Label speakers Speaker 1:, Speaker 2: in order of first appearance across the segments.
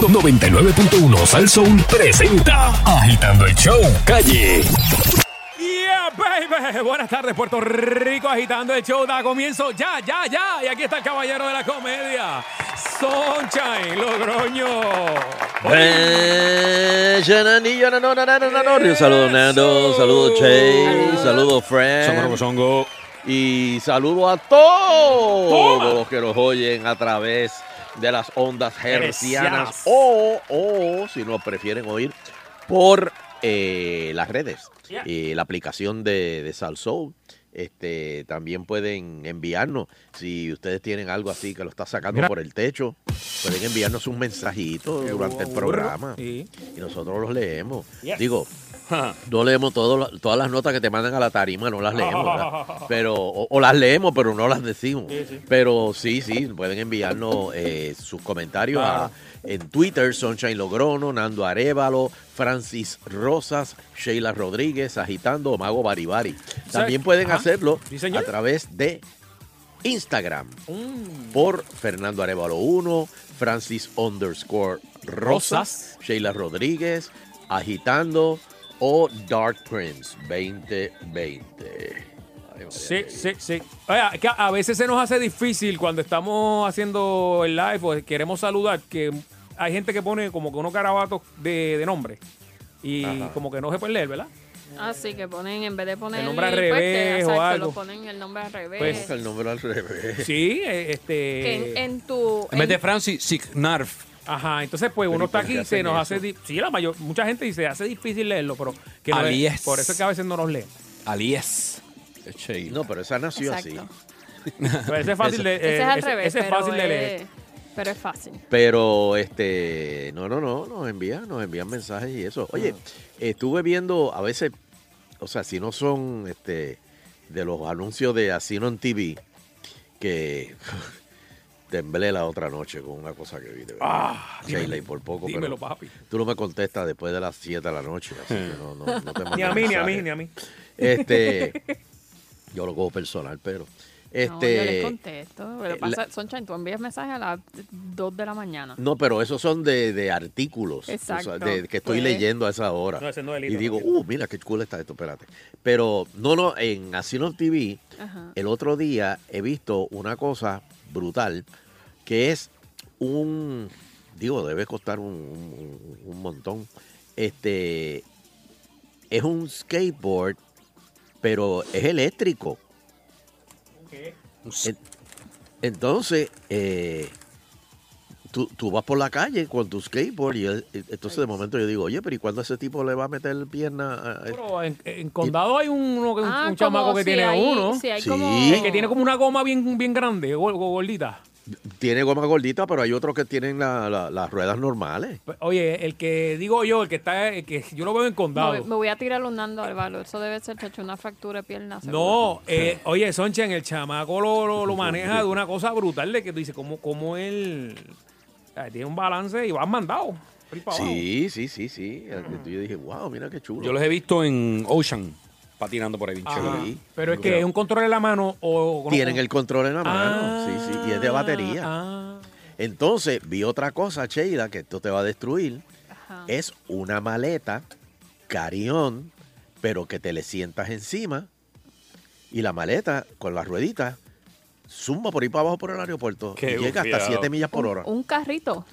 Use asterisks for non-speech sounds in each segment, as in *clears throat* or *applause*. Speaker 1: no, no, 99.1 Sal Soul presenta Agitando el Show Calle.
Speaker 2: Yeah, baby. Buenas tardes, Puerto Rico, agitando el show. Da comienzo ya, ya, ya. Y aquí está el caballero de la comedia, Sunshine Logroño.
Speaker 3: Eh, Yanani, Yanano, nanano, nanano. Un saludo, Nando. Un saludo, Che. Un saludo, Fran.
Speaker 2: Songo.
Speaker 3: Y saludo a todos los que nos oyen a través de las ondas hercianas Oh,
Speaker 2: Hercianas.
Speaker 3: o, o si nos prefieren oír por eh, las redes,
Speaker 2: Yeah.
Speaker 3: eh, la aplicación de, de Sal Soul. Este, también pueden enviarnos, si ustedes tienen algo así que lo está sacando
Speaker 2: Mira.
Speaker 3: por el techo, pueden enviarnos un mensajito durante el programa
Speaker 2: Sí.
Speaker 3: y nosotros los leemos.
Speaker 2: Yes.
Speaker 3: Digo, no leemos todo- todas las notas que te mandan a la tarima, no las leemos.
Speaker 2: *laughs*
Speaker 3: ¿verdad? pero o, o las leemos, pero no las decimos.
Speaker 2: Sí, sí.
Speaker 3: Pero sí, sí, pueden enviarnos eh, sus comentarios
Speaker 2: Ah.
Speaker 3: a- ah, en Twitter, Sunshine Logrono, Nando Arevalo, Francis Rosas, Sheila Rodríguez, Agitando, Mago Baribari. También pueden
Speaker 2: ajá.
Speaker 3: hacerlo
Speaker 2: Ah, Sí, señor.
Speaker 3: a través de Instagram por Fernando Arevalo 1, Francis underscore Rosas,
Speaker 2: Rosas.
Speaker 3: Sheila Rodríguez, Agitando o Dark Prince 2020. Ay, María,
Speaker 2: Sí,
Speaker 3: qué-
Speaker 2: sí, sí. Oiga, que a- a veces se nos hace difícil cuando estamos haciendo el live o queremos saludar que hay gente que pone como que unos carabatos de, de nombre y
Speaker 3: Ajá.
Speaker 2: como que no se puede leer, ¿verdad? Pues
Speaker 4: Así Ah, que ponen, en vez de poner
Speaker 2: El nombre al
Speaker 4: pues, que,
Speaker 2: revés o
Speaker 4: exacto,
Speaker 2: algo.
Speaker 4: lo ponen el nombre al revés.
Speaker 2: Pues,
Speaker 3: Busca el nombre al revés.
Speaker 2: Sí, eh, este...
Speaker 4: que en, en tu.
Speaker 5: En vez de
Speaker 4: en-
Speaker 5: Francis, Signarf.
Speaker 2: Ajá, entonces pues
Speaker 3: Pero,
Speaker 2: uno
Speaker 3: ¿y
Speaker 2: está
Speaker 3: por qué
Speaker 2: aquí y se
Speaker 3: hacen
Speaker 2: nos
Speaker 3: eso?
Speaker 2: hace... di- Sí, la mayor... Mucha gente dice, hace difícil leerlo, pero... Que no
Speaker 5: Ali
Speaker 2: es-
Speaker 5: es.
Speaker 2: Por eso es que a veces no nos leen.
Speaker 5: Alias. Che.
Speaker 3: No, pero esa nació
Speaker 4: Exacto.
Speaker 3: así. *laughs*
Speaker 2: Pero ese es fácil de...
Speaker 4: Ese
Speaker 2: eh,
Speaker 4: es al
Speaker 2: ese-
Speaker 4: revés.
Speaker 2: ese es
Speaker 4: pero
Speaker 2: fácil de leer.
Speaker 4: es- Pero es fácil.
Speaker 3: Pero este, no, no, no, nos envían, nos envían mensajes y eso. Oye,
Speaker 2: Ah.
Speaker 3: estuve viendo a veces, o sea, si no son este de los anuncios de Asino en TV, que *laughs* temblé la otra noche con una cosa que vi de verdad.
Speaker 2: Ah,
Speaker 3: Sheila,
Speaker 2: dímelo,
Speaker 3: y por poco,
Speaker 2: dímelo,
Speaker 3: pero
Speaker 2: papi.
Speaker 3: tú no me contestas después de las 7 de la noche, así que no, no, no te mando
Speaker 2: *laughs* Ni a mí, ni a mí,
Speaker 3: mensaje.
Speaker 2: ni a mí. *laughs*
Speaker 3: Este, yo lo cojo personal, pero este
Speaker 4: no, yo les contesto. Pero
Speaker 3: eh,
Speaker 4: pasa, Sunshine, tú envías mensajes a las 2 de la mañana.
Speaker 3: No, pero esos son de, de artículos o sea,
Speaker 4: Exacto.
Speaker 3: de- que estoy
Speaker 4: Pues.
Speaker 3: leyendo a esa hora.
Speaker 2: No, ese no es
Speaker 3: y
Speaker 2: el hilo,
Speaker 3: digo,
Speaker 2: no.
Speaker 3: uh, mira qué cool está esto, espérate. Pero no, no, en Asino TV,
Speaker 4: Ajá.
Speaker 3: el otro día he visto una cosa brutal que es un, digo, debe costar un, un- un montón. Este, es un skateboard, pero es eléctrico. En- Entonces, eh, tú, tú vas por la calle con tu skateboard y él- y entonces de momento yo digo, oye, pero ¿y cuándo ese tipo le va a meter pierna? a- este?" a-
Speaker 2: Pero en, eh, en condado hay uno, que- un,
Speaker 4: Ah,
Speaker 2: un chamaco
Speaker 4: como
Speaker 2: que
Speaker 4: si
Speaker 2: tiene
Speaker 4: hay-
Speaker 2: uno.
Speaker 4: si hay
Speaker 3: Sí.
Speaker 4: como-
Speaker 3: El
Speaker 2: Que tiene como una goma bien, bien grande, gol- gol- gordita.
Speaker 3: Tiene goma gordita, pero hay otros que tienen la- la- las ruedas normales.
Speaker 2: Pues, Oye, el que digo yo, el que está, el que yo lo veo
Speaker 4: Me
Speaker 2: en
Speaker 4: voy-
Speaker 2: condado.
Speaker 4: Me voy a tirar un nando al valor. Eso debe ser, chacho, una fractura de pierna. seguro.
Speaker 2: No, eh, oye, Sonchen, el chamaco lo, lo, lo maneja de una cosa brutal de que tú dices, ¿cómo, cómo él eh, tiene un balance y va mandado? por ahí para abajo.
Speaker 3: Sí, sí, sí, sí.
Speaker 2: Ah.
Speaker 3: Entonces Yo dije, wow, mira qué chulo.
Speaker 5: Yo los he visto en Ocean patinando por ahí, bien
Speaker 2: Ajá.
Speaker 5: chévere.
Speaker 3: Sí.
Speaker 2: Pero es que es un control en la mano o... o-
Speaker 3: Tienen el control en la mano, sí, sí, y es de
Speaker 2: Ah,
Speaker 3: batería.
Speaker 2: ah.
Speaker 3: Entonces, vi otra cosa, Sheila, que esto te va a destruir.
Speaker 4: Ajá.
Speaker 3: Es una maleta, carión, pero que te le sientas encima y la maleta con las rueditas zumba por ahí para abajo por el aeropuerto
Speaker 5: Qué
Speaker 3: y llega hasta
Speaker 5: bufiado.
Speaker 3: 7 millas por hora.
Speaker 4: Un carrito.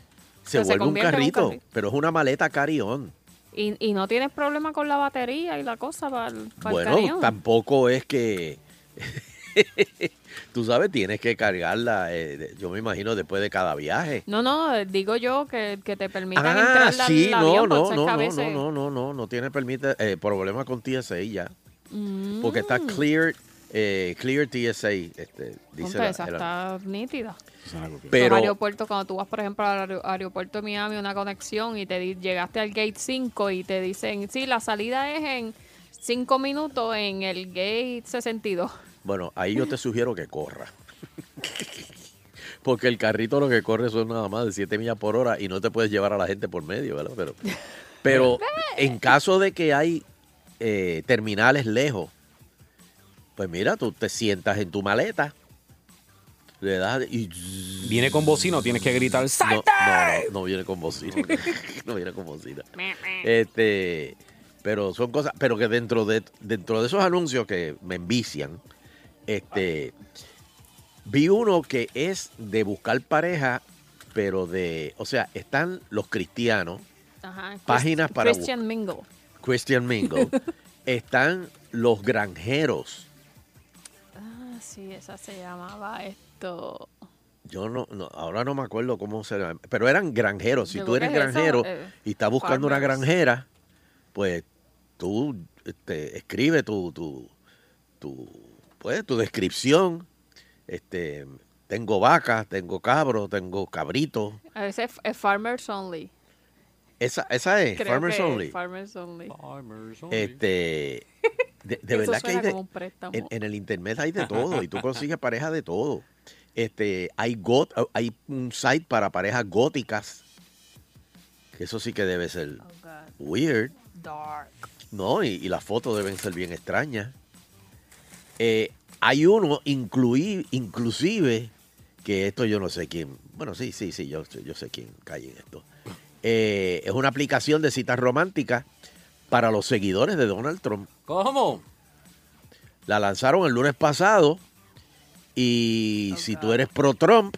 Speaker 3: se
Speaker 4: que se
Speaker 3: vuelve un
Speaker 4: convierte en un
Speaker 3: carrito,
Speaker 4: carri-
Speaker 3: pero es una maleta carión.
Speaker 4: Y, y no tienes problema con la batería y la cosa para el, para el
Speaker 3: Bueno,
Speaker 4: camión.
Speaker 3: tampoco es que... *laughs* Tú sabes, tienes que cargarla, eh, de- yo me imagino, después de cada viaje.
Speaker 4: No, no, eh, digo yo que, que te permitan
Speaker 3: Ah,
Speaker 4: entrar al-
Speaker 3: sí,
Speaker 4: al
Speaker 3: no,
Speaker 4: avión, porque
Speaker 3: no, no,
Speaker 4: es que a
Speaker 3: no, no,
Speaker 4: veces-
Speaker 3: no, no, no, no tiene permite, eh, problema con TSA ya,
Speaker 4: Mm,
Speaker 3: porque está clear, eh, clear TSA, este, dice
Speaker 4: contra,
Speaker 3: la-
Speaker 4: esa
Speaker 3: el-
Speaker 4: está nítida. Los
Speaker 3: pero
Speaker 4: aeropuertos, cuando tú vas, por ejemplo, al aer- aeropuerto de Miami, una conexión y te di- llegaste al gate 5 y te dicen, sí, la salida es en 5 minutos en el gate 62.
Speaker 3: bueno, ahí yo te sugiero que corra. Porque el carrito lo que corre son nada más de 7 millas por hora y no te puedes llevar a la gente por medio, ¿verdad? Pero, pero en caso de que hay eh, terminales lejos, pues mira, tú te sientas en tu maleta, le das y
Speaker 5: Viene con bocina o tienes que gritar
Speaker 3: no, no,
Speaker 5: ¡Salte!
Speaker 3: no, no viene con bocina. *laughs* no viene con bocina.
Speaker 6: Eh.
Speaker 3: Este, pero son cosas, pero que dentro de dentro de esos anuncios que me envician, este vi uno que es de buscar pareja, pero de, o sea, están los cristianos,
Speaker 4: Ajá.
Speaker 3: Páginas para bu-
Speaker 4: Christian Mingle.
Speaker 3: Christian Mingle, están los granjeros.
Speaker 4: *laughs* Ah, sí, esa se llamaba esto.
Speaker 3: Yo no, no, ahora no me acuerdo cómo se llama, pero eran granjeros. Si
Speaker 4: Yo
Speaker 3: tú
Speaker 4: creo
Speaker 3: eres
Speaker 4: que eso,
Speaker 3: granjero
Speaker 4: eh,
Speaker 3: y estás buscando una
Speaker 4: farmers.
Speaker 3: granjera, pues tú este, escribe tu, tu, tu, pues, tu descripción. Este, tengo vacas, tengo cabros, tengo cabritos.
Speaker 4: A veces es- es Farmers Only.
Speaker 3: Esa, esa es,
Speaker 4: Creo
Speaker 3: Farmers
Speaker 4: que es
Speaker 3: Only. Oh,
Speaker 4: Farmers Only.
Speaker 3: Este, de, de
Speaker 4: Eso
Speaker 3: verdad que hay
Speaker 4: suena
Speaker 3: de-
Speaker 4: como un préstamo.
Speaker 3: en, en el internet hay de todo y tú consigues pareja de todo. Este, hay got, hay un site para parejas góticas. Que eso sí que debe ser
Speaker 4: Oh, God.
Speaker 3: weird,
Speaker 4: Dark.
Speaker 3: ¿no? Y, y las fotos deben ser bien extrañas. Eh, hay uno incluí, inclusive que esto yo no sé quién. Bueno, sí, sí, sí, yo, yo sé quién cae en esto. Eh, es una aplicación de citas románticas para los seguidores de Donald Trump.
Speaker 5: ¿Cómo?
Speaker 3: La lanzaron el lunes pasado y si tú eres pro Trump,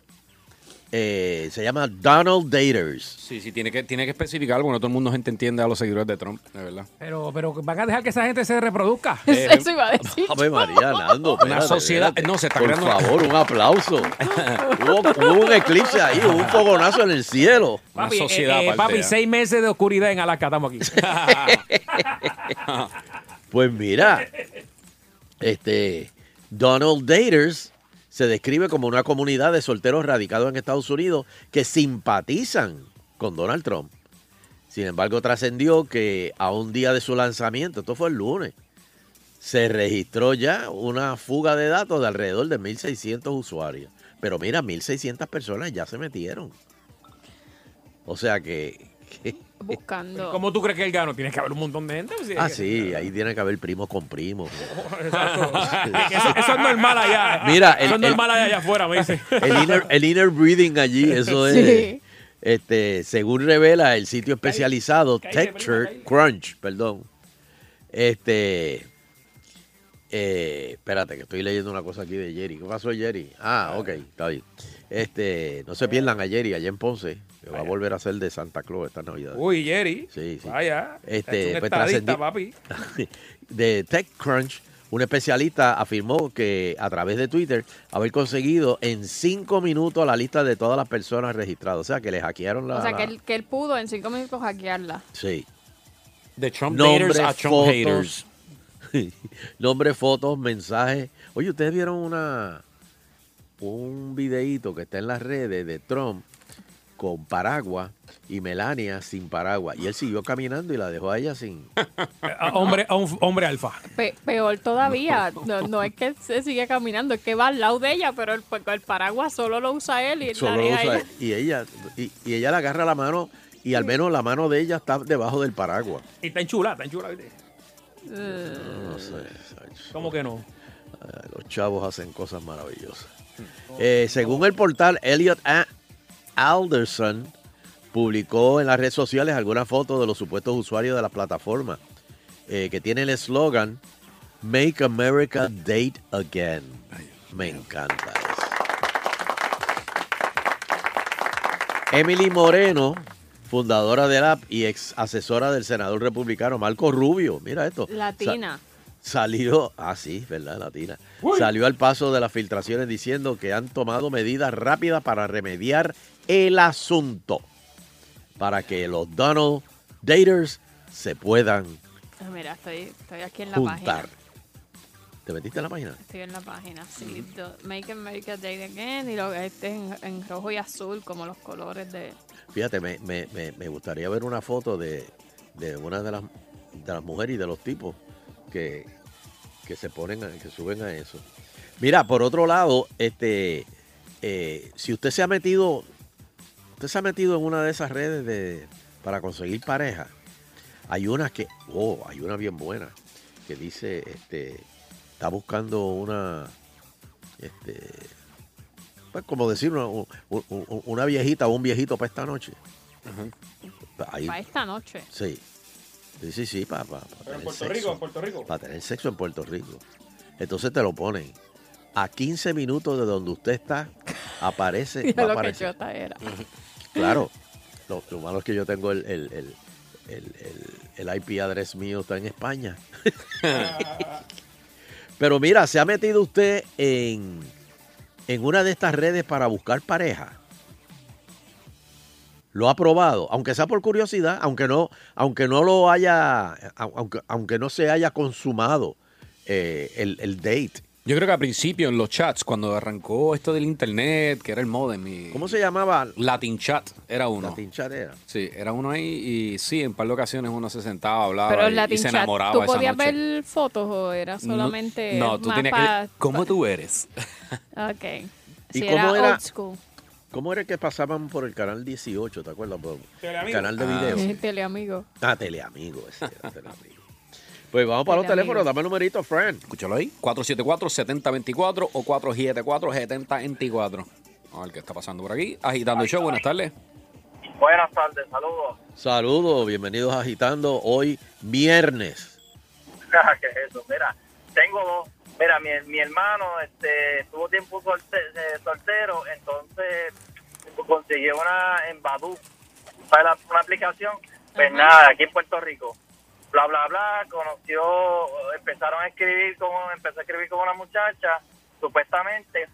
Speaker 3: eh, se llama Donald Daters.
Speaker 5: Sí, sí, tiene que, tiene que especificar algo, no todo el mundo gente entiende a los seguidores de Trump, de verdad.
Speaker 7: Pero, pero van a dejar que esa gente se reproduzca.
Speaker 5: Eh,
Speaker 4: *laughs* Eso iba a decir.
Speaker 3: Ave María, Nando. espérate,
Speaker 5: sociedad-
Speaker 3: espérate.
Speaker 5: no, se está
Speaker 3: Por
Speaker 5: creando una-
Speaker 3: favor, un aplauso.
Speaker 5: *laughs*
Speaker 3: hubo, hubo un eclipse ahí, hubo un fogonazo en el cielo.
Speaker 5: Una
Speaker 2: eh,
Speaker 5: sociedad aparte,
Speaker 7: papi,
Speaker 5: ya.
Speaker 7: seis meses de oscuridad en Alaska, estamos aquí.
Speaker 3: Pues mira, este Donald Daters se describe como una comunidad de solteros radicados en Estados Unidos que simpatizan con Donald Trump. Sin embargo, trascendió que a un día de su lanzamiento, esto fue el lunes, se registró ya una fuga de datos de alrededor de 1.600 usuarios. Pero mira, 1.600 personas ya se metieron. O sea que... que-
Speaker 4: Buscando.
Speaker 7: ¿Cómo tú crees que él ganó? Tiene que haber un montón de gente. o sea,
Speaker 3: ah,
Speaker 7: que-
Speaker 3: sí, ahí tiene que haber primos con primos. *laughs*
Speaker 7: que Eso, eso es normal allá.
Speaker 3: Mira,
Speaker 7: eso
Speaker 3: el-
Speaker 7: es normal allá, allá afuera, me
Speaker 3: *laughs*
Speaker 7: dice.
Speaker 3: El inner, el inner
Speaker 7: *laughs*
Speaker 3: breathing allí, eso
Speaker 4: Sí.
Speaker 3: es. Este, según revela el sitio especializado
Speaker 7: cállate,
Speaker 3: Tech
Speaker 7: primo,
Speaker 3: Church-
Speaker 7: cállate.
Speaker 3: Crunch, perdón. Este, eh, espérate, que estoy leyendo una cosa aquí de Jerry. ¿Qué pasó, Jerry? Ah, ok, está bien. Este, no se pierdan a Jerry allá en Ponce, que va a volver a ser de Santa Claus esta Navidad.
Speaker 7: Uy, Jerry.
Speaker 3: Sí, sí.
Speaker 7: Vaya.
Speaker 3: Este,
Speaker 7: es un
Speaker 3: pues,
Speaker 7: estadista,
Speaker 3: trascendi-
Speaker 7: papi.
Speaker 3: *laughs* de TechCrunch, un especialista afirmó que a través de Twitter haber conseguido en cinco minutos la lista de todas las personas registradas. O sea, que le hackearon la...
Speaker 4: O sea, que
Speaker 3: la-
Speaker 4: él, que él pudo en cinco minutos hackearla.
Speaker 3: Sí.
Speaker 5: De Trump
Speaker 3: Nombres,
Speaker 5: haters a Trump
Speaker 3: fotos.
Speaker 5: haters.
Speaker 3: *laughs* Nombre, fotos, mensajes. Oye, ustedes vieron una un videíto que está en las redes de Trump con paraguas y Melania sin paraguas. Y él siguió caminando y la dejó a ella sin...
Speaker 7: *laughs* Ah, Hombre, hom- hombre alfa.
Speaker 4: Pe- peor todavía. No, no es que se sigue caminando, es que va al lado de ella, pero el, pues, el paraguas solo lo usa él y él la
Speaker 3: Solo
Speaker 4: deja
Speaker 3: usa
Speaker 4: ahí.
Speaker 3: él. Y ella, y, y ella le agarra la mano y al menos la mano de ella está debajo del paraguas.
Speaker 7: Y está en chula, está en chula. ¿viste?
Speaker 4: Eh.
Speaker 3: No sé, Sacho.
Speaker 7: ¿Cómo que no?
Speaker 3: Ay, Los chavos hacen cosas maravillosas. Eh, según el portal, Elliot A- Alderson publicó en las redes sociales algunas fotos de los supuestos usuarios de la plataforma eh, que tiene el eslogan Make America Date Again. Me encanta eso. Emily Moreno, fundadora del app y ex asesora del senador republicano Marco Rubio. Mira esto. Sa-
Speaker 4: Latina.
Speaker 3: Salió, ah sí, verdad, latina. Salió al paso de las filtraciones diciendo que han tomado medidas rápidas para remediar el asunto. Para que los Donald Daters se puedan
Speaker 4: Ah, Mira, estoy, estoy aquí en la
Speaker 3: juntar.
Speaker 4: página.
Speaker 3: ¿Te metiste en la página?
Speaker 4: Estoy en la página, sí. do- Make America Date Again y lo, este en, en rojo y azul, como los colores de...
Speaker 3: Fíjate, me, me- me- me gustaría ver una foto de, de una de las, de las mujeres y de los tipos que, que se ponen, a- que suben a eso. Mira, por otro lado, este, eh, si usted se ha metido, usted se ha metido en una de esas redes de, para conseguir pareja, hay unas que, oh, hay una bien buena que dice, este, está buscando una, este, pues, pues como decir una, u- u- u- una viejita o un viejito para esta noche. Ahí,
Speaker 4: Para esta noche.
Speaker 3: sí. Sí, sí, sí, para,
Speaker 2: Pero en Puerto Rico, en Puerto Rico.
Speaker 3: para tener sexo en Puerto Rico. Entonces te lo ponen. A 15 minutos de donde usted está,
Speaker 4: *laughs*
Speaker 3: aparece.
Speaker 4: Mira
Speaker 3: va a
Speaker 4: lo que
Speaker 3: aparecer.
Speaker 4: chota era.
Speaker 3: *laughs* Claro. Lo, lo malo es que yo tengo el, el, el, el, el- el IP address mío, está en España. Pero mira, ¿se ha metido usted en, en una de estas redes para buscar pareja? Lo ha probado, aunque sea por curiosidad, aunque no, aunque no lo haya, au- aunque, aunque no se haya consumado eh, el, el date.
Speaker 5: Yo creo que al principio en los chats, cuando arrancó esto del internet, que era el modem y...
Speaker 3: ¿Cómo se llamaba
Speaker 5: Latin Chat era uno.
Speaker 3: la tincharera?
Speaker 5: Sí, era uno ahí y sí, en par de ocasiones uno se sentaba, hablaba
Speaker 4: Pero
Speaker 5: y,
Speaker 4: en
Speaker 5: y
Speaker 4: Latin
Speaker 5: se
Speaker 4: Chat,
Speaker 5: enamoraba
Speaker 4: ¿tú
Speaker 5: esa
Speaker 4: podías
Speaker 5: noche.
Speaker 4: ver fotos o era solamente
Speaker 5: No, no, tú
Speaker 4: más
Speaker 5: tenías
Speaker 4: pa-
Speaker 5: que... ¿Cómo tú eres?
Speaker 4: Ok.
Speaker 3: ¿Y
Speaker 4: Si
Speaker 3: cómo
Speaker 4: era,
Speaker 3: era?
Speaker 4: old school.
Speaker 3: ¿Cómo era que pasaban por el canal 18? ¿Te acuerdas? Por El
Speaker 2: Teleamigo.
Speaker 3: canal de
Speaker 5: Ah,
Speaker 3: video.
Speaker 5: sí.
Speaker 4: Teleamigo.
Speaker 3: Ah, teleamigo, ese era teleamigo. Pues vamos para los
Speaker 4: Teleamigo.
Speaker 3: teléfonos, dame el numerito, friend.
Speaker 5: Escúchalo ahí. 474-7024 o 474-7024. A ver qué está pasando por aquí. Agitando el show, buenas tardes.
Speaker 8: Buenas tardes, saludos. *laughs*
Speaker 3: Saludos, bienvenidos a Agitando hoy viernes.
Speaker 8: ¿Qué es eso? Mira, tengo dos. Mira, mi, mi hermano este, tuvo tiempo solte- eh, soltero, entonces pues, consiguió una en Badoo, ¿sabes la- una aplicación. Pues
Speaker 4: Ajá.
Speaker 8: nada, aquí en Puerto Rico. Bla, bla, bla, conoció, empezaron a escribir, con, empezó a escribir con una muchacha, supuestamente.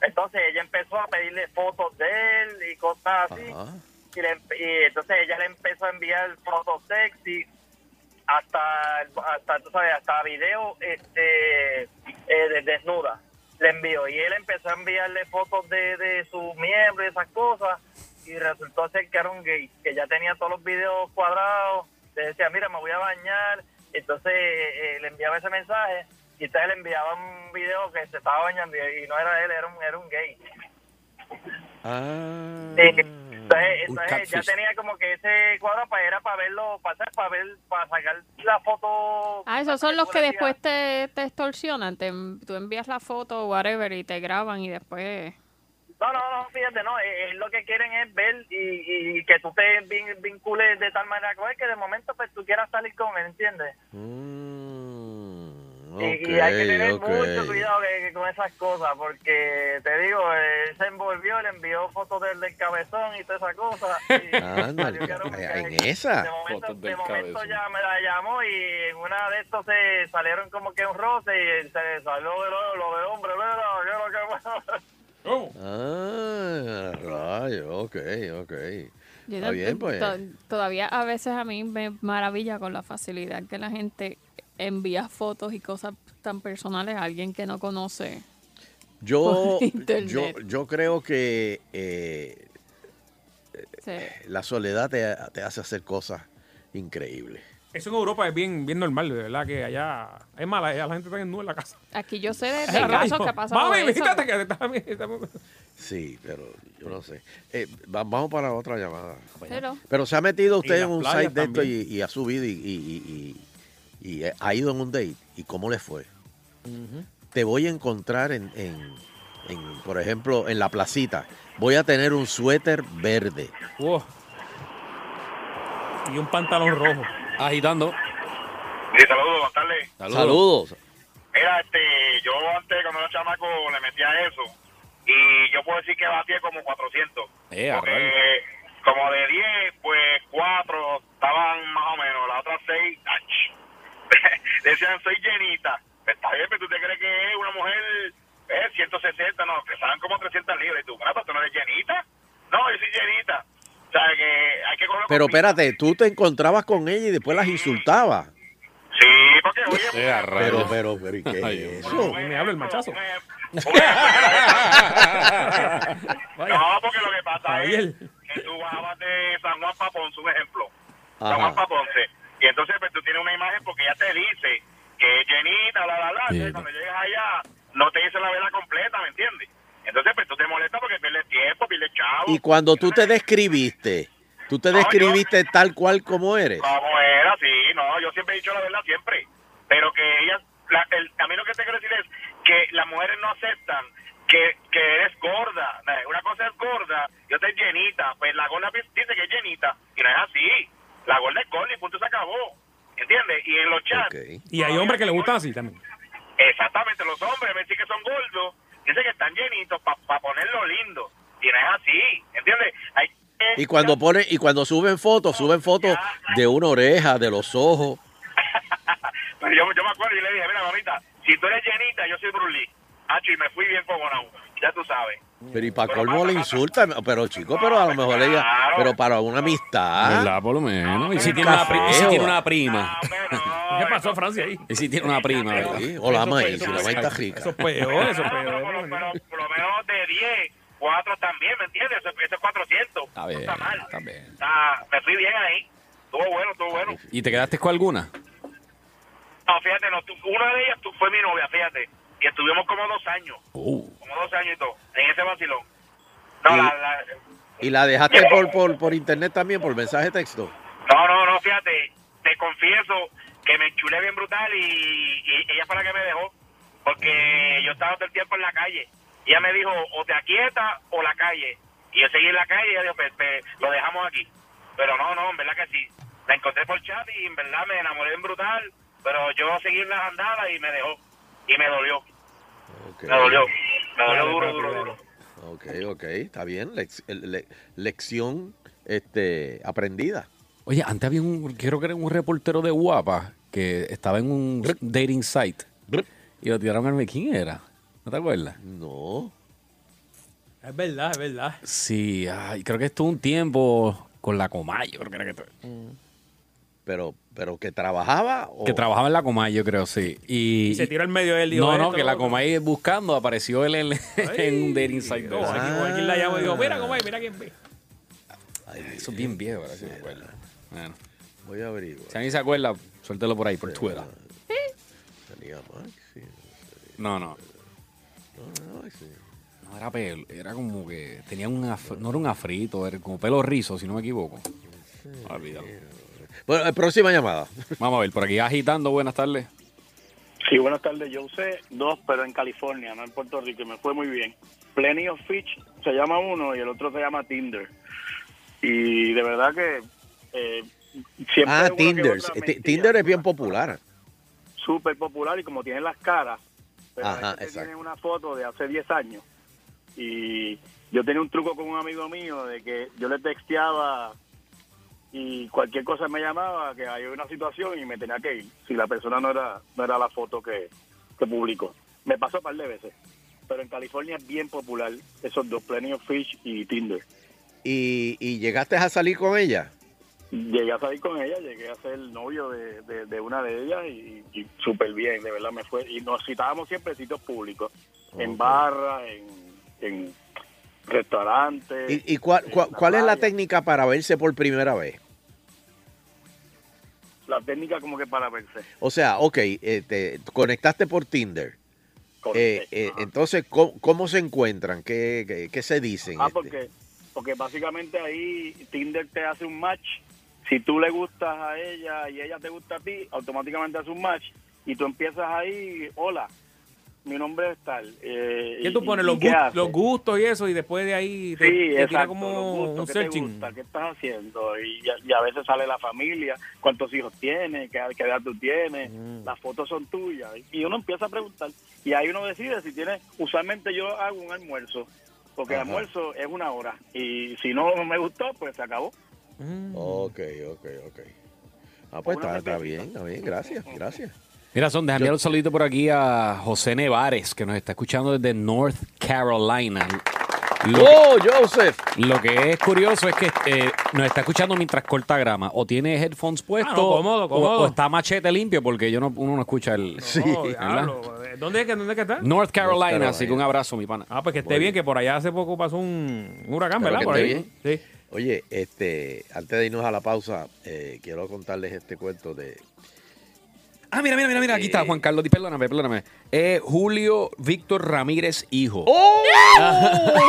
Speaker 8: Entonces ella empezó a pedirle fotos de él y cosas así.
Speaker 3: Ajá.
Speaker 8: y, le empe- y entonces ella le empezó a enviar fotos sexy hasta hasta tú sabes hasta video este eh, de- desnuda le envió y él empezó a enviarle fotos de, de su miembro y esas cosas y resultó ser que era un gay que ya tenía todos los videos cuadrados le decía mira me voy a bañar entonces eh, eh, le enviaba ese mensaje y entonces le enviaba un video que se estaba bañando y y no era él era un era un gay
Speaker 3: Ah.
Speaker 8: Sí. Entonces,
Speaker 5: Un
Speaker 8: entonces ya
Speaker 5: catfish.
Speaker 8: tenía como que ese cuadro para era para verlo, para, hacer- para ver, para sacar la foto.
Speaker 4: Ah, esos son los que
Speaker 8: fotografía.
Speaker 4: después te, te extorsionan. Te, tú envías la foto o whatever y te graban y después...
Speaker 8: No, no, no, fíjate, no, es, es lo que quieren es ver y, y que tú te vin- vincules de tal manera con él que de momento pues tú quieras salir con él, ¿entiendes?
Speaker 3: Mm,
Speaker 8: Y- y, hay que
Speaker 3: ok,
Speaker 8: tener
Speaker 3: ok.
Speaker 8: mucho cuidado que- que con esas cosas porque te digo, eh, él se envolvió, le envió fotos del, del cabezón y toda esa cosa. y-
Speaker 3: Ándale,
Speaker 8: *laughs* Yo quiero que-
Speaker 3: en esa.
Speaker 8: De momento,
Speaker 5: Fotos del
Speaker 8: de momento
Speaker 5: cabezón.
Speaker 8: ya me la llamó y en una de estos se salieron como que un roce y se le salió de lo, lo de hombre, ¿verdad? Yo lo que-
Speaker 2: ¿Cómo?
Speaker 3: Ah, rayo, ok, ok.
Speaker 4: Yo
Speaker 3: Está
Speaker 4: no-
Speaker 3: bien, pues.
Speaker 4: to- todavía a veces a mí me maravilla con la facilidad que la gente envía fotos y cosas tan personales a alguien que no conoce.
Speaker 3: Yo,
Speaker 4: *laughs* Por internet.
Speaker 3: yo, yo creo que eh,
Speaker 4: O sea,
Speaker 3: la soledad te, te hace hacer cosas increíbles.
Speaker 2: Eso en Europa es bien, bien normal, de verdad, que allá... Es mala, allá la gente está en nube en la casa.
Speaker 4: aquí yo sé de, de
Speaker 2: Ay,
Speaker 4: casos
Speaker 2: rayo.
Speaker 4: que ha pasado
Speaker 2: Mami,
Speaker 4: eso.
Speaker 2: fíjate que está- está-
Speaker 3: Sí, pero yo no sé. Eh, va- vamos para otra llamada.
Speaker 4: Pero
Speaker 3: Pero se ha metido usted
Speaker 2: Y
Speaker 3: en
Speaker 2: las
Speaker 3: un
Speaker 2: playas
Speaker 3: site de esto y,
Speaker 2: también.
Speaker 3: y ha subido y, y- y- y- y ha ido en un date. ¿Y cómo le fue? Te voy a encontrar en, en- en, por ejemplo, en la placita. Voy a tener un suéter verde.
Speaker 2: Wow. Y un pantalón rojo.
Speaker 5: Agitando.
Speaker 8: Sí, saludos, buenas tardes.
Speaker 5: Saludos.
Speaker 3: Saludos.
Speaker 8: Mira, este, yo antes cuando era chamaco le metía eso y yo puedo decir que batía como 400.
Speaker 5: Eh, a rayos.
Speaker 8: Porque como de 10, pues 4 estaban más o menos, las otras 6,
Speaker 9: *laughs*
Speaker 8: decían soy llenita. Pues, Está bien, pero tú te crees que es una mujer eh, 160, no, que saben como 300 libras. Y tú, bueno, pero tú no eres llenita. No, yo soy llenita. O sea, que hay que cogerlo
Speaker 3: Pero
Speaker 8: con pinzas.
Speaker 3: espérate, tú te encontrabas con ella y después las insultabas.
Speaker 8: Sí, porque oye.
Speaker 5: Eh, a rayos.
Speaker 3: Pero, pero, pero, ¿y qué
Speaker 5: Ay,
Speaker 3: es
Speaker 5: Dios.
Speaker 3: eso?
Speaker 2: Me habla el machazo. Vaya.
Speaker 8: *laughs* No, porque lo que pasa
Speaker 2: Javier.
Speaker 8: es que tú bajabas de San Juan pa' Ponce, un ejemplo.
Speaker 3: Ajá.
Speaker 8: San Juan pa' Ponce. Y entonces pues, tú tienes una imagen porque ya te dice que es llenita, la, la, la. Entonces,
Speaker 5: Bien.
Speaker 8: cuando llegas allá, no te dice la verdad completa, ¿me entiendes? Entonces, pues tú te molestas porque pierdes tiempo, pierdes chavo.
Speaker 3: Y cuando tú te describiste, tú te describiste tal cual como eres.
Speaker 8: Como era, sí, no, yo siempre he dicho la verdad, siempre. Pero que ellas, la- el, a mí lo que te quiero decir es que las mujeres no aceptan
Speaker 9: que, que eres gorda. Eh, Una cosa es gorda y otra es llenita. Pues la gorda pi- dice que es llenita y no es así. La gorda es gorda y punto se acabó. ¿Entiendes? Y en los chats.
Speaker 3: Ok.
Speaker 2: Y hay hombres que les gustan así también.
Speaker 9: Exactamente, los hombres me dicen que son gordos, dicen que están llenitos para ponerlo lindo. Y no es así, ¿entiendes? Hay que-
Speaker 3: Y cuando pone, y cuando suben fotos, suben fotos de una oreja, de los ojos.
Speaker 9: Pero yo, yo me acuerdo y le dije, mira, mamita, si tú eres llenita, yo soy Bruce Lee. Hacho, y me fui bien fogonado, ya tú sabes.
Speaker 3: Pero y para colmo le insulta, pero chico, pero a lo
Speaker 8: pues,
Speaker 3: mejor ella, pero para una amistad.
Speaker 5: ¿Verdad? Por lo menos. Y si
Speaker 8: pues,
Speaker 9: Está
Speaker 5: tiene una, pri- y si
Speaker 3: feo.
Speaker 5: tiene una prima.
Speaker 9: Ah, hombre, no,
Speaker 2: ¿Qué
Speaker 9: eso-
Speaker 2: pasó, Francia, ahí?
Speaker 5: Y si tiene una prima, ¿verdad?
Speaker 3: Sí, o la
Speaker 2: Eso
Speaker 3: maíz,
Speaker 2: fue-
Speaker 3: si la maíz está rica.
Speaker 2: Eso es peor, eso es
Speaker 9: Ah, pero por,
Speaker 2: peor.
Speaker 9: lo- pero por lo menos de 10, 4 también, ¿me entiendes? Eso, eso es 400.
Speaker 5: Está bien,
Speaker 9: No está mal.
Speaker 5: está bien.
Speaker 9: Está- me fui bien ahí. Estuvo bueno, estuvo bueno.
Speaker 5: ¿Y te quedaste con alguna?
Speaker 9: No, fíjate, no, tú- una de ellas tú, fue mi novia, fíjate. Y estuvimos como dos años,
Speaker 5: Uh,
Speaker 9: como dos años y todo, en ese vacilón. No,
Speaker 3: Y-
Speaker 9: la, la-
Speaker 3: Y
Speaker 8: *laughs*
Speaker 3: la dejaste por, por, por internet también, por mensaje de texto.
Speaker 9: no, no, no, fíjate, te confieso que me enchulé bien brutal y, y ella fue la que me dejó, porque yo estaba todo el tiempo en la calle. Y ella me dijo, o te aquietas o la calle. Y yo seguí en la calle y ella dijo, pues, pues, lo dejamos aquí. Pero no, no, en verdad que sí. La encontré por chat y en verdad me enamoré bien brutal, pero yo seguí en las andadas y me dejó. Y me dolió.
Speaker 3: Ok,
Speaker 9: Me dolió. Me dolió
Speaker 2: Dale,
Speaker 9: duro,
Speaker 2: papi,
Speaker 9: duro,
Speaker 2: dale.
Speaker 9: duro.
Speaker 3: ok, ok, está bien. lex- le- lección este, aprendida.
Speaker 5: Oye, antes había un, creo que era un reportero de guapa que estaba en un dating site y lo tiraron al ¿Quién era? ¿No te acuerdas?
Speaker 3: No.
Speaker 2: Es verdad, es verdad.
Speaker 5: Sí, ay, creo que estuvo un tiempo con la Comayo, creo que era que estuvo.
Speaker 10: Mm.
Speaker 3: Pero, pero que trabajaba o
Speaker 5: Que trabajaba en la Comayo, creo, sí. Y,
Speaker 2: Y se tiró al medio él. dijo,
Speaker 5: No, no,
Speaker 2: esto,
Speaker 5: que
Speaker 2: lo
Speaker 5: la
Speaker 2: otro.
Speaker 5: Comayo buscando apareció él en, en un dating
Speaker 2: Sí,
Speaker 5: site. de
Speaker 2: no,
Speaker 5: eso.
Speaker 2: aquí, aquí la llamo y digo, mira cómo hay, mira quién
Speaker 10: Ah.
Speaker 2: ve.
Speaker 5: Eso es bien viejo, ahora que me acuerdo. Bueno,
Speaker 3: voy a averiguar.
Speaker 5: si alguien se acuerda, suéltelo por ahí, por Twitter.
Speaker 3: Tenía Maxi,
Speaker 5: No, no.
Speaker 3: no, Maxi.
Speaker 5: No era pelo, era como que tenía un af- no era un afrito, era como pelo rizo, si no me equivoco. Olvídalo.
Speaker 3: Bueno, eh, próxima llamada.
Speaker 5: Vamos a ver, por aquí agitando, buenas tardes.
Speaker 10: Sí, buenas tardes. Yo usé dos, pero en California, no en Puerto Rico, y me fue muy bien. Plenty of Fish se llama uno y el otro se llama Tinder. Y de verdad que eh, siempre...
Speaker 3: Ah,
Speaker 10: una que
Speaker 3: Tinder. Ti-
Speaker 10: otra mentira.
Speaker 3: Tinder es bien popular.
Speaker 10: Súper popular y como tienen las caras, pero a
Speaker 3: Ajá,
Speaker 10: veces te
Speaker 3: exacto.
Speaker 10: tienen una foto de hace 10 años. Y yo tenía un truco con un amigo mío de que yo le texteaba y cualquier cosa me llamaba, que había una situación y me tenía que ir, si la persona no era no era la foto que, que publicó. Me pasó un par de veces, pero en California es bien popular esos dos, Plenty of Fish y Tinder.
Speaker 3: Y, y llegaste a salir con ella.
Speaker 10: Llegué a salir con ella, llegué a ser el novio de, de- de una de ellas y, y súper bien, de verdad me fue. Y nos citábamos siempre en sitios públicos, en
Speaker 3: Ok.
Speaker 10: barras, en, en restaurantes.
Speaker 3: ¿Y, y cuál,
Speaker 10: en
Speaker 3: cuál- cuál es la
Speaker 10: playa.
Speaker 3: técnica para verse por primera vez?
Speaker 10: La técnica como que para verse.
Speaker 3: O sea, ok, eh, te conectaste por Tinder. Eh,
Speaker 10: Correcto.
Speaker 3: eh,
Speaker 10: Ajá.
Speaker 3: entonces, ¿cómo, cómo se encuentran? ¿Qué, qué, qué se dicen?
Speaker 10: Ah,
Speaker 3: este?
Speaker 10: porque, porque básicamente ahí Tinder te hace un match. Si tú le gustas a ella y ella te gusta a ti, automáticamente hace un match. Y tú empiezas ahí, hola, mi nombre es tal. eh,
Speaker 2: ¿Qué
Speaker 10: y-
Speaker 2: tú pones?
Speaker 10: y
Speaker 2: Los,
Speaker 10: qué
Speaker 2: gust-
Speaker 10: haces?
Speaker 2: los gustos y eso, y después de ahí te,
Speaker 10: Sí,
Speaker 2: te tira
Speaker 10: exacto, los
Speaker 2: como
Speaker 10: gustos,
Speaker 2: un
Speaker 10: ¿qué Te
Speaker 2: searching.
Speaker 10: gusta, ¿Qué estás haciendo? Y, a- y a veces sale la familia, cuántos hijos tienes, qué, qué edad tú tienes,
Speaker 2: Mm.
Speaker 10: las fotos son tuyas. Y uno empieza a preguntar. Y ahí uno decide si tiene. Usualmente yo hago un almuerzo, porque el
Speaker 3: Ajá.
Speaker 10: almuerzo es una hora. Y si no me gustó, pues se acabó.
Speaker 2: Mm.
Speaker 3: Ok, ok, ok. Ah, pues
Speaker 10: Una
Speaker 3: está, está
Speaker 10: cervecita.
Speaker 3: bien, está bien, gracias, gracias.
Speaker 5: Mira, son, déjame enviar un saludito por aquí a José Nevares, que nos está escuchando desde North Carolina. Lo,
Speaker 3: ¡Oh, Joseph!
Speaker 5: lo que es curioso es que eh, nos está escuchando mientras corta grama. O tiene headphones puestos,
Speaker 2: Ah, cómodo,
Speaker 5: o-
Speaker 2: cómodo.
Speaker 5: O, está machete limpio, porque yo no, uno no escucha el...
Speaker 3: Sí.
Speaker 2: Oh, diablo. Eh, ¿Dónde es que, dónde es que está?
Speaker 5: North Carolina,
Speaker 3: North Carolina.
Speaker 5: así que un abrazo, mi pana.
Speaker 2: Ah, pues que esté bien, que por allá hace poco pasó un un huracán,
Speaker 3: Pero
Speaker 2: ¿verdad?
Speaker 3: que
Speaker 2: Por
Speaker 3: esté
Speaker 2: ahí. Sí.
Speaker 3: Oye,
Speaker 2: *laughs*
Speaker 3: este, antes de irnos a la pausa, eh, quiero contarles este cuento de
Speaker 5: Ah, mira, mira, mira, mira, aquí está Juan Carlos. Di- Perdóname, perdóname. Eh, Julio Víctor Ramírez, hijo.
Speaker 8: *laughs*
Speaker 3: ¡Oh!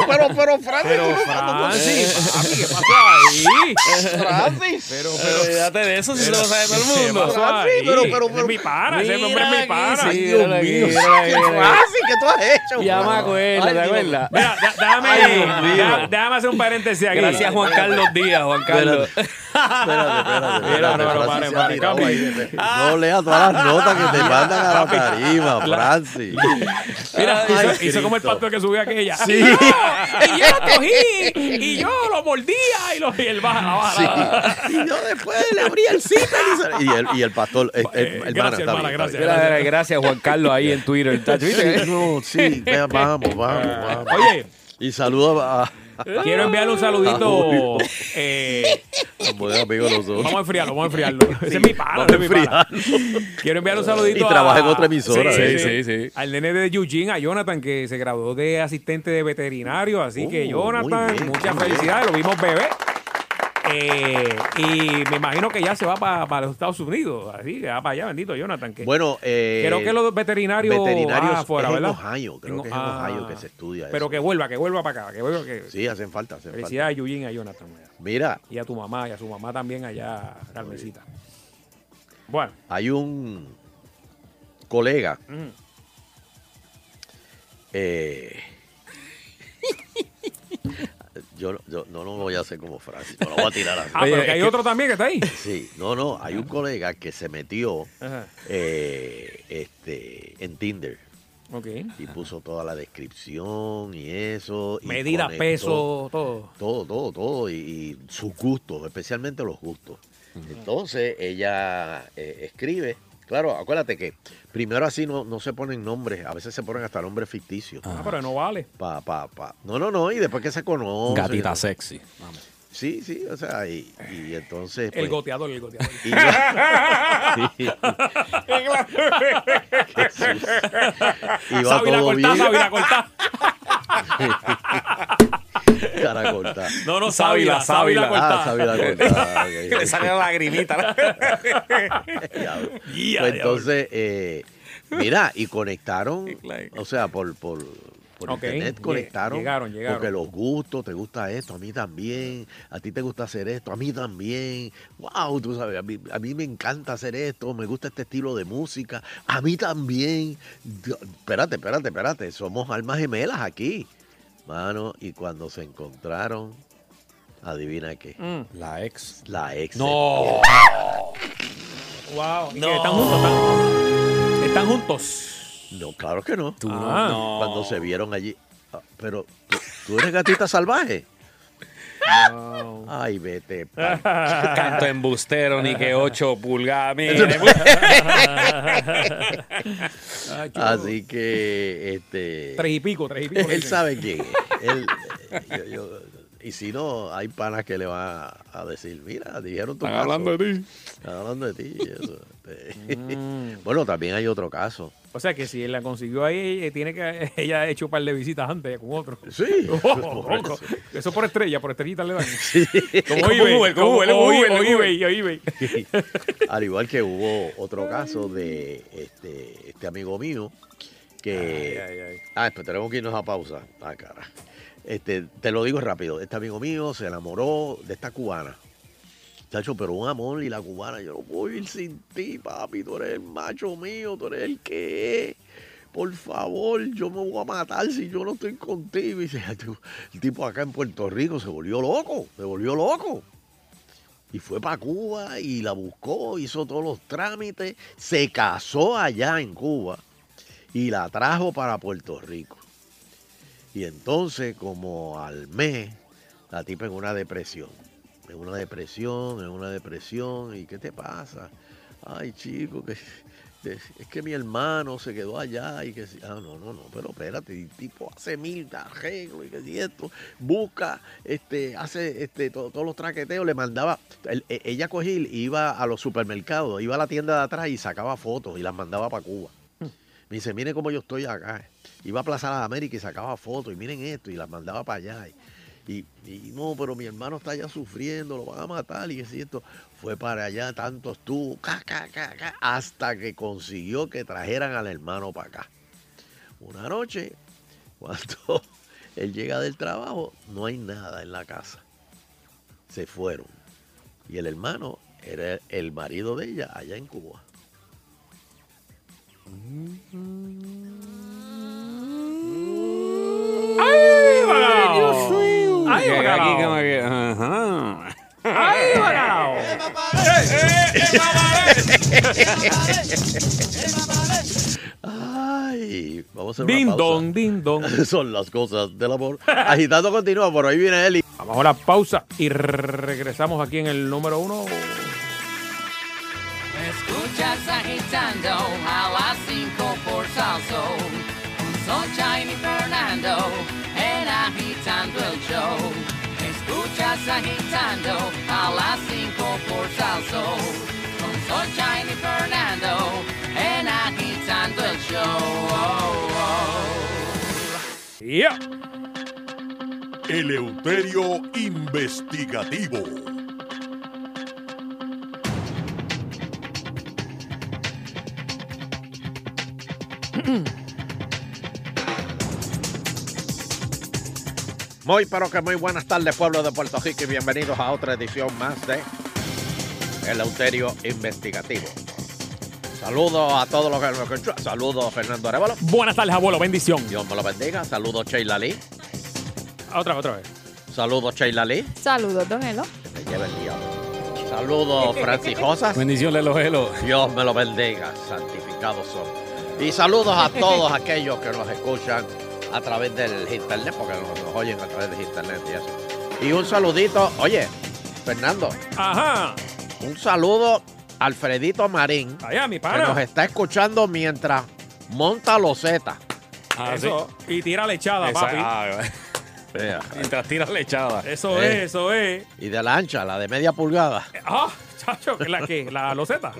Speaker 3: Pero, pero, Francis,
Speaker 2: Pero,
Speaker 3: tú no-
Speaker 5: Eh,
Speaker 2: Francis, papi, ¿qué pasó ahí?
Speaker 3: Francis.
Speaker 2: Pero,
Speaker 5: Eh,
Speaker 2: pero,
Speaker 5: date de eso si se lo sabe todo
Speaker 2: ¿qué
Speaker 5: el mundo.
Speaker 2: pasó
Speaker 3: Francis,
Speaker 2: ahí?
Speaker 3: pero, pero,
Speaker 2: Ese
Speaker 3: pero-
Speaker 2: es mi para, ese
Speaker 5: Mira
Speaker 2: hombre es mi
Speaker 5: aquí,
Speaker 2: para.
Speaker 5: sí,
Speaker 3: Dios
Speaker 5: mírala aquí,
Speaker 3: mío.
Speaker 5: mírala aquí, mírala aquí.
Speaker 3: Francis, ¿qué tú has hecho?
Speaker 5: Ya me acuerdo,
Speaker 3: Ay,
Speaker 5: ¿te
Speaker 3: Dios.
Speaker 5: acuerdas?
Speaker 2: Mira, da- déjame,
Speaker 3: Ay, Dios mío.
Speaker 2: da- déjame hacer un paréntesis aquí.
Speaker 5: Gracias, Juan Carlos Díaz, Juan Carlos.
Speaker 3: Espérate, espérate,
Speaker 2: Mira,
Speaker 3: espérate,
Speaker 2: no, no,
Speaker 3: Francis
Speaker 2: pare,
Speaker 3: se ha
Speaker 2: pare,
Speaker 3: tirado
Speaker 2: cambia.
Speaker 3: ahí. *laughs* No lea todas las notas que
Speaker 2: *laughs*
Speaker 3: te mandan a la tarima, Francis.
Speaker 2: Mira,
Speaker 3: Ay,
Speaker 2: hizo, hizo como el
Speaker 3: Cristo.
Speaker 2: pastor que subió aquella.
Speaker 3: Sí.
Speaker 2: Y yo lo cogí, y yo lo mordía, y, lo, y él baja la
Speaker 3: Sí.
Speaker 2: baja.
Speaker 3: Y yo después le abrí el cita y, se- y el, y el pastor. eh, eh,
Speaker 2: Eh,
Speaker 3: hermana,
Speaker 2: gracias,
Speaker 3: está
Speaker 2: hermana,
Speaker 3: bien,
Speaker 2: gracias.
Speaker 3: está
Speaker 5: Mira, mira, gracias, Juan Carlos, ahí en Twitter. chacho,
Speaker 3: bien.
Speaker 5: ¿viste?
Speaker 3: Sí, no, sí,
Speaker 2: *laughs*
Speaker 5: *laughs*
Speaker 3: vea, vamos,
Speaker 2: Ah,
Speaker 3: vamos, vamos.
Speaker 2: Oye,
Speaker 3: Y saludo a, a,
Speaker 2: quiero enviarle un saludito. eh,
Speaker 3: a buen amigo de nosotros.
Speaker 2: vamos a enfriarlo, vamos a enfriarlo. Ese es mi pana,
Speaker 3: Vamos
Speaker 2: ese
Speaker 3: a
Speaker 2: es mi pana.
Speaker 3: enfriarlo.
Speaker 2: Quiero enviar un saludito
Speaker 3: Y trabaja en
Speaker 2: a-
Speaker 3: otra emisora,
Speaker 5: ¿eh? Sí, sí, sí.
Speaker 2: Al nene de Eugene, a Jonathan, que se graduó de asistente de veterinario. Así que,
Speaker 3: Oh, muy
Speaker 2: Jonathan,
Speaker 3: bien,
Speaker 2: muchas
Speaker 3: muy bien.
Speaker 2: felicidades. Lo vimos bebé. Eh, y me imagino que ya se va para los Estados Unidos. Así que va para allá, bendito Jonathan. Que
Speaker 3: Bueno, eh,
Speaker 2: creo que los veterinarios,
Speaker 3: veterinarios
Speaker 2: ah, afuera,
Speaker 3: es
Speaker 2: ¿verdad?
Speaker 3: en Ohio, creo que es en
Speaker 2: Ah,
Speaker 3: Ohio que se estudia
Speaker 2: Pero
Speaker 3: eso.
Speaker 2: que vuelva, que vuelva para acá. Que vuelva, que...
Speaker 3: Sí, hacen falta, hacen falta.
Speaker 2: Felicidades a Eugene y a Jonathan.
Speaker 3: Mira,
Speaker 2: Y a tu mamá, y a su mamá también allá, Carmencita. Bueno,
Speaker 3: hay un colega eh, *laughs* yo, no- yo no lo voy a hacer como Francis, no lo voy a tirar así.
Speaker 2: ah,
Speaker 5: Oye,
Speaker 2: pero que hay
Speaker 5: es que-
Speaker 2: otro también que está ahí.
Speaker 3: Sí, no, no, hay un colega que se metió
Speaker 2: Ajá.
Speaker 3: eh, este, en Tinder
Speaker 2: Ok.
Speaker 3: y puso toda la descripción y eso. y
Speaker 2: Medida,
Speaker 3: conectó
Speaker 2: peso, todo.
Speaker 3: Todo, todo, todo. Y, y sus gustos, especialmente los gustos. Entonces ella eh, escribe. Claro, acuérdate que primero así no, no se ponen nombres, a veces se ponen hasta nombres ficticios.
Speaker 2: Ah, pero no vale.
Speaker 3: Pa, pa, pa. No, no, no, y después que se conocen.
Speaker 5: Gatita sexy. Vamos.
Speaker 3: Sí, sí, o sea, y, y entonces.
Speaker 2: El
Speaker 3: pues,
Speaker 2: goteador,
Speaker 3: *laughs*
Speaker 2: el goteador. *laughs*
Speaker 3: y ya- Sí. Jesús. Y va
Speaker 2: Sábila
Speaker 3: todo
Speaker 2: cortá,
Speaker 3: bien.
Speaker 2: sábila cortá.
Speaker 3: Cara corta.
Speaker 2: No, no,
Speaker 5: Sábila,
Speaker 2: sábila,
Speaker 5: sábila.
Speaker 2: sábila
Speaker 3: Ah,
Speaker 2: cortá.
Speaker 3: sábila
Speaker 2: *laughs*
Speaker 3: corta. ok,
Speaker 5: Que le sale
Speaker 3: *laughs*
Speaker 5: la lagrimita.
Speaker 6: *laughs*
Speaker 3: diablo.
Speaker 2: Ya,
Speaker 3: Pues
Speaker 2: diablo.
Speaker 3: entonces, eh, mira, y conectaron,
Speaker 5: Like.
Speaker 3: o sea, por, por, por
Speaker 2: Ok,
Speaker 3: internet
Speaker 2: lle-
Speaker 3: conectaron.
Speaker 2: llegaron, llegaron.
Speaker 3: Porque los gustos, te gusta esto, a mí también, a ti te gusta hacer esto, a mí también. Wow, tú sabes, a mí, a mí me encanta hacer esto, me gusta este estilo de música, a mí también. Dios, espérate, espérate, espérate, somos almas gemelas aquí. Mano, y cuando se encontraron, adivina qué,
Speaker 2: Mm.
Speaker 5: La ex.
Speaker 3: la ex.
Speaker 5: No.
Speaker 2: Wow. ¿Y qué, Están juntos. Están, están juntos.
Speaker 3: No, claro que no.
Speaker 5: Tú no,
Speaker 2: Ah.
Speaker 5: no.
Speaker 3: cuando se vieron allí. Ah, Pero, ¿tú, tú eres gatita salvaje? Ay,
Speaker 2: *laughs*
Speaker 3: vete. pal.
Speaker 5: Canto embustero, ni que 8 pulgadas. mire.
Speaker 2: Ay, chulo.
Speaker 3: Así que, este...
Speaker 2: Tres y pico, tres y pico.
Speaker 3: Él
Speaker 2: dicen.
Speaker 3: sabe quién es. Él, eh, yo- yo- y si no, hay panas que le van a- a decir, mira, dijeron tu
Speaker 5: Están
Speaker 3: caso.
Speaker 5: hablando de ti.
Speaker 3: Están hablando de ti. y eso. Este,
Speaker 5: Mm.
Speaker 3: *laughs* bueno, también hay otro
Speaker 5: *laughs*
Speaker 3: caso.
Speaker 2: O sea que si él la consiguió ahí, eh, tiene que *laughs* ella ha hecho un par de visitas antes con otro.
Speaker 3: Sí.
Speaker 2: *laughs* Oh, loco. Eso por estrella, por estrellita le dan.
Speaker 3: *laughs*
Speaker 2: Como
Speaker 5: Como
Speaker 2: eBay,
Speaker 5: Uber, como
Speaker 2: como
Speaker 5: Uber, como Uber,
Speaker 2: eBay,
Speaker 5: como
Speaker 2: eBay, eBay.
Speaker 3: Al igual que hubo otro caso de este, este amigo mío que. Ah, pero tenemos que irnos a pausa. Ah, cara. Este, te lo digo rápido. Este amigo mío se enamoró de esta cubana. Chacho, pero un amor y la cubana. Yo no puedo ir sin ti, papi. Tú eres el macho mío, tú eres el que es. Por favor, yo me voy a matar si yo no estoy contigo. Y se- el tipo acá en Puerto Rico se volvió loco, se volvió loco. Y fue para Cuba y la buscó, hizo todos los trámites, se casó allá en Cuba y la trajo para Puerto Rico. Y entonces, como al mes, la tipa en una depresión. En una depresión, en una depresión. ¿Y qué te pasa? Ay, chico, que, que- es que mi hermano se quedó allá y que... si- Ah, no, no, no, pero espérate, el tipo hace mil arreglos y que si esto, busca, este, hace este, to- todos los traqueteos, le mandaba... el- e- ella cogía, y iba a los supermercados, iba a la tienda de atrás y sacaba fotos y las mandaba para Cuba. Me dice, miren cómo yo estoy acá. Iba a Plaza de las Américas y sacaba fotos y miren esto y las mandaba para allá. Y, Y, y no, pero mi hermano está allá sufriendo, lo van a matar y qué sé yo, esto. Fue para allá, tanto estuvo, ca, ca, ca, ca, hasta que consiguió que trajeran al hermano para acá. Una noche, *laughs* cuando él llega del trabajo, no hay nada en la casa. Se fueron. Y el hermano era el marido de ella allá en Cuba.
Speaker 2: ¡Ay, bacalao! ¡Ay,
Speaker 5: Llegué
Speaker 2: bacalao!
Speaker 5: aquí como que, ajá. Eh,
Speaker 2: ¡Ay,
Speaker 11: ¡Eh,
Speaker 2: bacalao!
Speaker 5: *laughs*
Speaker 2: ¡Eh, *laughs*
Speaker 3: Ay, vamos a hacer
Speaker 2: Din
Speaker 3: una pausa.
Speaker 2: don, din
Speaker 3: *laughs*
Speaker 2: don.
Speaker 3: Son las cosas del amor. Agitando continúa, por ahí viene Eli.
Speaker 2: Vamos a la pausa y regresamos aquí en el número uno.
Speaker 12: Escuchas agitando a las 5 por Salso. Con Sunshine y Fernando en agitando el show. Escuchas agitando a las 5 por Salso. Con Sunshine y Fernando en agitando el show.
Speaker 11: ¡Eh,
Speaker 2: Yeah.
Speaker 11: Eleuterio Investigativo.
Speaker 3: Muy pero que muy buenas tardes, pueblo de Puerto Rico, y bienvenidos a otra edición más de Eleuterio Investigativo. Saludos a todos los que nos escuchan. Saludos, Fernando Arevalo.
Speaker 2: Buenas tardes, abuelo. Bendición.
Speaker 3: Dios me lo bendiga. Saludos, Sheila Lee.
Speaker 2: Otra vez, otra vez.
Speaker 3: Saludos, Sheila Lee.
Speaker 4: Saludos, don Elo.
Speaker 3: Que me lleve el diablo. Saludos, Francis Josas.
Speaker 5: Bendición, Lelo Gelo.
Speaker 3: Dios me lo bendiga, santificados son. Y saludos a todos aquellos que nos escuchan a través del internet, porque nos, nos oyen a través del internet y eso. Y un saludito, oye, Fernando,
Speaker 2: Ajá.
Speaker 3: un saludo a Alfredito Marín,
Speaker 2: Allá, mi
Speaker 3: que nos
Speaker 2: pana.
Speaker 3: está escuchando mientras monta loseta.
Speaker 2: Eso. Y tira lechada,
Speaker 5: Ah, Esa-
Speaker 2: papi.
Speaker 5: ah, *laughs* Mientras tiras lechada.
Speaker 2: Eso
Speaker 3: Eh.
Speaker 2: es, eso es.
Speaker 3: Y de la ancha, la de media pulgada.
Speaker 2: Ah, chacho, ¿qué la que la loseta.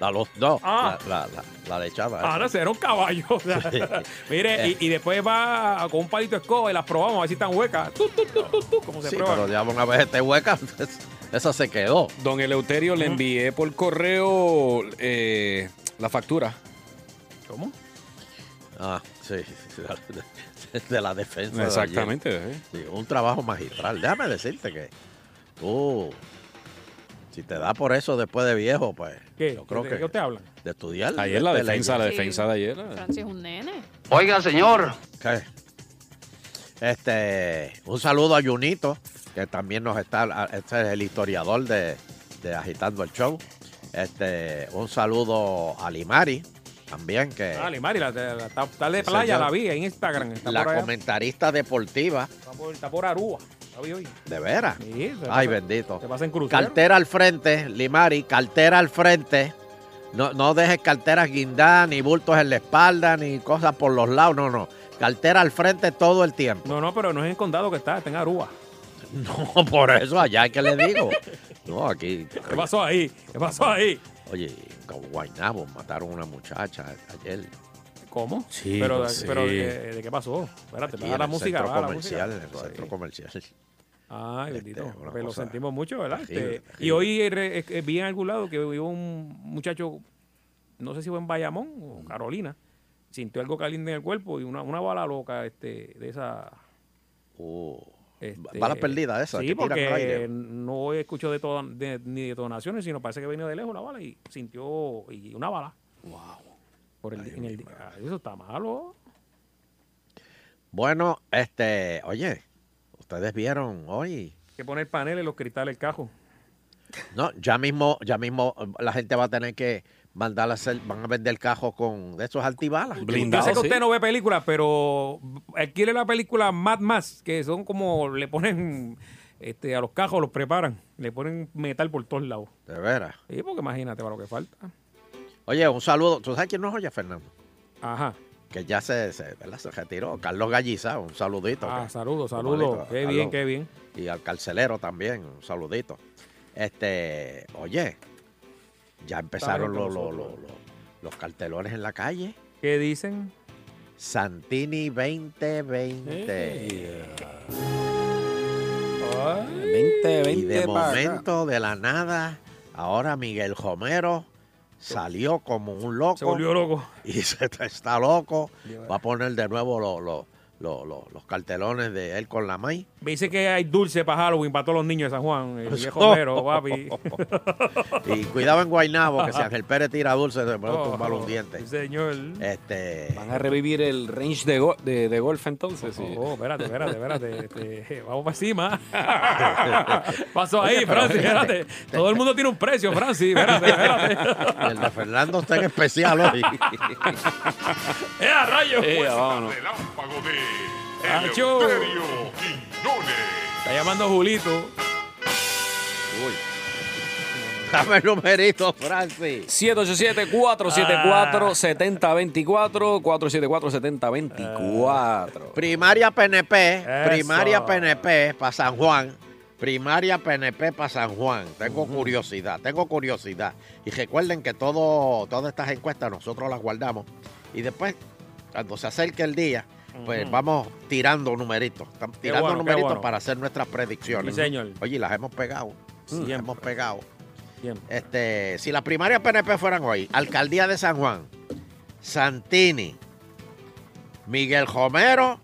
Speaker 3: La los no,
Speaker 2: Ah.
Speaker 3: la, la, la, la de chava.
Speaker 2: Ah, no, ese era un caballo.
Speaker 3: *laughs*
Speaker 2: O sea, Mire, y, y después va con un palito de escoba y las probamos a ver si están huecas. Tú, tú, tú, tú, tú, como se
Speaker 3: sí,
Speaker 2: prueba.
Speaker 3: pero ya una vez este hueca, *laughs* esa se quedó.
Speaker 5: Don Eleuterio le envié por correo eh, la factura.
Speaker 2: ¿Cómo?
Speaker 3: Ah, sí, sí, de, de la defensa. de ayer.
Speaker 5: Exactamente. eh.
Speaker 3: Sí, un trabajo magistral. Déjame decirte que tú, si te da por eso después de viejo, pues
Speaker 2: ¿Qué?
Speaker 3: yo creo
Speaker 2: ¿De
Speaker 3: que
Speaker 2: qué usted habla?
Speaker 3: de estudiar.
Speaker 5: Ayer la
Speaker 3: de ley.
Speaker 5: defensa, la
Speaker 4: Sí.
Speaker 5: defensa de ayer. eh.
Speaker 4: Francis es un nene.
Speaker 8: Oiga, señor.
Speaker 3: ¿Qué? Este, un saludo a Junito, que también nos está, este es el historiador de, de Agitando el Show. Este, un saludo a Limari, también, que
Speaker 2: Dale, Mari, la, la, la- está- está Ah, de
Speaker 3: Sí,
Speaker 2: playa,
Speaker 3: señor.
Speaker 2: la vi en Instagram. Está,
Speaker 3: la
Speaker 2: por allá.
Speaker 3: comentarista deportiva,
Speaker 2: está, por, está por Aruba. La vi hoy.
Speaker 3: de veras.
Speaker 2: Sí, se
Speaker 3: Ay,
Speaker 2: pasa-
Speaker 3: bendito.
Speaker 2: Se pasa en crucero.
Speaker 3: Cartera al frente, Limari, cartera al frente. No, no dejes carteras guindadas, ni bultos en la espalda, ni cosas por los lados, no, no. Cartera al frente todo el tiempo.
Speaker 2: No, no, pero no es en condado que está, está en Aruba.
Speaker 3: *laughs* No, por eso allá es que le digo. No, aquí.
Speaker 2: *laughs* ¿Qué pasó ahí? ¿Qué pasó ahí?
Speaker 3: Oye, en Guaynabo mataron a una muchacha ayer. pues,
Speaker 2: ¿Cómo?
Speaker 5: Sí,
Speaker 2: Pero,
Speaker 5: sí.
Speaker 2: pero eh, ¿de, de qué pasó? Espérate,
Speaker 3: Aquí
Speaker 2: baja
Speaker 3: en
Speaker 2: la
Speaker 3: el
Speaker 2: música,
Speaker 3: centro
Speaker 2: baja la música.
Speaker 3: comercial, en el centro
Speaker 2: Sí.
Speaker 3: comercial.
Speaker 2: Ay,
Speaker 3: Este,
Speaker 2: bendito.
Speaker 3: una
Speaker 2: Pues lo
Speaker 3: cosa
Speaker 2: sentimos mucho, ¿verdad?
Speaker 3: terrible,
Speaker 2: Este, y
Speaker 3: terrible.
Speaker 2: hoy eh, re- eh, vi en algún lado que hubo un muchacho, no sé si fue en Bayamón
Speaker 3: Mm.
Speaker 2: o Carolina, sintió algo caliente en el cuerpo y una, una bala loca este, de esa...
Speaker 3: Oh,
Speaker 2: este,
Speaker 3: bala perdida esa.
Speaker 2: Sí,
Speaker 3: que tiran al
Speaker 2: porque
Speaker 3: aire.
Speaker 2: no escuchó de toda- de- ni detonaciones, sino parece que venía de lejos la bala y sintió y una bala. Por el, en el- Ay, eso está malo.
Speaker 3: Bueno, este, oye, ustedes vieron hoy.
Speaker 2: Hay que poner paneles en los cristales del cajo.
Speaker 3: No, ya mismo, ya mismo eh, la gente va a tener que mandar a hacer, van a vender cajos con de esos altibalas.
Speaker 2: Yo sé
Speaker 5: Blindado,
Speaker 2: que
Speaker 5: sí.
Speaker 2: usted no ve películas, pero adquiere la película Mad Max, que son como le ponen este, a los cajos, los preparan, le ponen metal por todos lados.
Speaker 3: De veras.
Speaker 2: Sí, porque imagínate para lo que falta.
Speaker 3: Oye, un saludo. ¿Tú sabes quién nos oye, Fernando?
Speaker 2: Ajá.
Speaker 3: Que ya se, se, ¿verdad? se retiró. Carlos Galliza, un saludito.
Speaker 2: Ah,
Speaker 3: que-
Speaker 2: saludos,
Speaker 3: Saludos,
Speaker 2: saludos. Qué bien,
Speaker 3: saludos.
Speaker 2: qué bien.
Speaker 3: Y al carcelero también, un saludito. Este, oye, ya empezaron
Speaker 2: Está
Speaker 3: los,
Speaker 2: bien con
Speaker 3: los, los, los- los cartelones en la calle.
Speaker 2: ¿Qué dicen?
Speaker 3: Santini 2020.
Speaker 5: 20, 20
Speaker 3: Y de
Speaker 5: pa' acá.
Speaker 3: momento, de la nada, ahora Miguel Homero salió como un loco.
Speaker 2: Se volvió loco.
Speaker 3: *laughs* Y se está, está loco. Va a poner de nuevo lo- lo- lo- lo- los cartelones de él con la maíz.
Speaker 2: Me dice que hay dulce para Halloween para todos los niños de San Juan.
Speaker 3: Pues
Speaker 2: El viejo Homero,
Speaker 3: *laughs*
Speaker 2: papi.
Speaker 3: Y cuidado en Guaynabo, que si
Speaker 2: *laughs*
Speaker 3: Ángel Pérez tira dulce, se puede
Speaker 2: Oh,
Speaker 3: tumbar un diente.
Speaker 2: Señor.
Speaker 3: Este,
Speaker 5: Van a revivir el range de, go- de, de golf entonces. sí.
Speaker 2: Oh, espérate, espérate,
Speaker 5: *laughs*
Speaker 2: espérate. este, vamos
Speaker 3: *laughs*
Speaker 2: para encima. Pasó ahí,
Speaker 3: Oye, pero
Speaker 2: Francis,
Speaker 3: fíjate.
Speaker 2: espérate. Todo el mundo tiene un precio, Francis. Espérate, espérate.
Speaker 3: *laughs* el de Fernando está en especial
Speaker 2: *laughs*
Speaker 3: hoy.
Speaker 2: *laughs* ¡Eh, a rayos!
Speaker 11: Relámpago de
Speaker 2: Acho.
Speaker 11: Eleuterio Quiñones.
Speaker 2: Está llamando Julito.
Speaker 3: Dame el numerito, Francis.
Speaker 5: 787-474-7024. 474-7024.
Speaker 3: Ah. Primaria PNP,
Speaker 2: Eso.
Speaker 3: primaria PNP para San Juan. Primaria PNP para San Juan. Tengo curiosidad, tengo curiosidad. Y recuerden que todo, todas estas encuestas nosotros las guardamos. Y después, cuando se acerque el día, pues vamos tirando numeritos. Están tirando
Speaker 2: bueno, qué
Speaker 3: numeritos
Speaker 2: bueno.
Speaker 3: para hacer nuestras predicciones.
Speaker 2: Sí, señor. Mm.
Speaker 3: Oye, las hemos pegado.
Speaker 2: Siempre.
Speaker 3: Las hemos pegado.
Speaker 2: Siempre.
Speaker 3: Este, si las primarias PNP fueran hoy, Alcaldía de San Juan, Santini, Miguel Romero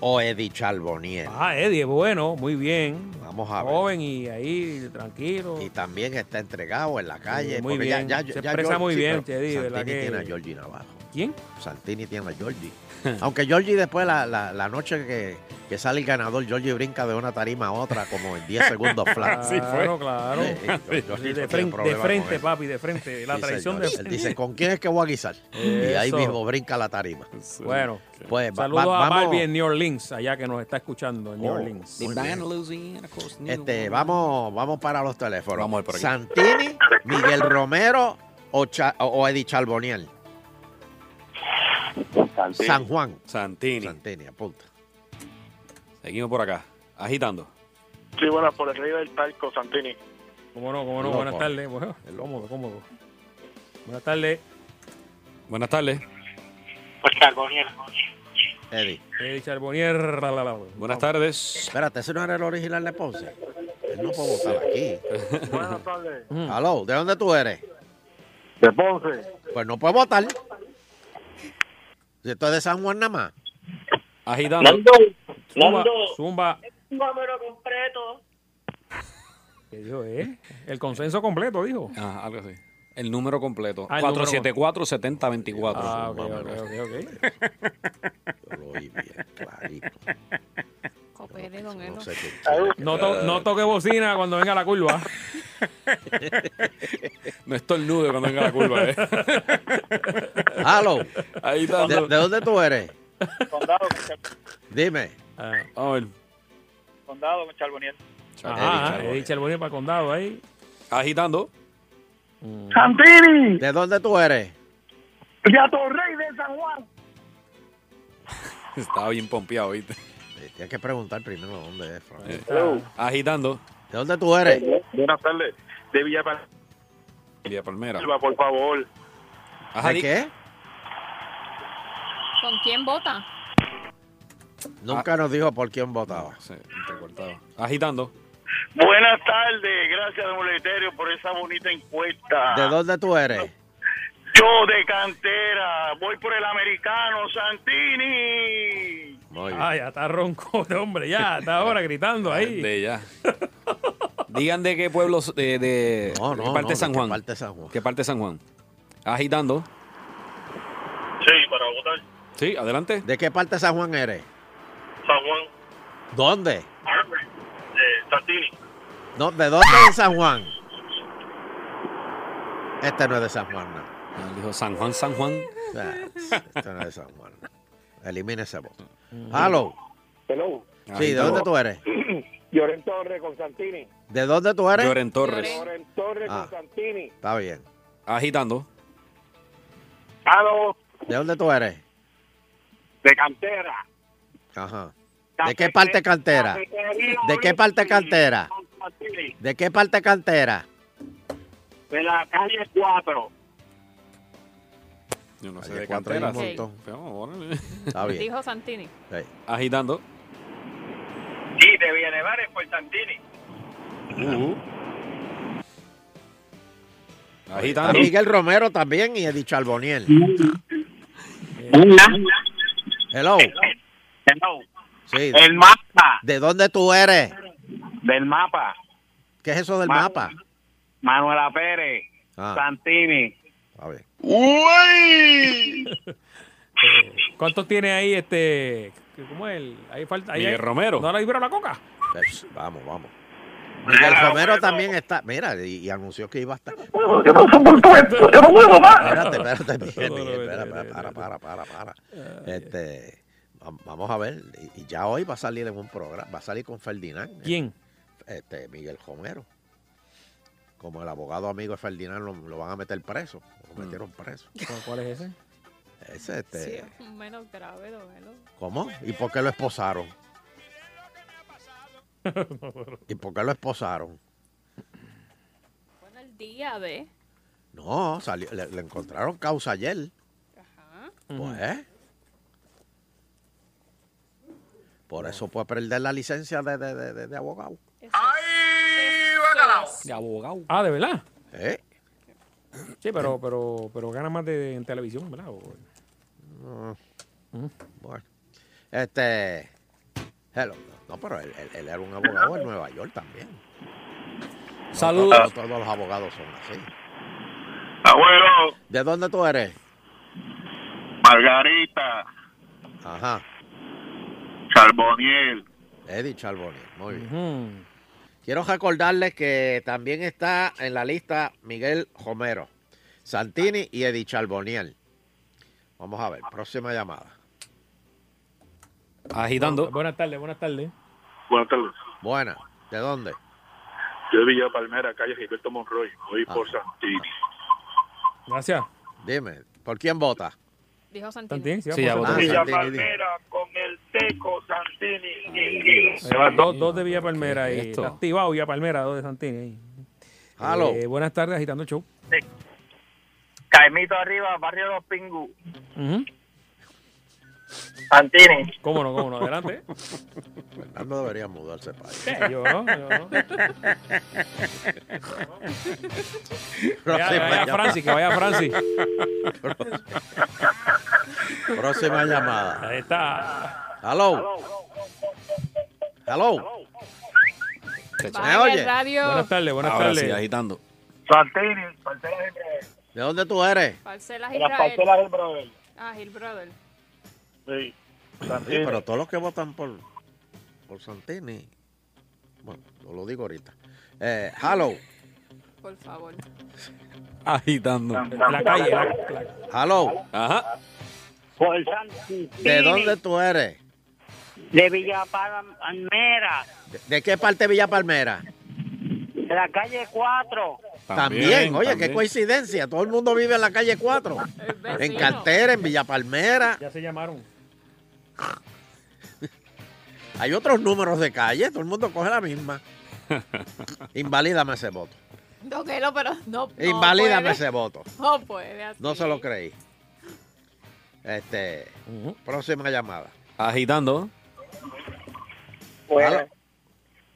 Speaker 3: o Eddie Charbonnier.
Speaker 2: Ah, Eddie, bueno, muy bien.
Speaker 3: Vamos a ver.
Speaker 2: Joven y ahí, tranquilo.
Speaker 3: Y también está entregado en la calle.
Speaker 2: muy
Speaker 3: porque
Speaker 2: bien.
Speaker 3: Ya,
Speaker 2: Se expresa muy bien,
Speaker 3: pero
Speaker 2: Eddie, ¿verdad
Speaker 3: Santini
Speaker 2: que-
Speaker 3: tiene a Georgie Navajo.
Speaker 2: ¿Quién?
Speaker 3: Santini tiene a
Speaker 2: *laughs*
Speaker 3: Georgie. Aunque Georgie después, la, la- la noche que, que sale el ganador, Georgie brinca de una tarima a otra como en 10
Speaker 2: *laughs*
Speaker 3: segundos flat.
Speaker 2: Claro, claro.
Speaker 3: Sí, Georgie no
Speaker 2: Sí,
Speaker 3: tiene
Speaker 2: de, frente, de
Speaker 3: problema con
Speaker 2: frente,
Speaker 3: eso.
Speaker 2: papi, de frente. La
Speaker 3: Sí,
Speaker 2: traición
Speaker 3: señor.
Speaker 2: de
Speaker 3: Él dice, ¿con quién es que voy a guisar? Y ahí
Speaker 2: Eso.
Speaker 3: mismo brinca la tarima.
Speaker 2: Bueno,
Speaker 3: Pues va-
Speaker 2: saludos
Speaker 3: va-
Speaker 2: a
Speaker 3: vamos-
Speaker 2: Barbie en New Orleans, allá que nos está escuchando en New
Speaker 3: Oh,
Speaker 2: Orleans.
Speaker 3: muy
Speaker 5: The
Speaker 3: bien.
Speaker 5: band Louisiana, of course, New
Speaker 3: Este,
Speaker 5: Orleans.
Speaker 3: vamos, vamos para los teléfonos.
Speaker 5: Vamos a ir por aquí.
Speaker 3: Santini, Miguel Romero o, Cha- o- o Eddie Charboniel. San Juan.
Speaker 5: Santini.
Speaker 3: Santini, apunta.
Speaker 5: Seguimos por acá. Agitando.
Speaker 10: Sí, bueno, por el rey del talco, Santini.
Speaker 2: ¿Cómo no? ¿Cómo no?
Speaker 3: Loco.
Speaker 2: Buenas tardes. Bueno, cómodo, cómodo. Buenas tardes.
Speaker 5: Buenas tardes.
Speaker 8: Pues Charbonier.
Speaker 3: Eddie.
Speaker 2: Eddie Charbonnier. la, la, la.
Speaker 5: Buenas tardes.
Speaker 3: Espérate, ese no era el original de Ponce. Él no puede votar aquí.
Speaker 5: *laughs*
Speaker 3: Mm.
Speaker 10: Buenas tardes.
Speaker 3: Aló, ¿de dónde tú eres?
Speaker 10: De Ponce.
Speaker 3: Pues no puede votar. Si esto es de San Juan nada más.
Speaker 5: Agitando.
Speaker 8: Nando,
Speaker 2: Zumba,
Speaker 8: Nando,
Speaker 2: Zumba.
Speaker 8: un número completo.
Speaker 2: ¿Qué dijo, eh? El consenso completo, dijo.
Speaker 5: Ah, algo así. El número completo.
Speaker 2: Ah, el número
Speaker 5: 474-7024.
Speaker 2: Ah, ok,
Speaker 3: Zumba,
Speaker 2: ok,
Speaker 3: mano.
Speaker 2: ok, ok.
Speaker 3: Yo lo oí bien clarito.
Speaker 4: Coopere, don Elo.
Speaker 3: No sé qué.
Speaker 2: No, to- no toque bocina cuando venga la curva.
Speaker 5: No estornude cuando venga la curva. ¿eh?
Speaker 3: *laughs* Aló, ¿de,
Speaker 5: Agitando.
Speaker 3: de dónde tú eres?
Speaker 10: Condado,
Speaker 3: Dime.
Speaker 2: Ah,
Speaker 5: A ver.
Speaker 10: condado con Charboniel.
Speaker 2: Ajá,
Speaker 3: Charbonnier.
Speaker 2: Eddie Charbonnier para el condado ahí.
Speaker 5: Agitando.
Speaker 10: ¡Santini!
Speaker 3: ¿De dónde tú eres?
Speaker 10: ¡Yato Rey de San Juan!
Speaker 5: Estaba bien pompeado, ¿viste? Eh,
Speaker 3: Eh, Tienes que preguntar primero dónde es, Fran. ¿De
Speaker 5: Agitando.
Speaker 3: dónde tú eres?
Speaker 10: Buenas tardes. De Villa Palma,
Speaker 5: Villa Palmera.
Speaker 10: por favor. *clears throat*
Speaker 5: Ajá,
Speaker 3: ¿De
Speaker 5: di-
Speaker 3: qué?
Speaker 4: ¿Con quién vota?
Speaker 3: Nunca nos dijo por quién votaba.
Speaker 5: Ah. Sí, entrecortado. Agitando.
Speaker 10: Buenas tardes. Gracias, don Leterio, por esa bonita encuesta.
Speaker 3: ¿De dónde tú eres?
Speaker 10: Yo de cantera. Voy por el americano, Santini.
Speaker 3: Muy bien.
Speaker 2: Ah, ya está ronco, *laughs* hombre, ya, está ahora gritando ahí.
Speaker 5: De ya. Digan de qué pueblo, de, de,
Speaker 3: No,
Speaker 5: de
Speaker 3: no,
Speaker 5: qué parte
Speaker 3: no,
Speaker 5: de
Speaker 3: ¿de
Speaker 5: San
Speaker 3: qué
Speaker 5: Juan.
Speaker 3: parte de San Juan?
Speaker 5: ¿Qué parte de San Juan? Agitando.
Speaker 10: Sí, para votar.
Speaker 5: Sí, adelante.
Speaker 3: ¿De qué parte de San Juan eres?
Speaker 10: San Juan.
Speaker 3: ¿Dónde?
Speaker 12: eh,
Speaker 10: Santini.
Speaker 3: No, ¿De dónde es San Juan? Este no es de San Juan, no.
Speaker 5: Ah, Dijo San Juan, San Juan.
Speaker 3: Ah, Este no es de San Juan. no. Elimina ese voto. Aló.
Speaker 10: Hello.
Speaker 3: Sí, ¿de dónde tú eres?
Speaker 10: Lloren Torres con Santini.
Speaker 3: ¿De dónde tú eres?
Speaker 5: Lloren Torres.
Speaker 4: Lloren.
Speaker 10: Lloren Torres
Speaker 3: Ah.
Speaker 10: con Santini.
Speaker 3: Está bien.
Speaker 5: Agitando.
Speaker 10: Aló,
Speaker 3: ¿De dónde tú eres?
Speaker 10: de cantera.
Speaker 3: Ajá. ¿De qué parte cantera? ¿De qué parte cantera?
Speaker 10: Santini,
Speaker 3: ¿De qué parte cantera?
Speaker 10: De la calle 4.
Speaker 5: Yo no sé
Speaker 3: Calle
Speaker 5: de
Speaker 3: cuatro hay
Speaker 5: cantera.
Speaker 3: un
Speaker 5: sí.
Speaker 3: montón.
Speaker 5: Pero, bueno,
Speaker 3: Está bien.
Speaker 4: Dijo Santini.
Speaker 3: Sí.
Speaker 5: Agitando.
Speaker 10: Y
Speaker 8: de Villanares por Santini.
Speaker 3: A Uh.
Speaker 5: Agitando.
Speaker 3: Miguel Romero también y Eddie Charboniel. Hello.
Speaker 8: Hello.
Speaker 3: Sí.
Speaker 8: El mapa,
Speaker 3: ¿De dónde tú eres?
Speaker 8: del mapa,
Speaker 3: ¿Qué es eso del
Speaker 8: Ma-
Speaker 3: mapa?
Speaker 8: Manuela Pérez,
Speaker 3: Ah,
Speaker 8: Santini.
Speaker 3: a ver.
Speaker 2: ¿Cuántos tiene ahí
Speaker 3: Eh,
Speaker 2: este? ¿Cómo es? el- Ahí falta. Ahí
Speaker 5: Miguel
Speaker 2: hay-
Speaker 5: Romero.
Speaker 2: No la libra la coca.
Speaker 3: Pues, vamos, vamos. Miguel Romero también está. Mira, y, y anunció que iba a estar. Espérate, espérate, Miguel, Miguel, espera, para, para, para, para, para. Este, vam- vamos a ver. Y- Y ya hoy va a salir en un programa, va a salir con Ferdinand.
Speaker 2: ¿Quién?
Speaker 3: Este, Miguel Romero. Como el abogado amigo de Ferdinand lo, lo van a meter preso. Lo metieron preso.
Speaker 2: Ah. *laughs* ¿Cuál- ¿Cuál es ese?
Speaker 4: Sí,
Speaker 3: Ese, este,
Speaker 4: es menos grave, don Elo.
Speaker 3: ¿Cómo? ¿Y por qué lo esposaron? ¿Y por qué lo esposaron?
Speaker 4: Bueno, el día de.
Speaker 3: No, salió, le, le encontraron causa ayer. Pues. Por eso puede perder la licencia de, de- de- de- de abogado.
Speaker 2: De abogado. Ah, de verdad.
Speaker 3: ¿Eh?
Speaker 2: Sí, pero, pero, pero gana más de, en televisión, ¿verdad? O-
Speaker 3: Mm, Bueno. Este. Hello. No, pero él, él- él era un abogado en Nueva York también. No
Speaker 5: Saludos.
Speaker 3: to- no todos los abogados son así.
Speaker 10: Abuelo,
Speaker 3: ¿De dónde tú eres?
Speaker 10: Margarita,
Speaker 3: Ajá.
Speaker 10: Charboniel.
Speaker 3: Eddie Charbonier. Muy bien.
Speaker 2: Ujú.
Speaker 3: Quiero recordarles que también está en la lista Miguel Romero, Santini y Eddie Charboniel. Vamos a ver, próxima llamada.
Speaker 5: Agitando.
Speaker 2: Buenas tardes, buenas tardes.
Speaker 10: Buenas tardes.
Speaker 3: Buena, ¿de dónde?
Speaker 10: Yo de Villa Palmera, calle Gilberto Monroy. Voy
Speaker 3: Ah.
Speaker 10: por Santini.
Speaker 2: Gracias.
Speaker 3: Dime, ¿por quién vota?
Speaker 4: Dijo Santino.
Speaker 2: ¿Tantien? Sí,
Speaker 5: Sí, ya
Speaker 2: vamos a
Speaker 3: Ah,
Speaker 5: votó. Santini,
Speaker 8: Villa
Speaker 3: dime.
Speaker 8: Palmera con el Teco Santini.
Speaker 2: Ahí va, dos, dos de
Speaker 5: Ay,
Speaker 2: Villa
Speaker 5: ¿pero qué
Speaker 2: Palmera
Speaker 5: es
Speaker 2: ahí.
Speaker 5: esto?
Speaker 2: Está activado Villa Palmera, dos de Santini ahí.
Speaker 3: Halo.
Speaker 2: Eh, buenas tardes, agitando el show.
Speaker 8: Caimito arriba, barrio Los Pingu.
Speaker 2: Ujú.
Speaker 8: Santini.
Speaker 2: ¿Cómo no, cómo no? Adelante.
Speaker 3: Fernando debería mudarse para ahí.
Speaker 2: Sí, yo no,
Speaker 3: *laughs*
Speaker 2: yo no. Vaya,
Speaker 3: Próxima,
Speaker 2: vaya
Speaker 3: llama-
Speaker 2: Francis, que vaya Francis.
Speaker 3: próxima llamada.
Speaker 2: Ahí está.
Speaker 3: Hello. Hello.
Speaker 4: Baja
Speaker 3: oye?
Speaker 4: el radio.
Speaker 2: Buenas tardes, buenas
Speaker 5: Ahora sí,
Speaker 2: tardes.
Speaker 5: agitando.
Speaker 8: Santini, parcelas del brother.
Speaker 3: ¿De dónde tú eres?
Speaker 4: Parcelas
Speaker 8: Las
Speaker 4: Israel.
Speaker 8: parcelas del brother.
Speaker 4: Ah, Gil Brother.
Speaker 8: Sí.
Speaker 3: Sí,
Speaker 8: Santini.
Speaker 3: pero todos los que votan por, por Santini. Bueno, yo lo digo ahorita. Eh, hello.
Speaker 4: Por favor.
Speaker 5: Agitando.
Speaker 2: la calle, la- la-
Speaker 3: Hello.
Speaker 5: Ajá.
Speaker 8: Por Santini.
Speaker 3: ¿De dónde tú eres?
Speaker 8: De Villa Palmera,
Speaker 3: ¿De, de qué parte de Villa Palmera?
Speaker 8: de la calle 4.
Speaker 3: También, oye, qué coincidencia. Todo el mundo vive en la calle 4.
Speaker 4: El
Speaker 3: En
Speaker 4: vecino.
Speaker 3: Cartera, en Villa Palmera.
Speaker 2: ya se llamaron.
Speaker 3: *laughs* Hay otros números de calle, todo el mundo coge la
Speaker 2: *laughs*
Speaker 3: misma. Invalídame ese voto.
Speaker 4: Don Elo, pero no. no
Speaker 3: Invalídame
Speaker 4: puede.
Speaker 3: ese voto.
Speaker 4: No puede así.
Speaker 3: No se lo creí. Este, próxima llamada.
Speaker 5: Agitando.
Speaker 3: Bueno,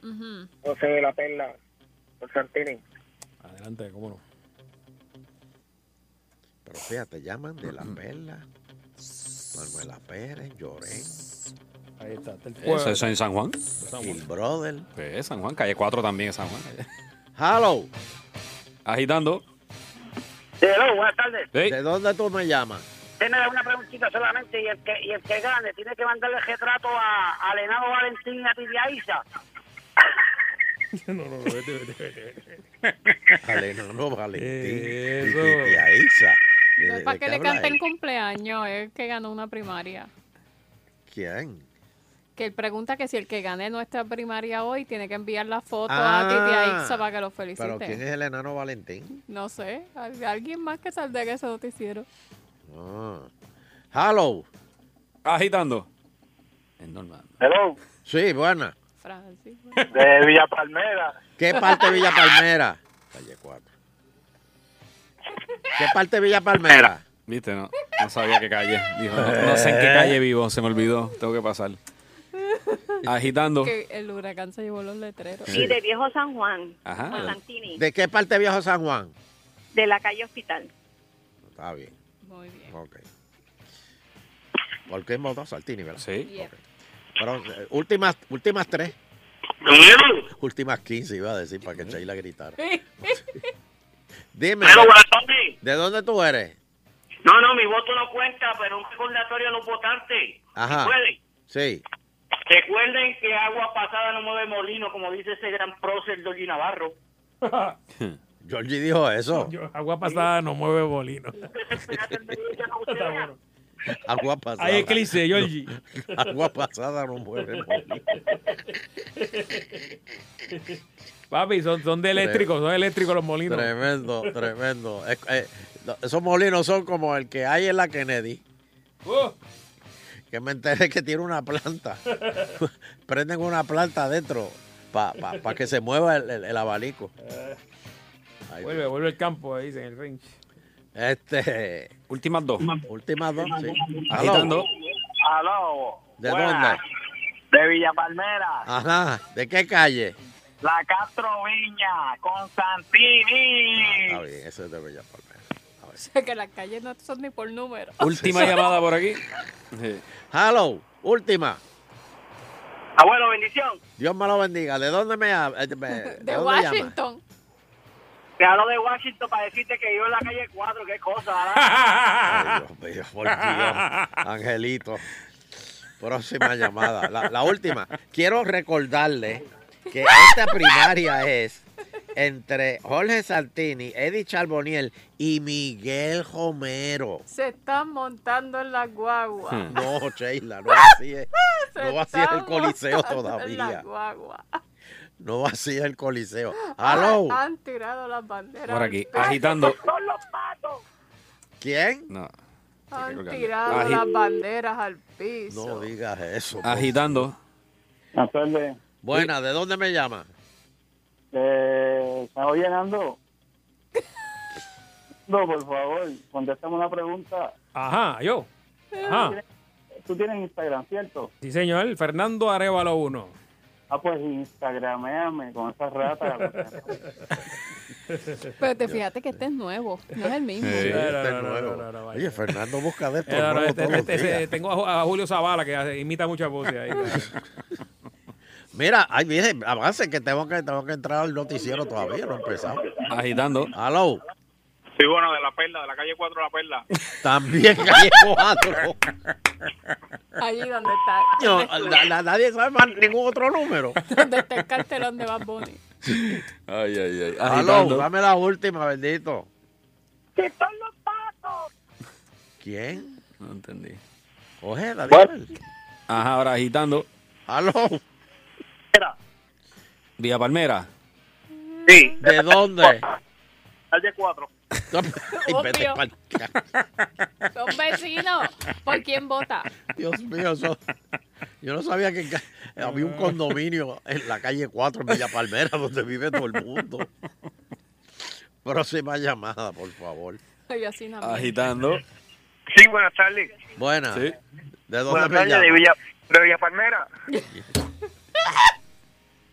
Speaker 4: Ujú.
Speaker 8: José de la Perla, por Santini.
Speaker 2: Adelante, cómo no.
Speaker 3: Pero fíjate, llaman de la perla. Manuela Pérez, Llorén,
Speaker 2: Ahí está. está el
Speaker 5: Eso,
Speaker 2: pueblo.
Speaker 5: eso en Pues, San Juan.
Speaker 3: Gil Brother.
Speaker 5: Pues, San Juan, calle 4 también es San Juan.
Speaker 3: Hello,
Speaker 5: Agitando.
Speaker 8: Hello, buenas tardes.
Speaker 5: Ey,
Speaker 3: ¿de dónde tú me llamas?
Speaker 8: Tiene una preguntita solamente y el que, y el que gane tiene que mandarle retrato a, a Lenado Valentín y a Tidia Isa.
Speaker 3: Ale, no, no, Valentín.
Speaker 2: Eso.
Speaker 3: Y- y- y a Isa. ¿De-
Speaker 4: No
Speaker 3: de
Speaker 4: es para
Speaker 3: qué
Speaker 4: que le
Speaker 3: habla
Speaker 4: canten
Speaker 3: él?
Speaker 4: cumpleaños. Es que ganó una primaria.
Speaker 3: ¿Quién?
Speaker 4: Que él pregunta que si el que gane nuestra primaria hoy tiene que enviar la foto
Speaker 3: Ah,
Speaker 4: a Titi a Ixa para que lo felicite.
Speaker 3: ¿Pero quién es el enano Valentín?
Speaker 4: No sé, al- alguien más que saldrá en ese noticiero.
Speaker 3: Ah. Hello.
Speaker 5: Agitando. Es normal.
Speaker 8: Hello,
Speaker 3: Sí, buena.
Speaker 4: Francis.
Speaker 8: de Villa Palmera.
Speaker 3: ¿Qué parte de Villa Palmera? Calle 4. ¿Qué parte de Villa Palmera?
Speaker 5: Viste, no, no sabía qué calle. Dijo, no, no sé en qué calle vivo, se me olvidó. Tengo que pasar. Agitando.
Speaker 4: Que el huracán se llevó los letreros.
Speaker 13: Sí, de Viejo San Juan,
Speaker 3: Ajá.
Speaker 13: a Santini,
Speaker 3: ¿De qué parte viejo San Juan?
Speaker 13: de la calle Hospital.
Speaker 3: Está bien.
Speaker 4: Muy bien.
Speaker 3: Ok. Porque hemos votado Saltini, ¿verdad?
Speaker 5: Sí.
Speaker 4: Yep.
Speaker 3: Pero, eh, últimas, últimas tres.
Speaker 8: Dímelo,
Speaker 3: Últimas 15 iba a decir para que Sheila gritara. Dime,
Speaker 8: pero guaratones.
Speaker 3: ¿de dónde tú eres?
Speaker 8: No, no, mi voto no cuenta, pero un recordatorio a los votantes.
Speaker 3: Ajá.
Speaker 8: ¿Pueden?
Speaker 3: Sí.
Speaker 8: Recuerden que agua pasada no mueve molino, como dice ese gran prócer Dolly Navarro.
Speaker 3: Georgie dijo eso.
Speaker 2: *laughs* Yo- agua pasada no mueve bolino. Está bueno.
Speaker 3: Agua pasada.
Speaker 2: Hay eclipse, Georgie.
Speaker 3: *laughs* Agua pasada no
Speaker 2: *laughs*
Speaker 3: mueve. molino.
Speaker 2: *laughs* Papi, son, son de eléctricos, son eléctricos los molinos.
Speaker 3: Tremendo, tremendo. Es- eh, no, esos molinos son como el que hay en la Kennedy. Pues, oh,
Speaker 2: Uh,
Speaker 3: Que me enteré que tiene una planta. Prenden una planta adentro para que se mueva el, el- el abanico. Ay,
Speaker 2: vuelve, vuelve el campo, ahí dicen, el range.
Speaker 3: Este,
Speaker 5: Últimas dos.
Speaker 3: últimas dos, sí. Aló,
Speaker 5: Agitando.
Speaker 10: Aló.
Speaker 3: ¿De
Speaker 10: Buenas.
Speaker 3: dónde?
Speaker 10: De Villa Palmera.
Speaker 3: Ajá, ¿de qué calle?
Speaker 10: La Castro Viña. Con Santini.
Speaker 3: Está bien, eso es de Bella Palmera.
Speaker 4: *laughs* O sea, que las calles no son ni por número.
Speaker 5: *laughs* Última llamada por aquí. Sí.
Speaker 3: Hello, última.
Speaker 8: Abuelo, bendición.
Speaker 3: Dios me lo bendiga. ¿De dónde me habla? ¿De, dónde
Speaker 4: De
Speaker 3: llama?
Speaker 4: Washington.
Speaker 8: Te hablo de Washington para decirte que vivo en la calle 4, qué cosa. ¿verdad?
Speaker 3: Ay, Dios mío, por Dios.
Speaker 6: *laughs*
Speaker 3: Angelito. Próxima llamada. La, la última. Quiero recordarle que esta primaria es entre Jorge Santini, Eddie Charboniel y Miguel Romero.
Speaker 4: Se están montando en la guagua.
Speaker 5: Hmm.
Speaker 3: No, Sheila, no vacíes,
Speaker 4: Hmm. Se
Speaker 3: no vacíes el
Speaker 4: están
Speaker 3: coliseo
Speaker 4: montando en la
Speaker 3: todavía.
Speaker 4: guagua.
Speaker 3: No vacíes el coliseo.
Speaker 4: *laughs*
Speaker 3: Hello.
Speaker 4: Han tirado las banderas.
Speaker 5: Por aquí.
Speaker 4: al techo.
Speaker 5: Agitando.
Speaker 3: ¿Quién?
Speaker 5: No.
Speaker 4: Han
Speaker 5: colgando.
Speaker 4: tirado
Speaker 5: Agi-
Speaker 4: las banderas al piso.
Speaker 3: No digas eso. por
Speaker 5: Agitando.
Speaker 10: Buenas tardes.
Speaker 3: Buena, ¿de dónde me llama?
Speaker 10: Eh, ¿Me voy llenando? No, por favor, contéstame una pregunta.
Speaker 2: Ajá, yo. Ajá.
Speaker 10: Tú tienes Instagram, ¿cierto?
Speaker 2: Sí, señor. Fernando Arevalo 1.
Speaker 10: Ah, pues instagrameame con esas ratas.
Speaker 4: Pero te fíjate que este es nuevo, no es el mismo.
Speaker 5: Sí.
Speaker 3: este
Speaker 2: no,
Speaker 3: es
Speaker 2: no, no,
Speaker 3: nuevo.
Speaker 2: no, no, vaya.
Speaker 3: Oye, Fernando busca de esto.
Speaker 2: Eh, no, no,
Speaker 3: nuevo
Speaker 2: este-
Speaker 3: todos los
Speaker 2: este- este-
Speaker 3: días.
Speaker 2: tengo a, Ju- a Julio Zavala que hace- imita muchas voces ahí.
Speaker 3: Mira, ay, mire, avance que tengo que tengo que entrar al noticiero todavía, no he empezado.
Speaker 5: Agitando.
Speaker 3: Aló,
Speaker 10: Sí, bueno, de la perla, de la calle 4 la perla.
Speaker 3: también *laughs* calle 4.
Speaker 4: Allí donde está,
Speaker 3: nadie sabe más ningún otro número.
Speaker 4: donde está el cartelón de Bad Bunny.
Speaker 5: Ay, ay, ay.
Speaker 3: Aló,
Speaker 5: Agitando.
Speaker 3: dame la última, bendito. ¿Quién?
Speaker 5: No entendí.
Speaker 3: Oye,
Speaker 5: Ajá, ahora agitando.
Speaker 3: Aló,
Speaker 5: Vía Palmera.
Speaker 8: Sí,
Speaker 3: ¿de
Speaker 8: *laughs*
Speaker 3: dónde?
Speaker 8: calle 4.
Speaker 3: Ay, vete
Speaker 4: Obvio.
Speaker 3: pa'l ca-
Speaker 4: Son vecinos. ¿Por quién vota?
Speaker 3: Dios mío, eso- yo no sabía que en ca- había un condominio en la calle 4 en Villa Palmera donde vive todo el mundo. Próxima llamada, por favor.
Speaker 4: Ay, Yo así nada más.
Speaker 5: Agitando.
Speaker 8: Sí, buenas tardes.
Speaker 3: Buena.
Speaker 5: Sí.
Speaker 3: ¿De dónde
Speaker 8: Buenas
Speaker 3: me
Speaker 8: tardes, de
Speaker 3: llama?
Speaker 8: Villa, de Villa
Speaker 3: *laughs*
Speaker 8: Palmera.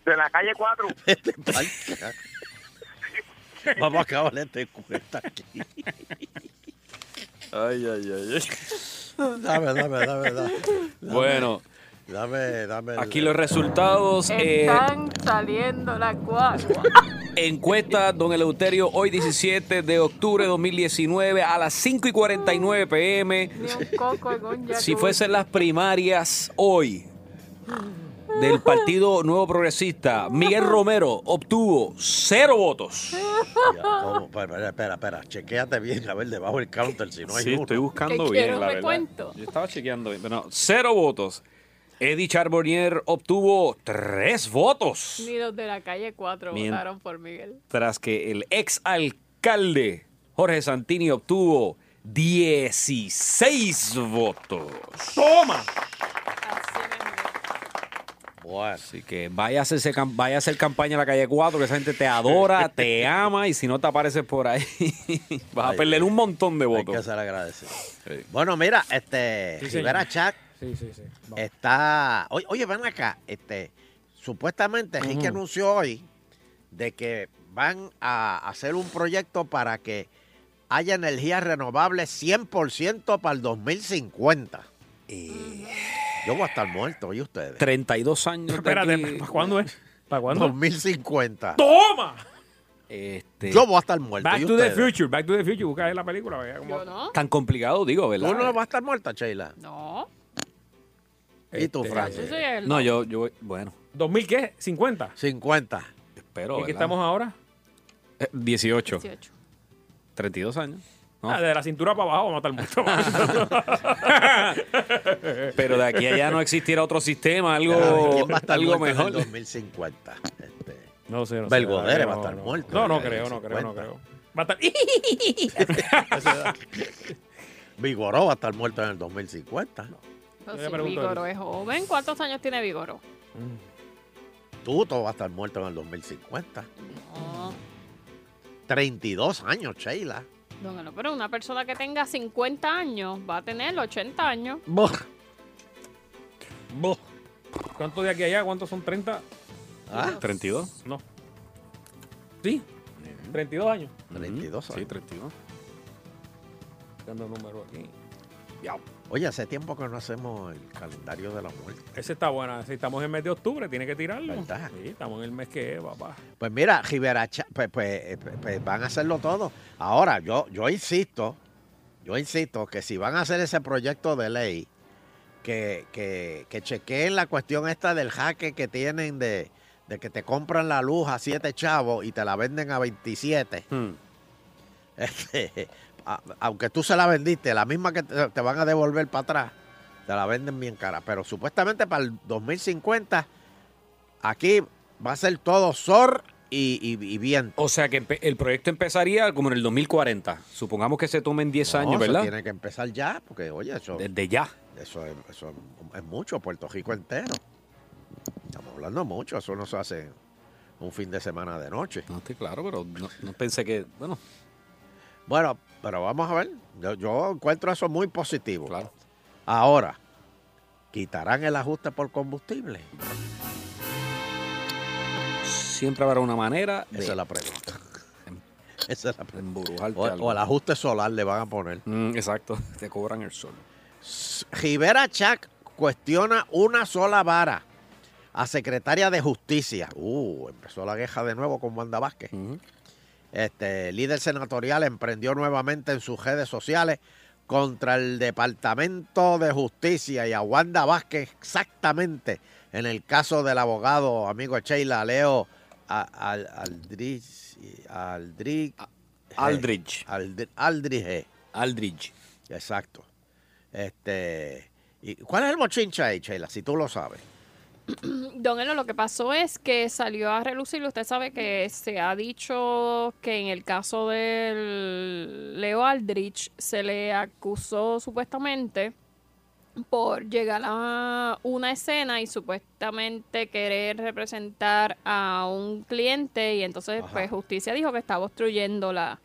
Speaker 8: De la calle 4.
Speaker 3: Vete pa'l ca- Vamos a acabar este cuenta aquí.
Speaker 5: Ay, ay, ay, ay.
Speaker 3: Dame, dame, dame, dame.
Speaker 5: Bueno,
Speaker 3: Dame, dame. el-
Speaker 5: aquí los resultados. eh,
Speaker 4: Están saliendo las guagua.
Speaker 5: Encuesta Don Eleuterio hoy 17 de octubre de 2019 a las 5 y 49 pm.
Speaker 4: Ni un coco en un jacuzzi.
Speaker 5: Si fuesen las primarias hoy del Partido Nuevo Progresista, Miguel Romero obtuvo cero votos.
Speaker 3: Ya, ¿cómo? Espera, espera, espera, espera. Chequéate bien, a ver, debajo del counter, si no hay uno.
Speaker 5: buscando
Speaker 4: Te bien, quiero la verdad. recuento.
Speaker 5: Yo estaba chequeando bien, pero no, cero votos. Eddie Charbonnier obtuvo tres votos.
Speaker 4: Ni los de la calle 4
Speaker 5: Mien-
Speaker 4: votaron por
Speaker 5: *laughs*
Speaker 4: Miguel.
Speaker 5: tras que el ex alcalde Jorge Santini obtuvo 16 votos.
Speaker 2: ¡Toma!
Speaker 4: Así mismo.
Speaker 3: Bueno,
Speaker 5: Así que vaya a, hacerse cam- vaya a hacer campaña en la calle 4, que esa gente
Speaker 3: *laughs*
Speaker 5: te adora, te ama, y si no te apareces por ahí, *laughs* vas a
Speaker 3: Ay,
Speaker 5: perder un montón de
Speaker 3: hay que
Speaker 5: votos.
Speaker 3: ser agradecido.
Speaker 5: Sí.
Speaker 3: Bueno, mira, este.
Speaker 2: Sí,
Speaker 3: Rivera
Speaker 2: señor.
Speaker 3: Chat
Speaker 2: Sí, Sí, sí, sí.
Speaker 3: Está. Oye, oye, ven acá. Este, supuestamente Ricky
Speaker 2: Ujú.
Speaker 3: anunció hoy de que van a hacer un proyecto para que haya energía renovable 100% para el 2050. Yo voy a estar muerto, ¿y ustedes?
Speaker 5: 32 años. de aquí.
Speaker 2: Espérate, ¿para cuándo es? ¿Para cuándo?
Speaker 3: 2050.
Speaker 2: ¡Toma!
Speaker 5: Este,
Speaker 3: Yo voy a estar muerto.
Speaker 2: Back
Speaker 3: ¿y
Speaker 2: to the
Speaker 3: ustedes?
Speaker 2: Future, Back to the Future, busca ahí la película. vea cómo-
Speaker 5: Tan complicado, digo, ¿verdad?
Speaker 3: Tú no vas a estar muerta, Sheila.
Speaker 4: No.
Speaker 3: ¿Y tú,
Speaker 2: Este,
Speaker 3: Francis?
Speaker 5: No, yo, yo, bueno,
Speaker 2: ¿2000 qué? ¿50?
Speaker 3: 50.
Speaker 5: espero.
Speaker 2: ¿Y qué
Speaker 5: ¿verdad?
Speaker 2: estamos ahora?
Speaker 5: Eh, 18, 32 años. No.
Speaker 2: Ah, de la cintura para abajo vamos a
Speaker 3: *laughs*
Speaker 2: estar muertos.
Speaker 5: Pero de aquí a allá no existirá otro sistema,
Speaker 3: Pero,
Speaker 5: algo,
Speaker 3: ¿Quién va a estar
Speaker 5: algo
Speaker 3: muerto en el
Speaker 5: mejor.
Speaker 3: 2050?
Speaker 2: no sé, no sé.
Speaker 3: Belgodere
Speaker 2: No,
Speaker 3: va a estar
Speaker 2: no,
Speaker 3: muerto.
Speaker 2: No, no
Speaker 3: en el
Speaker 2: creo, no creo, no
Speaker 3: 50.
Speaker 2: creo. Va a *laughs* estar...
Speaker 3: Vigoró va a estar muerto en el 2050.
Speaker 4: Pero
Speaker 2: Yo
Speaker 4: si
Speaker 2: le pregunto a
Speaker 4: Vigoro es joven, ¿cuántos años tiene Vigoro?
Speaker 3: Tuto va a estar muerto en el 2050. 32 años, Sheila.
Speaker 4: No, no, no, pero una persona que tenga 50 años va a tener 80 años.
Speaker 2: ¿Cuánto de aquí a allá? ¿Cuántos son 30?
Speaker 3: Ah,
Speaker 5: 32.
Speaker 2: No. ¿Sí? 32 años.
Speaker 3: 32
Speaker 5: Sí,
Speaker 3: años.
Speaker 5: 32.
Speaker 2: Buscando el número aquí.
Speaker 3: Oye, hace tiempo que no hacemos el calendario de la muerte.
Speaker 2: Ese está bueno. Si estamos en el mes de octubre, tiene que tirarlo.
Speaker 3: ¿Verdad?
Speaker 2: Sí, estamos en el mes que es, papá.
Speaker 3: Pues mira, Rivera, Cha- pues, pues, eh, pues, pues van a hacerlo todo. Ahora, yo, yo insisto, yo insisto que si van a hacer ese proyecto de ley, que, que, que chequeen la cuestión esta del jaque que tienen de, de que te compran la luz a 7 chavos y te la venden a 27. *laughs* Este, a- aunque tú se la vendiste, la misma que te, te van a devolver para atrás, te la venden bien cara. Pero supuestamente para el 2050, aquí va a ser todo sol y, y- y viento.
Speaker 5: O sea que empe- el proyecto empezaría como en el 2040. Supongamos que se tomen 10
Speaker 3: No,
Speaker 5: años,
Speaker 3: eso
Speaker 5: ¿verdad?
Speaker 3: tiene que empezar ya, porque oye, eso,
Speaker 5: Desde ya.
Speaker 3: eso, es, eso es- es mucho, Puerto Rico entero. Estamos hablando mucho, eso no se hace un fin de semana de noche.
Speaker 5: No estoy claro, pero no, no pensé que. Bueno,
Speaker 3: Bueno, pero vamos a ver. Yo, yo encuentro eso muy positivo.
Speaker 5: claro.
Speaker 3: Ahora, ¿quitarán el ajuste por combustible?
Speaker 5: Siempre habrá una manera de em,
Speaker 3: Esa es la pregunta. Esa es la pregunta.
Speaker 5: emburujarte.
Speaker 3: O,
Speaker 5: algo.
Speaker 3: o el ajuste solar le van a poner.
Speaker 5: Mm, exacto, *laughs* te cobran el sol.
Speaker 3: Rivera Chac cuestiona una sola vara a secretaria de justicia. Uh, empezó la guerra de nuevo con Wanda Vázquez. Este líder senatorial emprendió nuevamente en sus redes sociales contra el Departamento de Justicia y a Wanda Vázquez exactamente en el caso del abogado amigo de Sheila Leo a- al- Aldrich Aldrich
Speaker 5: Aldridge.
Speaker 3: Aldri- Aldrige.
Speaker 5: Aldridge.
Speaker 3: Exacto. Este, ¿y ¿Cuál es el mochincha ahí, Sheila? Si tú lo sabes.
Speaker 4: Don Elo, lo que pasó es que salió a relucir, usted sabe que se ha dicho que en el caso del Leo Aldrich se le acusó supuestamente por llegar a una escena y supuestamente querer representar a un cliente y entonces
Speaker 3: Ajá.
Speaker 4: pues justicia dijo que estaba obstruyendo la,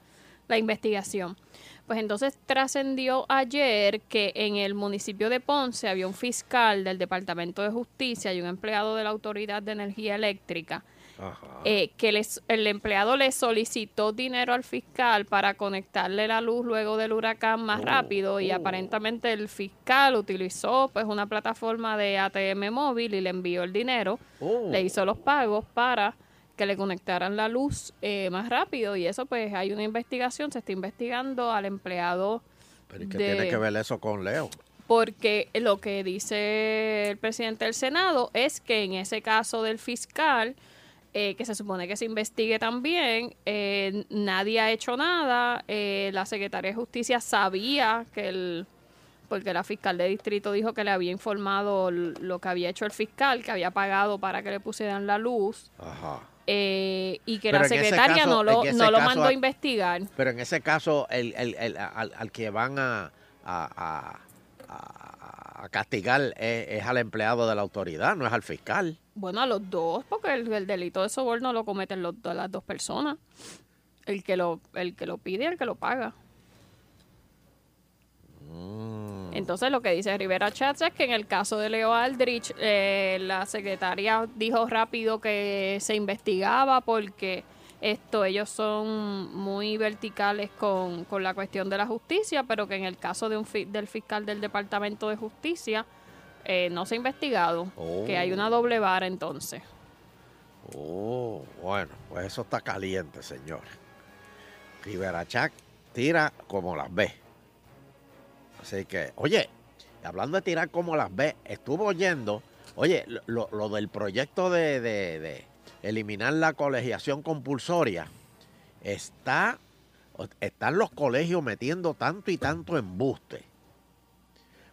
Speaker 4: la investigación. Pues entonces trascendió ayer que en el municipio de Ponce había un fiscal del Departamento de Justicia y un empleado de la Autoridad de Energía Eléctrica eh, que les- el empleado le solicitó dinero al fiscal para conectarle la luz luego del huracán más rápido y aparentemente el fiscal utilizó pues una plataforma de ATM móvil y le envió el dinero,
Speaker 3: Oh.
Speaker 4: le hizo los pagos para que le conectaran la luz eh, más rápido y eso pues hay una investigación, se está investigando al empleado
Speaker 3: Pero es que
Speaker 4: de-
Speaker 3: tiene que ver eso con Leo.
Speaker 4: porque lo que dice el presidente del Senado es que en ese caso del fiscal, eh, que se supone que se investigue también, eh, nadie ha hecho nada, eh, la secretaria de Justicia sabía que el, porque la fiscal de distrito dijo que le había informado l- lo que había hecho el fiscal, que había pagado para que le pusieran la luz,
Speaker 3: Ajá.
Speaker 4: eh, y que
Speaker 3: Pero
Speaker 4: la
Speaker 3: en ese
Speaker 4: secretaria
Speaker 3: caso-
Speaker 4: no lo,
Speaker 3: en ese
Speaker 4: no lo
Speaker 3: caso
Speaker 4: mandó
Speaker 3: a-
Speaker 4: a investigar.
Speaker 3: Pero en ese caso, el, el- el- al, al que van a, a- a- a- a castigar es, es al empleado de la autoridad, no es al fiscal.
Speaker 4: Bueno, a los dos, porque el, el delito de soborno lo cometen los, do- las dos personas. El que lo, el que lo pide y el que lo paga. Entonces lo que dice Rivera Chats es que en el caso de Leo Aldrich, eh, la secretaria dijo rápido que se investigaba porque esto ellos son muy verticales con, con la cuestión de la justicia, pero que en el caso de un fi- del fiscal del Departamento de Justicia eh, no se ha investigado,
Speaker 3: Oh.
Speaker 4: que hay una doble vara entonces.
Speaker 3: Oh, bueno, pues eso está caliente, señores. Rivera Chac tira como las ve. Así que, oye, hablando de tirar como las ve, estuvo oyendo, oye, lo- lo, lo del proyecto de, de- de eliminar la colegiación compulsoria, está, están los colegios metiendo tanto y tanto embuste.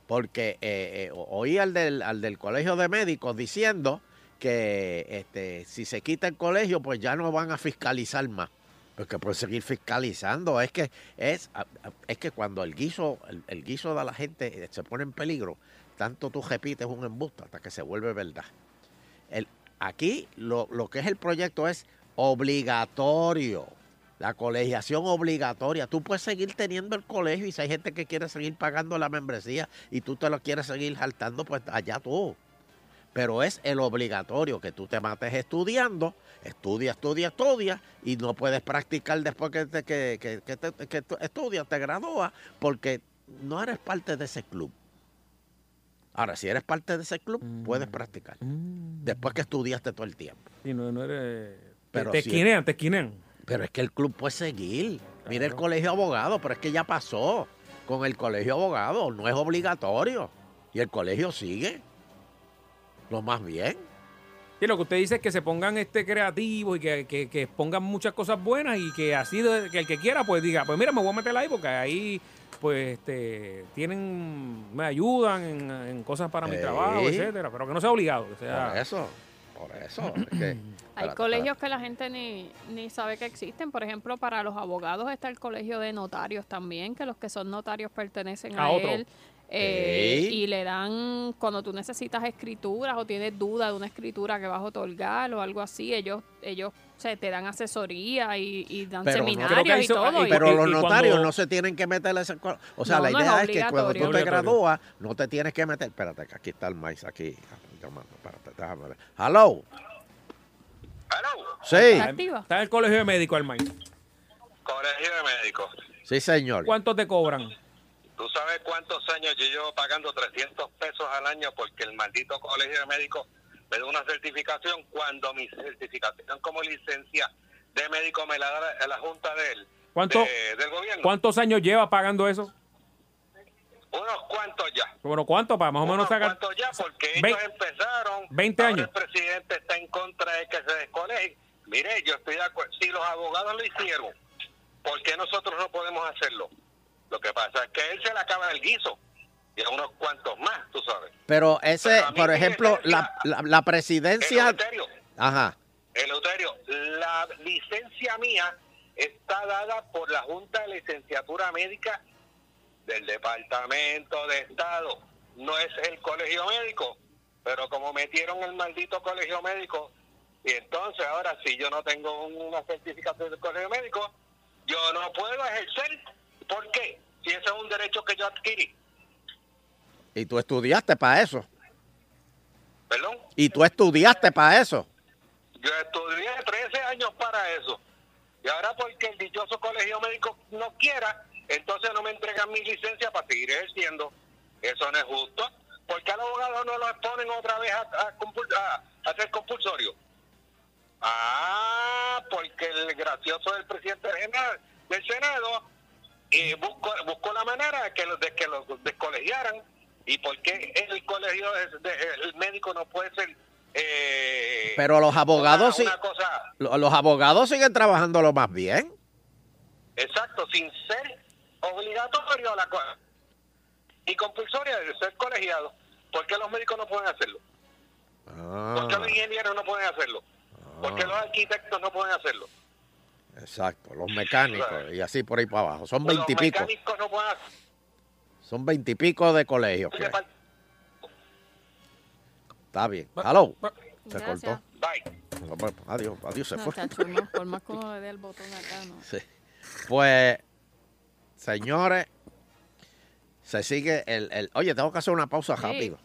Speaker 3: Porque eh, eh, o- oí al del, al del colegio de médicos diciendo que este, si se quita el colegio, pues ya no van a fiscalizar más. Porque por seguir fiscalizando, es que es, a- a- es que cuando el guiso, el, el guiso de la gente eh, se pone en peligro, tanto tú repites un embuste hasta que se vuelve verdad. El- aquí lo, lo que es el proyecto es obligatorio. La colegiación obligatoria. Tú puedes seguir teniendo el colegio y si hay gente que quiere seguir pagando la membresía y tú te lo quieres seguir saltando, pues allá tú pero es el obligatorio que tú te mates estudiando, estudia, estudia, estudia, y no puedes practicar después que, te, que, que- que te- que tú estudias, te gradúas, porque no eres parte de ese club. Ahora, si eres parte de ese club, puedes practicar. Después que estudiaste todo el tiempo.
Speaker 2: Y no, no eres...
Speaker 3: Pero
Speaker 2: te
Speaker 3: si-
Speaker 2: esquinean, te esquinean.
Speaker 3: Pero es que el club puede seguir. Mira el colegio abogado, pero es que ya pasó con el colegio abogado. No es obligatorio. Y el colegio sigue. Lo más bien.
Speaker 2: Y lo que usted dice es que se pongan este creativos y que, que- que pongan muchas cosas buenas y que así de- que el que quiera pues diga, pues mira, me voy a meter ahí porque ahí pues este tienen, me ayudan en, en cosas para mi
Speaker 3: Sí.
Speaker 2: trabajo, etcétera, pero que no sea obligado, que sea
Speaker 3: Por eso, por eso. es
Speaker 2: *clears throat*
Speaker 3: que-
Speaker 4: Hay
Speaker 3: espérate,
Speaker 4: colegios que la gente ni, ni sabe que existen. Por ejemplo, para los abogados está el colegio de notarios también, que los que son notarios pertenecen a,
Speaker 2: A otro.
Speaker 4: él. eh,
Speaker 2: Ey.
Speaker 4: Y le dan, cuando tú necesitas escrituras o tienes duda de una escritura que vas a otorgar o algo así, ellos ellos se te dan asesoría y, y dan
Speaker 3: Pero no-
Speaker 4: seminarios
Speaker 3: Creo que
Speaker 4: y
Speaker 3: eso-
Speaker 4: todo. y-
Speaker 3: Pero los
Speaker 4: y- y
Speaker 3: notarios
Speaker 4: cuando-
Speaker 3: no se tienen que meter a esa co- O sea,
Speaker 4: No,
Speaker 3: la
Speaker 4: no es
Speaker 3: idea es, que cuando tú te
Speaker 4: obligatorio.
Speaker 3: gradúas, no te tienes que meter. Espérate, que aquí está el maíz, aquí. Llamando, espérate, déjame ver. Hello. Sí,
Speaker 2: Está en el colegio de médicos, hermano.
Speaker 14: Colegio de médicos.
Speaker 3: sí, señor.
Speaker 2: ¿Cuánto te cobran?
Speaker 14: ¿Tú sabes cuántos años yo llevo pagando 300 pesos al año porque el maldito colegio de médicos me da una certificación cuando mi certificación como licencia de médico me la da la, la junta de él,
Speaker 2: ¿Cuánto-
Speaker 14: de- del gobierno?
Speaker 2: ¿Cuántos años llevas pagando eso?
Speaker 14: Unos cuantos ya.
Speaker 2: Bueno, ¿cuánto? Para más o menos sacar
Speaker 14: ¿Cuántos ya? Porque ellos
Speaker 2: Vein-
Speaker 14: empezaron.
Speaker 2: 20
Speaker 14: ahora
Speaker 2: años.
Speaker 14: El presidente está en contra de que se descolegien. Mire, yo estoy de acuerdo. Si los abogados lo hicieron, ¿por qué nosotros no podemos hacerlo? Lo que pasa es que él se le acaba el guiso. Y a unos cuantos más, tú sabes.
Speaker 3: Pero ese, por ejemplo, la, la, la presidencia. Ajá.
Speaker 14: Eleuterio, la licencia mía está dada por la Junta de Licenciatura Médica del Departamento de Estado. No es el colegio médico, pero como metieron el maldito colegio médico, y entonces ahora si yo no tengo un- una certificación del colegio médico, yo no puedo ejercer. ¿Por qué? Si ese es un derecho que yo adquirí.
Speaker 3: Y tú estudiaste para eso.
Speaker 14: ¿Perdón?
Speaker 3: Y tú estudiaste para eso.
Speaker 14: Yo estudié 13 años para eso. Y ahora porque el dichoso colegio médico no quiera, entonces no me entregan mi licencia para seguir ejerciendo. Eso no es justo. ¿Por qué al abogado no lo exponen otra vez a, a compul- a- a ser compulsorio? Ah, porque el gracioso del presidente general del Senado eh, buscó, buscó la manera de que los, de que los descolegiaran. ¿Y por qué el colegio, es de- el médico no puede ser... eh,
Speaker 3: Pero los abogados
Speaker 14: una-
Speaker 3: sí-
Speaker 14: una cosa-
Speaker 3: Lo- Los abogados siguen trabajando lo más bien.
Speaker 14: Exacto, sin ser obligatorio la co- y compulsoria de ser colegiado. ¿Por qué los médicos no pueden hacerlo? ¿Por
Speaker 3: Ah,
Speaker 14: qué los ingenieros no pueden hacerlo? ¿Por qué los arquitectos no pueden hacerlo?
Speaker 3: Exacto, los mecánicos y así por ahí para abajo. Son
Speaker 14: Los
Speaker 3: veintipico.
Speaker 14: mecánicos no pueden hacer-
Speaker 3: Son veintipico de colegios. que hay.
Speaker 14: Depart-
Speaker 3: Está bien. Hello. Se
Speaker 4: Gracias.
Speaker 3: cortó. No, pues, Adiós, adiós, se
Speaker 4: No,
Speaker 3: fue.
Speaker 4: chacho, no, por más que uno le dé el botón acá, no.
Speaker 3: Sí. Pues, señores, Se sigue el, el- Oye, tengo que hacer una pausa
Speaker 4: Sí.
Speaker 3: rápido.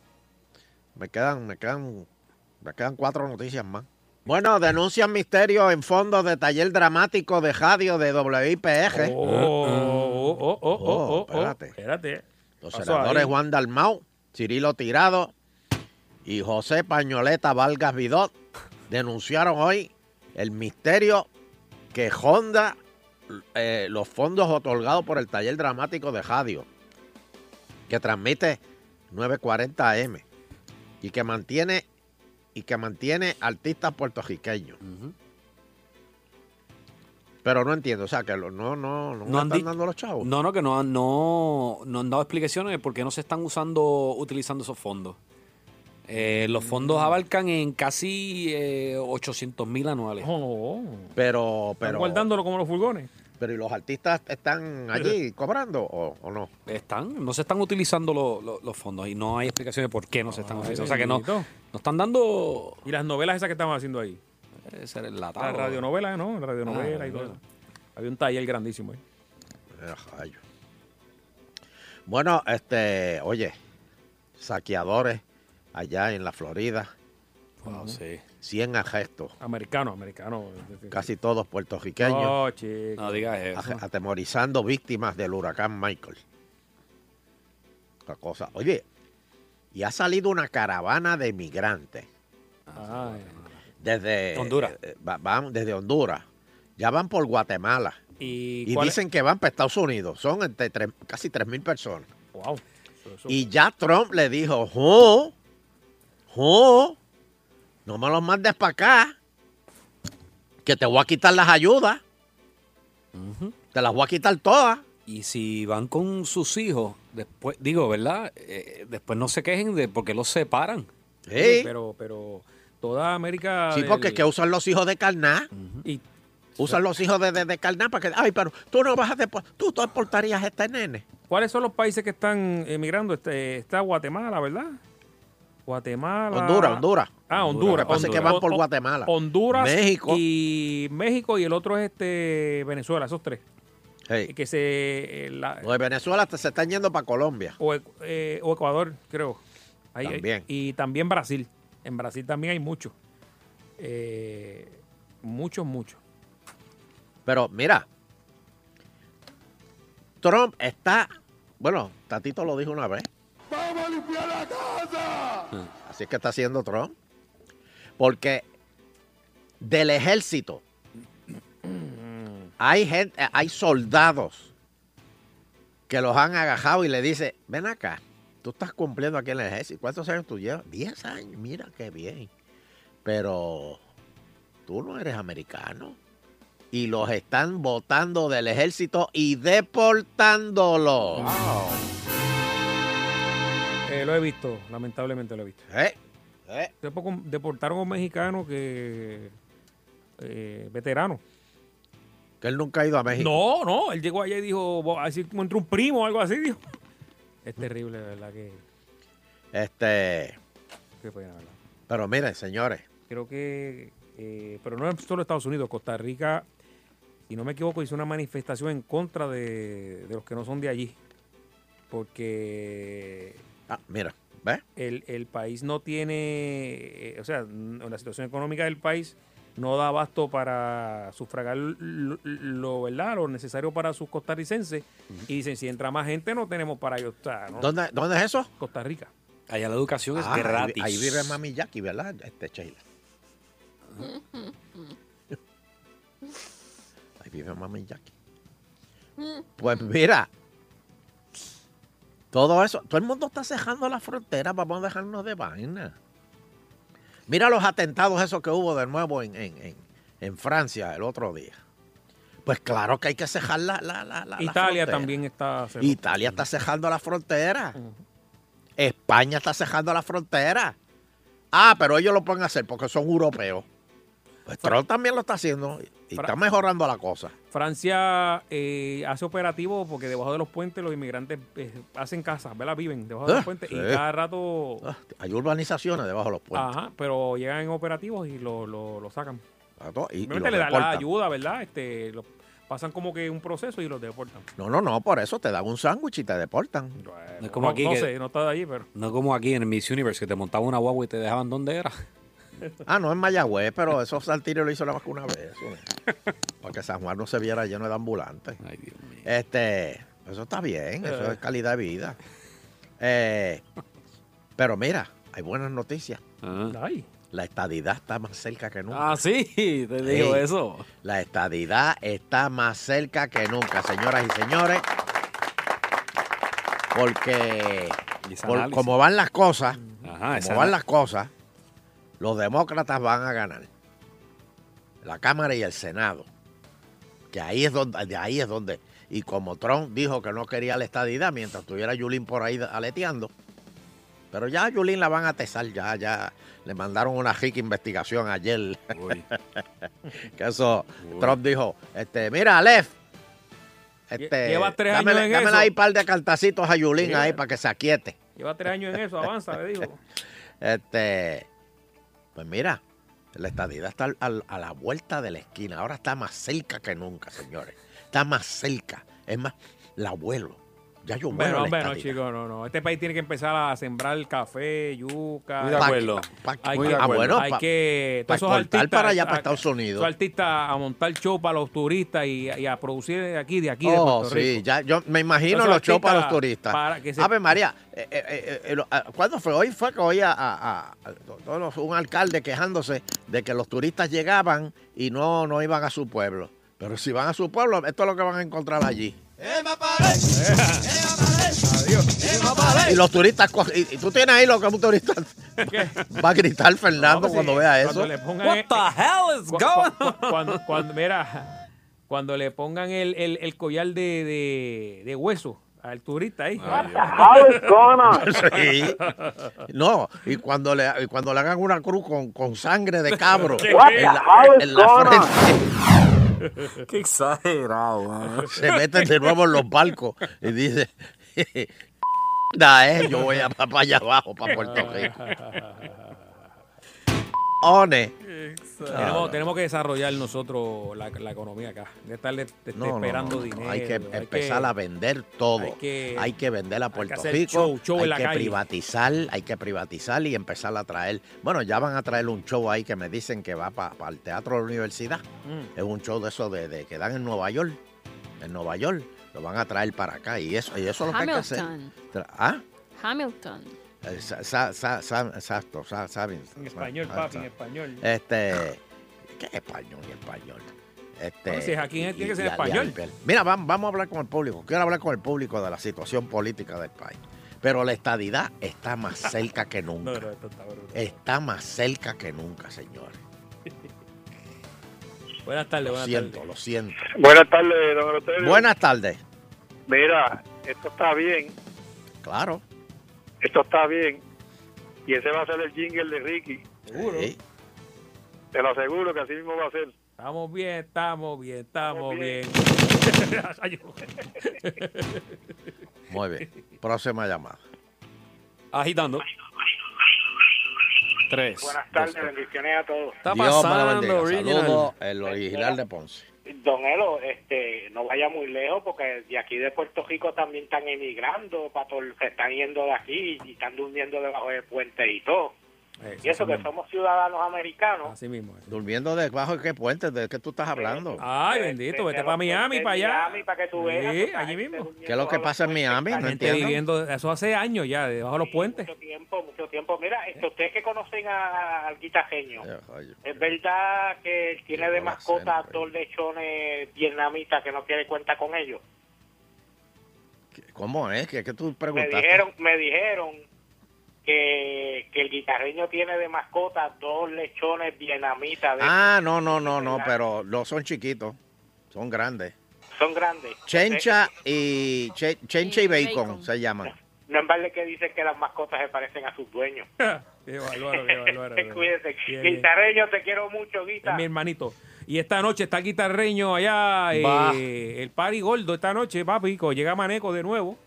Speaker 3: Me quedan, me quedan, me quedan cuatro noticias más. Bueno, denuncian misterio en fondo de taller dramático de radio de WIPG.
Speaker 2: Oh, oh, oh, oh, oh, oh,
Speaker 3: espérate.
Speaker 2: Espérate.
Speaker 3: Los
Speaker 2: Pasó
Speaker 3: senadores
Speaker 2: ahí.
Speaker 3: Juan Dalmau, Cirilo Tirado y José Pañoleta Vargas Vidot denunciaron hoy el misterio que Honda eh, los fondos otorgados por el taller dramático de radio que transmite 940M y que mantiene y que mantiene artistas puertorriqueños. Pero no entiendo, o sea, que lo- no no no,
Speaker 5: No han
Speaker 3: están
Speaker 5: di-
Speaker 3: dando los chavos.
Speaker 5: No, no, que no, han- no, no han dado explicaciones de por qué no se están usando, utilizando esos fondos. Eh, los fondos abarcan en casi 800 mil anuales.
Speaker 2: Oh.
Speaker 3: Pero,
Speaker 5: pero-
Speaker 2: guardándolo como los furgones.
Speaker 3: Pero ¿y los artistas están
Speaker 2: *laughs*
Speaker 3: allí cobrando o, o no?
Speaker 5: Están, no se están utilizando lo- lo- los fondos y no hay explicación de por qué no se están utilizando. O sea que no,
Speaker 2: bendito.
Speaker 5: no están dando...
Speaker 2: Y las novelas esas que estaban haciendo ahí.
Speaker 5: Esa era
Speaker 2: La Ah, radionovela, ¿no? La radionovela
Speaker 5: Ah,
Speaker 2: y todo
Speaker 5: bueno.
Speaker 2: eso. Había un taller grandísimo ahí.
Speaker 3: Eh, rayo. Bueno, este, oye, saqueadores allá en la Florida.
Speaker 5: Wow, sí.
Speaker 3: 100 arrestos,
Speaker 2: Americano, americano.
Speaker 3: casi todos puertorriqueños,
Speaker 2: No, chico.
Speaker 5: Oh, No digas eso.
Speaker 3: ate- atemorizando víctimas del huracán Michael. La cosa. Oye, y ha salido una caravana de migrantes.
Speaker 5: Ah,
Speaker 2: Ay.
Speaker 3: desde
Speaker 5: Honduras.
Speaker 3: eh, va- van desde Honduras. Ya van por Guatemala.
Speaker 2: Y,
Speaker 3: Y
Speaker 2: cuál es-
Speaker 3: dicen que van para Estados Unidos. Son entre tres- casi 3.000 personas.
Speaker 2: Wow. Eso- eso-
Speaker 3: Y ya Trump le dijo, jo, jo, no me los mandes para acá, que te voy a quitar las ayudas. Te las voy a quitar todas.
Speaker 5: ¿eh? Y si van con sus hijos, después, digo, ¿verdad? Eh, después no se quejen de por qué los separan.
Speaker 3: Sí.
Speaker 2: Pero, pero toda América.
Speaker 3: Sí, porque
Speaker 2: del-
Speaker 3: es que usan los hijos de carná.
Speaker 2: Y-
Speaker 3: Usan los hijos de, de, de carná para que, ay, pero tú no vas a, depo- tú no deportarías a este nene.
Speaker 2: ¿Cuáles son los países que están emigrando? Este, está Guatemala, ¿verdad? Guatemala.
Speaker 3: Honduras, Honduras.
Speaker 2: Ah,
Speaker 3: Lo que
Speaker 2: Honduras.
Speaker 3: pasa es que
Speaker 2: Honduras.
Speaker 3: van por
Speaker 2: Hon-
Speaker 3: Guatemala.
Speaker 2: Honduras
Speaker 3: México.
Speaker 2: y México y el otro es este Venezuela, esos tres.
Speaker 3: Sí.
Speaker 2: Que se eh, la-
Speaker 3: Los de Venezuela hasta se están yendo para Colombia.
Speaker 2: o, Ecu- eh, o Ecuador, creo. Ahí-
Speaker 3: También.
Speaker 2: y también Brasil. En Brasil también hay muchos. Eh, muchos, muchos.
Speaker 3: Pero mira, Trump está, bueno, Tatito lo dijo una vez. Así es que está haciendo Trump. Porque del ejército hay gente, hay soldados que los han agajado y le dice, ven acá, tú estás cumpliendo aquí en el ejército. ¿Cuántos años tú llevas? Diez años, mira qué bien. Pero tú no eres americano. Y los están votando del ejército y deportándolos.
Speaker 2: Eh, lo he visto, lamentablemente lo he visto.
Speaker 3: Eh, eh.
Speaker 2: Hace poco deportaron a un mexicano que. eh, veterano.
Speaker 3: Que él nunca ha ido a México.
Speaker 2: No, no, él llegó allá y dijo, "Bo- así como entre un primo o algo así, dijo. Es terrible, de verdad, que,
Speaker 3: Este,
Speaker 2: qué pena, ¿verdad?
Speaker 3: pero miren, señores,
Speaker 2: Creo que, eh, pero no es solo Estados Unidos, Costa Rica, si no me equivoco, hizo una manifestación en contra de, de los que no son de allí. Porque
Speaker 3: ah, mira, ¿ves?
Speaker 2: el, el país no tiene, eh, o sea, n- la situación económica del país no da abasto para sufragar lo, lo- ¿verdad? lo necesario para sus costarricenses. Y dicen, si entra más gente, no tenemos para ellos. o sea, no-
Speaker 3: ¿Dónde, dónde es eso?
Speaker 2: Costa Rica.
Speaker 5: Allá la educación
Speaker 3: Ah, ahí-
Speaker 5: es gratis.
Speaker 3: Ahí, vive Mami Jackie, ¿verdad? Este Sheila. Ahí vive Mami Jackie. Pues mira, todo eso, todo el mundo está cejando la frontera, vamos a dejarnos de vaina. Mira los atentados esos que hubo de nuevo en, en- en- en Francia el otro día. Pues claro que hay que cejar la, la, la, la- la
Speaker 2: Italia
Speaker 3: frontera.
Speaker 2: también está... cerrada.
Speaker 3: Italia está cejando la frontera. España está cejando la frontera. Ah, pero ellos lo pueden hacer porque son europeos. Pues Trump también lo está haciendo y
Speaker 2: Fra-
Speaker 3: está mejorando la cosa.
Speaker 2: Francia eh, hace operativo porque debajo de los puentes los inmigrantes eh, hacen casas, ¿verdad? Viven debajo de
Speaker 3: Ah,
Speaker 2: los puentes
Speaker 3: sí.
Speaker 2: y cada rato...
Speaker 3: Ah, Hay urbanizaciones debajo de los puentes.
Speaker 2: Ajá, pero llegan en operativos y lo, lo, lo sacan.
Speaker 3: ¿verdad? Ah, Y- y lo
Speaker 2: Obviamente le da la
Speaker 3: reportan.
Speaker 2: ayuda, ¿verdad? Este, los pasan como que un proceso y los deportan.
Speaker 3: No, no, no, por eso te dan un sándwich y te deportan.
Speaker 5: No es como
Speaker 2: no,
Speaker 5: aquí
Speaker 2: no
Speaker 5: que-
Speaker 2: sé, no está de allí, pero.
Speaker 5: No como aquí en Miss Universe, que te montaban una guagua y te dejaban donde era.
Speaker 3: Ah, no, en Mayagüez, pero esos saltillos lo hizo la más que una vez. eso no. Para que San Juan no se viera lleno de ambulantes.
Speaker 5: Ay, Dios mío.
Speaker 3: Este, eso está bien, eso
Speaker 5: Eh.
Speaker 3: es calidad de vida. Eh, pero mira, hay buenas noticias.
Speaker 2: Ay.
Speaker 3: La estadidad está más cerca que nunca.
Speaker 5: Ah, sí, te digo
Speaker 3: Ey,
Speaker 5: eso.
Speaker 3: La estadidad está más cerca que nunca, señoras y señores. Porque
Speaker 5: ese
Speaker 3: por-
Speaker 5: análisis.
Speaker 3: como van las cosas,
Speaker 5: ese
Speaker 3: como van
Speaker 5: ana-
Speaker 3: las cosas, los demócratas van a ganar. La Cámara y el Senado. Que ahí es donde, de ahí es donde. Y como Trump dijo que no quería la estadidad mientras tuviera Yulín por ahí aleteando. Pero ya a Yulín la van a tesar, ya, ya. Le mandaron una rica investigación ayer. *laughs* que eso, Trump dijo, este, mira, Aleph, este,
Speaker 2: Lleva tres
Speaker 3: dámele,
Speaker 2: años en
Speaker 3: dámele
Speaker 2: eso.
Speaker 3: ahí un par de cartacitos a Yulín
Speaker 2: Yeah.
Speaker 3: ahí para que se aquiete.
Speaker 2: Lleva tres años en eso, avanza, le digo.
Speaker 3: Este, pues mira, la estadidad está al- al- a la vuelta de la esquina. Ahora está más cerca que nunca, señores. Está más cerca. Es más, la vuelo. Ya yo vuelo
Speaker 2: Bueno,
Speaker 3: la
Speaker 2: bueno,
Speaker 3: estadidad.
Speaker 2: chicos, no, no. Este país tiene que empezar a sembrar café, yuca.
Speaker 3: Muy de Pa- acuerdo. pa-
Speaker 2: hay
Speaker 3: muy
Speaker 2: que,
Speaker 3: de acuerdo.
Speaker 2: hay
Speaker 3: pa-
Speaker 2: que todos
Speaker 3: pa
Speaker 2: esos
Speaker 3: exportar
Speaker 2: artistas-
Speaker 3: para allá, para
Speaker 2: a-
Speaker 3: Estados Unidos.
Speaker 2: esos artistas a montar show para los turistas y, y a producir de aquí, de aquí, de
Speaker 3: oh,
Speaker 2: Puerto
Speaker 3: sí,
Speaker 2: Rico.
Speaker 3: ya, yo me imagino
Speaker 2: Esos
Speaker 3: los shows
Speaker 2: artistas
Speaker 3: para los turistas.
Speaker 2: para que se-
Speaker 3: Ave María, eh, eh, eh, eh, lo- ah, ¿cuándo fue? Hoy fue que hoy a, a- a- a- todos los- un alcalde quejándose de que los turistas llegaban y no, no iban a su pueblo. Pero si van a su pueblo, esto es lo que van a encontrar allí. Y los turistas, co- y, y tú tienes ahí lo que un turista va a gritar Fernando
Speaker 2: No,
Speaker 3: cuando
Speaker 2: sí,
Speaker 3: vea
Speaker 2: cuando
Speaker 3: eso.
Speaker 2: le pongan What el- the
Speaker 5: hell
Speaker 2: Cu- cu- cu- Cuando, cuando- mira, cuando le pongan el, el, el collar de, de, de hueso al turista ahí.
Speaker 3: *laughs* Sí. No, y cuando le, y cuando le hagan una cruz con, con sangre de cabro
Speaker 5: ¿Qué?
Speaker 3: en
Speaker 5: What the
Speaker 3: la,
Speaker 5: hell is
Speaker 3: en la
Speaker 5: going on?
Speaker 3: frente.
Speaker 5: Qué exagerado, ¿eh? mano.
Speaker 3: Se meten de nuevo en los barcos y dice, *laughs* da, eh, yo voy a para allá abajo, para Puerto
Speaker 5: *laughs*
Speaker 3: Rico. One.
Speaker 2: Tenemos, tenemos que desarrollar nosotros la, la economía acá. De estarle de- de
Speaker 3: No, no,
Speaker 2: esperando
Speaker 3: no, no.
Speaker 2: dinero.
Speaker 3: Hay que empezar a vender todo. Hay que, vender a Puerto
Speaker 2: hacer
Speaker 3: Rico.
Speaker 2: show, show en
Speaker 3: hay
Speaker 2: la
Speaker 3: que
Speaker 2: calle.
Speaker 3: privatizar, hay que privatizar y empezar a traer. Bueno, ya van a traer un show ahí que me dicen que va para el Teatro de la Universidad.
Speaker 2: Mm.
Speaker 3: Es un show de eso de, de que dan en Nueva York. En Nueva York lo van a traer para acá y eso, y eso es lo que hay que hacer.
Speaker 4: Hamilton.
Speaker 3: Tra- ¿Ah?
Speaker 4: Hamilton.
Speaker 3: Eh, sa- sa- sa- sa- exacto, sa- saben.
Speaker 2: En español,
Speaker 3: Ah,
Speaker 2: papi, en
Speaker 3: sa-
Speaker 2: español.
Speaker 3: Este, ¿qué es español y español? Este,
Speaker 2: Bueno, si es aquí,
Speaker 3: y-
Speaker 2: tiene que
Speaker 3: y-
Speaker 2: ser
Speaker 3: y- y-
Speaker 2: español.
Speaker 3: y- Mira, vam- vamos a hablar con el público. Quiero hablar con el público de la situación política del país. Pero la estadidad está
Speaker 2: *laughs*
Speaker 3: más cerca que
Speaker 2: No,
Speaker 3: nunca.
Speaker 2: no, esto está brutal.
Speaker 3: Está más cerca que nunca, señores.
Speaker 2: Buenas tardes,
Speaker 3: Lo
Speaker 2: buenas
Speaker 3: siento,
Speaker 2: tardes.
Speaker 3: lo siento.
Speaker 15: Buenas tardes, don Eleuterio.
Speaker 3: Buenas tardes.
Speaker 15: Mira, esto está bien,
Speaker 3: Claro.
Speaker 15: esto está bien. Y ese va a ser el jingle de Ricky.
Speaker 2: Seguro.
Speaker 3: Sí.
Speaker 15: Te lo aseguro que así mismo va a ser.
Speaker 2: Estamos bien, estamos bien, estamos bien. Ay, yo-
Speaker 3: Muy
Speaker 2: *laughs*
Speaker 3: bien. Próxima llamada.
Speaker 5: Agitando. Tres.
Speaker 16: *laughs* Buenas tardes, bendiciones a todos.
Speaker 5: Está
Speaker 3: Dios me lo
Speaker 5: pasando,
Speaker 3: bendiga.
Speaker 5: original.
Speaker 3: Saludos, el original de Ponce.
Speaker 16: Don Elo, este, no vaya muy lejos porque de aquí de Puerto Rico también están emigrando, para todos los que están yendo de aquí y están durmiendo debajo de puentes y todo. y eso que somos ciudadanos americanos.
Speaker 2: Así mismo.
Speaker 3: Durmiendo debajo de qué puente, de qué tú estás hablando.
Speaker 2: Ay, bendito, vete para Miami, para allá.
Speaker 16: Miami, para que tú
Speaker 2: Sí,
Speaker 16: veas. esa
Speaker 2: allí mismo.
Speaker 3: ¿Qué es lo que pasa en Miami? No
Speaker 2: gente
Speaker 3: entiendo.
Speaker 2: viviendo, eso hace años ya, debajo de los puentes.
Speaker 16: tiempo, mucho tiempo. Mira, este, ustedes que conocen a- al guitajeño, es verdad que él tiene de mascota a dos lechones vietnamitas que no tiene cuenta con ellos.
Speaker 3: ¿Cómo es? ¿Qué, qué tú
Speaker 16: Me
Speaker 3: preguntaste?
Speaker 16: dijeron, me dijeron que, que el guitarreño tiene de mascota dos lechones vietnamitas. de-
Speaker 3: Ah, no, no, no, no, pero no son chiquitos, son grandes.
Speaker 16: Son grandes.
Speaker 3: Chencha y che- chencha y bacon se llaman.
Speaker 16: No es vale que dicen que las mascotas se parecen a sus
Speaker 2: *laughs*
Speaker 16: dueños.
Speaker 2: Qué bárbaro, qué
Speaker 16: *laughs*
Speaker 2: bárbaro.
Speaker 16: Cuídense.
Speaker 2: Bien, bien.
Speaker 16: Guitarreño, te quiero mucho,
Speaker 2: Es
Speaker 16: Guita.
Speaker 2: mi hermanito. Y esta noche está el guitarreño allá, eh,
Speaker 5: Va.
Speaker 2: el pari gordo esta noche, papi, co- llega Maneco de nuevo.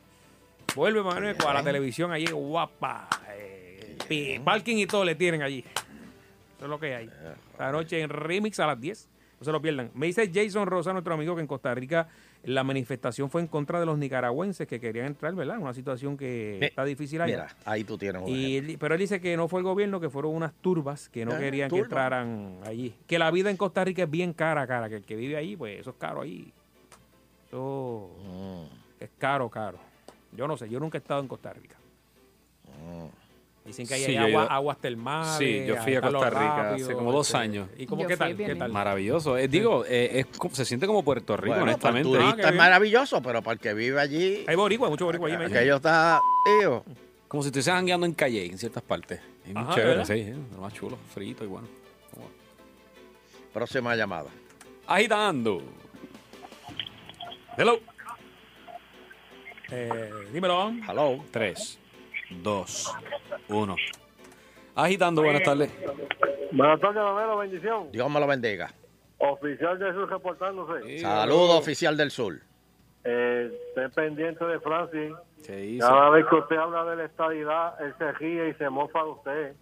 Speaker 2: Vuelve Maneco a la televisión allí, guapa. eh, pi- parking y todo le tienen allí. Eso es lo que hay. Esta noche en Remix a las 10. no se lo pierdan. Me dice Jason Rosa, nuestro amigo, que en Costa Rica la manifestación fue en contra de los nicaragüenses que querían entrar, ¿verdad? Una situación que
Speaker 3: Ve,
Speaker 2: está difícil allá.
Speaker 3: Mira, ahí tú tienes un
Speaker 2: Y él- pero él dice que no fue el gobierno, que fueron unas turbas que no
Speaker 3: Ah,
Speaker 2: querían que
Speaker 3: turba.
Speaker 2: entraran allí. Que la vida en Costa Rica es bien cara, cara. Que el que vive ahí, pues eso es caro ahí. Eso
Speaker 3: Mm.
Speaker 2: es caro, caro. Yo no sé, yo nunca he estado en Costa Rica.
Speaker 3: Mm.
Speaker 2: Dicen que hay
Speaker 5: Sí, yo he
Speaker 2: agua,
Speaker 5: ido-
Speaker 2: aguas termales.
Speaker 5: Sí, yo fui a
Speaker 2: está eh, lo
Speaker 5: Costa Rica
Speaker 2: rápido,
Speaker 5: hace como dos
Speaker 2: este,
Speaker 5: años.
Speaker 2: ¿Y cómo
Speaker 5: Yo
Speaker 2: qué
Speaker 5: fui
Speaker 2: tal? ¿Qué tal?
Speaker 5: Maravilloso. Eh, digo, eh, es como- se siente como Puerto Rico,
Speaker 3: Bueno, para el
Speaker 5: honestamente.
Speaker 3: turista es maravilloso, pero para el que vive allí.
Speaker 2: Ah, Hay boricua, mucho boricua allí. me dicen.
Speaker 3: Aquello está. tío.
Speaker 5: Como si estuviesen jangueando en calle, en ciertas partes. Es muy
Speaker 3: Ajá,
Speaker 5: chévere,
Speaker 3: ¿verdad?
Speaker 5: sí. eh, Lo más chulo, frito y bueno.
Speaker 3: Próxima llamada.
Speaker 5: Agitando. Hello.
Speaker 2: dímelo.
Speaker 3: Hello.
Speaker 5: Tres, dos, uno. Agitando, buenas tardes.
Speaker 15: Buenas tardes, Romero, bendición.
Speaker 3: Dios me lo bendiga.
Speaker 15: Oficial de Jesús reportándose.
Speaker 3: Saludos, oficial del sur.
Speaker 15: Eh, esté pendiente de Francis. Cada
Speaker 3: Cada
Speaker 15: vez que usted habla de la estadidad, él se ríe y se mofa de usted.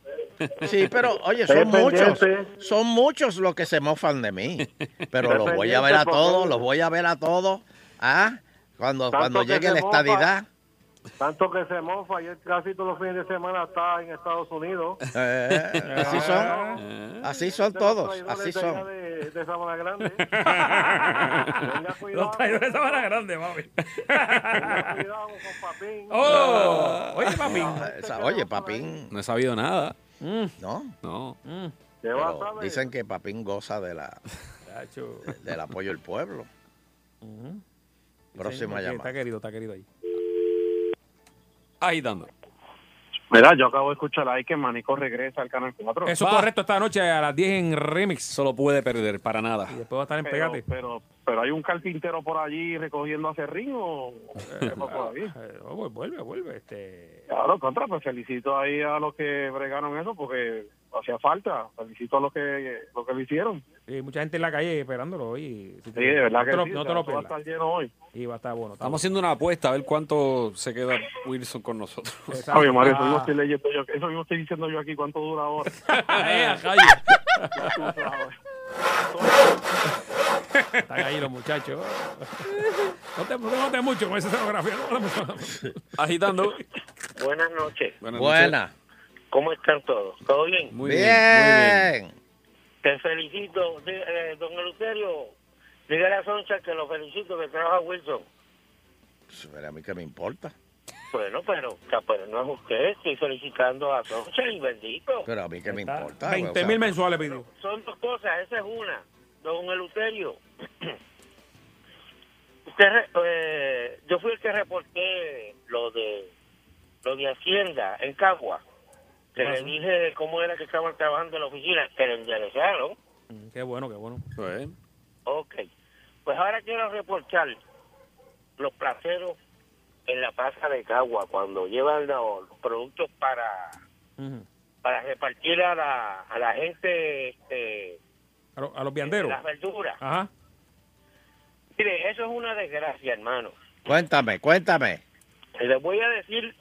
Speaker 3: Sí, pero oye,
Speaker 15: Esté
Speaker 3: son muchos,
Speaker 15: pendiente.
Speaker 3: son muchos los que se mofan de mí. Pero
Speaker 15: Esté
Speaker 3: los voy
Speaker 15: pendiente,
Speaker 3: a ver a
Speaker 15: por
Speaker 3: todos,
Speaker 15: favor.
Speaker 3: los voy a ver a todos. ¿Ah? Cuando,
Speaker 15: Tanto
Speaker 3: cuando
Speaker 15: que
Speaker 3: llegue
Speaker 15: se
Speaker 3: la
Speaker 15: mofa.
Speaker 3: estadidad.
Speaker 15: Tanto que se mofa y él casi todos los fines de semana está en Estados Unidos.
Speaker 3: *laughs*
Speaker 15: Ah, Este
Speaker 3: Eh, así son. Así son todos. Así son.
Speaker 15: De, de Sabana
Speaker 2: *laughs*
Speaker 15: Grande.
Speaker 2: Los traidores son más grandes, mami.
Speaker 15: cuidado con Papín.
Speaker 2: Oh, oye, papín.
Speaker 3: Esa- oye, papín.
Speaker 5: No he sabido nada.
Speaker 3: No.
Speaker 5: No.
Speaker 15: Pero
Speaker 3: vas a saber? dicen que papín goza de la,
Speaker 2: Chacho.
Speaker 3: de- del apoyo del pueblo. Próxima
Speaker 2: Dicen que
Speaker 3: llamada.
Speaker 2: Está querido, está querido ahí.
Speaker 5: Agitando.
Speaker 15: Mira, yo acabo de escuchar ahí que Manico regresa al Canal 4.
Speaker 2: Eso es correcto esta noche a las 10 en Remix.
Speaker 5: Solo puede perder, para nada. Y
Speaker 2: después va a estar en
Speaker 15: Pero,
Speaker 2: Pegate.
Speaker 15: pero, pero hay un carpintero por allí recogiendo acerrín o... eh,
Speaker 2: *laughs* Eh, oh, pues vuelve, vuelve. Este...
Speaker 15: Claro, contra, pues felicito ahí a los que bregaron eso porque hacía falta. Felicito a los que, los que lo hicieron.
Speaker 2: Sí, mucha gente en la calle esperándolo hoy. Si te-
Speaker 15: Sí, de verdad
Speaker 2: no
Speaker 15: que
Speaker 2: te lo,
Speaker 15: sí,
Speaker 2: no
Speaker 15: o sea,
Speaker 2: te lo
Speaker 15: eso va a
Speaker 2: pierdas.
Speaker 15: estar lleno hoy.
Speaker 2: Y va a estar bueno. está
Speaker 5: Estamos
Speaker 2: bueno.
Speaker 5: haciendo una apuesta a ver cuánto se queda Wilson con nosotros.
Speaker 2: Exacto. Ah. Oye, Mario, eso mismo estoy
Speaker 15: leyendo yo, eso mismo estoy diciendo yo aquí cuánto dura
Speaker 2: *laughs*
Speaker 15: ahora.
Speaker 2: Eh,
Speaker 15: *laughs*
Speaker 2: Están ahí los muchachos. No te no te mucho con esa escenografía. No te mucho.
Speaker 5: *laughs* Agitando.
Speaker 17: *laughs* Buenas noches.
Speaker 5: Buenas
Speaker 3: Buena.
Speaker 17: ¿Cómo están todos? ¿Todo bien?
Speaker 5: Muy
Speaker 3: bien.
Speaker 17: Te felicito, di- eh, don Eleuterio. Dígale a Soncha que lo felicito, que trabaja Wilson.
Speaker 3: Pues, mira, a mí que me importa.
Speaker 17: Bueno, pero, pero no es usted. Estoy felicitando a Soncha y bendito.
Speaker 3: Pero a mí que me importa. güey, o
Speaker 2: 20
Speaker 3: sea,
Speaker 2: mil mensuales pidió.
Speaker 17: Son dos cosas, esa es una. Don Eleuterio. *clears throat* Usted, re- eh, yo fui el que reporté lo de lo de Hacienda en Cagua. Que le
Speaker 2: Ajá.
Speaker 17: dije cómo era que estaban trabajando en la oficina, que le enderezaron.
Speaker 2: Mm, Qué bueno, qué bueno.
Speaker 17: Ok. Pues ahora quiero reportar los placeros en la plaza de Cagua cuando llevan los productos para para repartir a la, a la gente este,
Speaker 2: A, lo- a los vianderos.
Speaker 17: las verduras.
Speaker 2: Ajá.
Speaker 17: Mire, eso es una desgracia, hermano.
Speaker 3: Cuéntame, cuéntame.
Speaker 17: Les voy a decir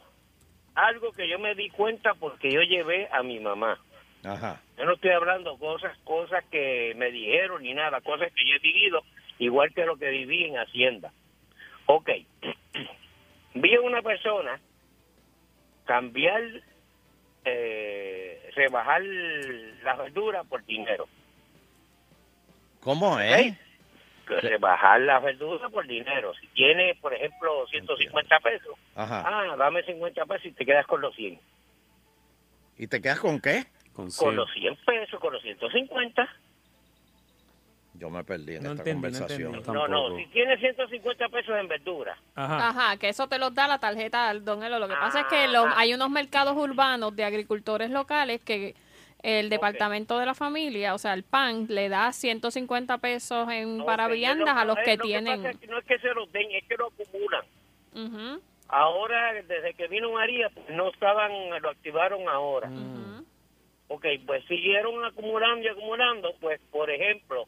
Speaker 17: algo que yo me di cuenta porque yo llevé a mi mamá.
Speaker 3: Ajá.
Speaker 17: Yo no estoy hablando cosas, cosas que me dijeron ni nada, cosas que yo he vivido, igual que lo que viví en Hacienda. Ok. *clears throat* Vi a una persona cambiar, eh, rebajar las verduras por dinero.
Speaker 3: ¿Cómo es?
Speaker 17: Rebajar las verduras por dinero. Si tiene, por ejemplo, 150 pesos,
Speaker 3: Ajá.
Speaker 17: ah, dame 50 pesos y te quedas con los 100.
Speaker 3: ¿Y te quedas con qué?
Speaker 17: Con los 100 pesos, con los 150.
Speaker 3: Yo me perdí en
Speaker 2: No
Speaker 3: esta
Speaker 2: entendí, no
Speaker 3: conversación.
Speaker 2: entendí.
Speaker 17: No, no, si tienes 150 pesos en verdura.
Speaker 4: Ajá, que eso te lo da la tarjeta del Don Elo. Lo que pasa es que lo- hay unos mercados urbanos de agricultores locales que el departamento de la familia, o sea, el PAN, le da 150 pesos en para
Speaker 17: Ok,
Speaker 4: viandas
Speaker 17: yo
Speaker 4: a los
Speaker 17: eh,
Speaker 4: que
Speaker 17: lo
Speaker 4: tienen.
Speaker 17: pasa es que no es que se los den, es que lo acumulan.
Speaker 4: Ujú.
Speaker 17: Ahora, desde que vino María, pues, no estaban, lo activaron ahora.
Speaker 3: Mm.
Speaker 6: Mm.
Speaker 17: Ok, pues siguieron acumulando y acumulando. Pues, por ejemplo,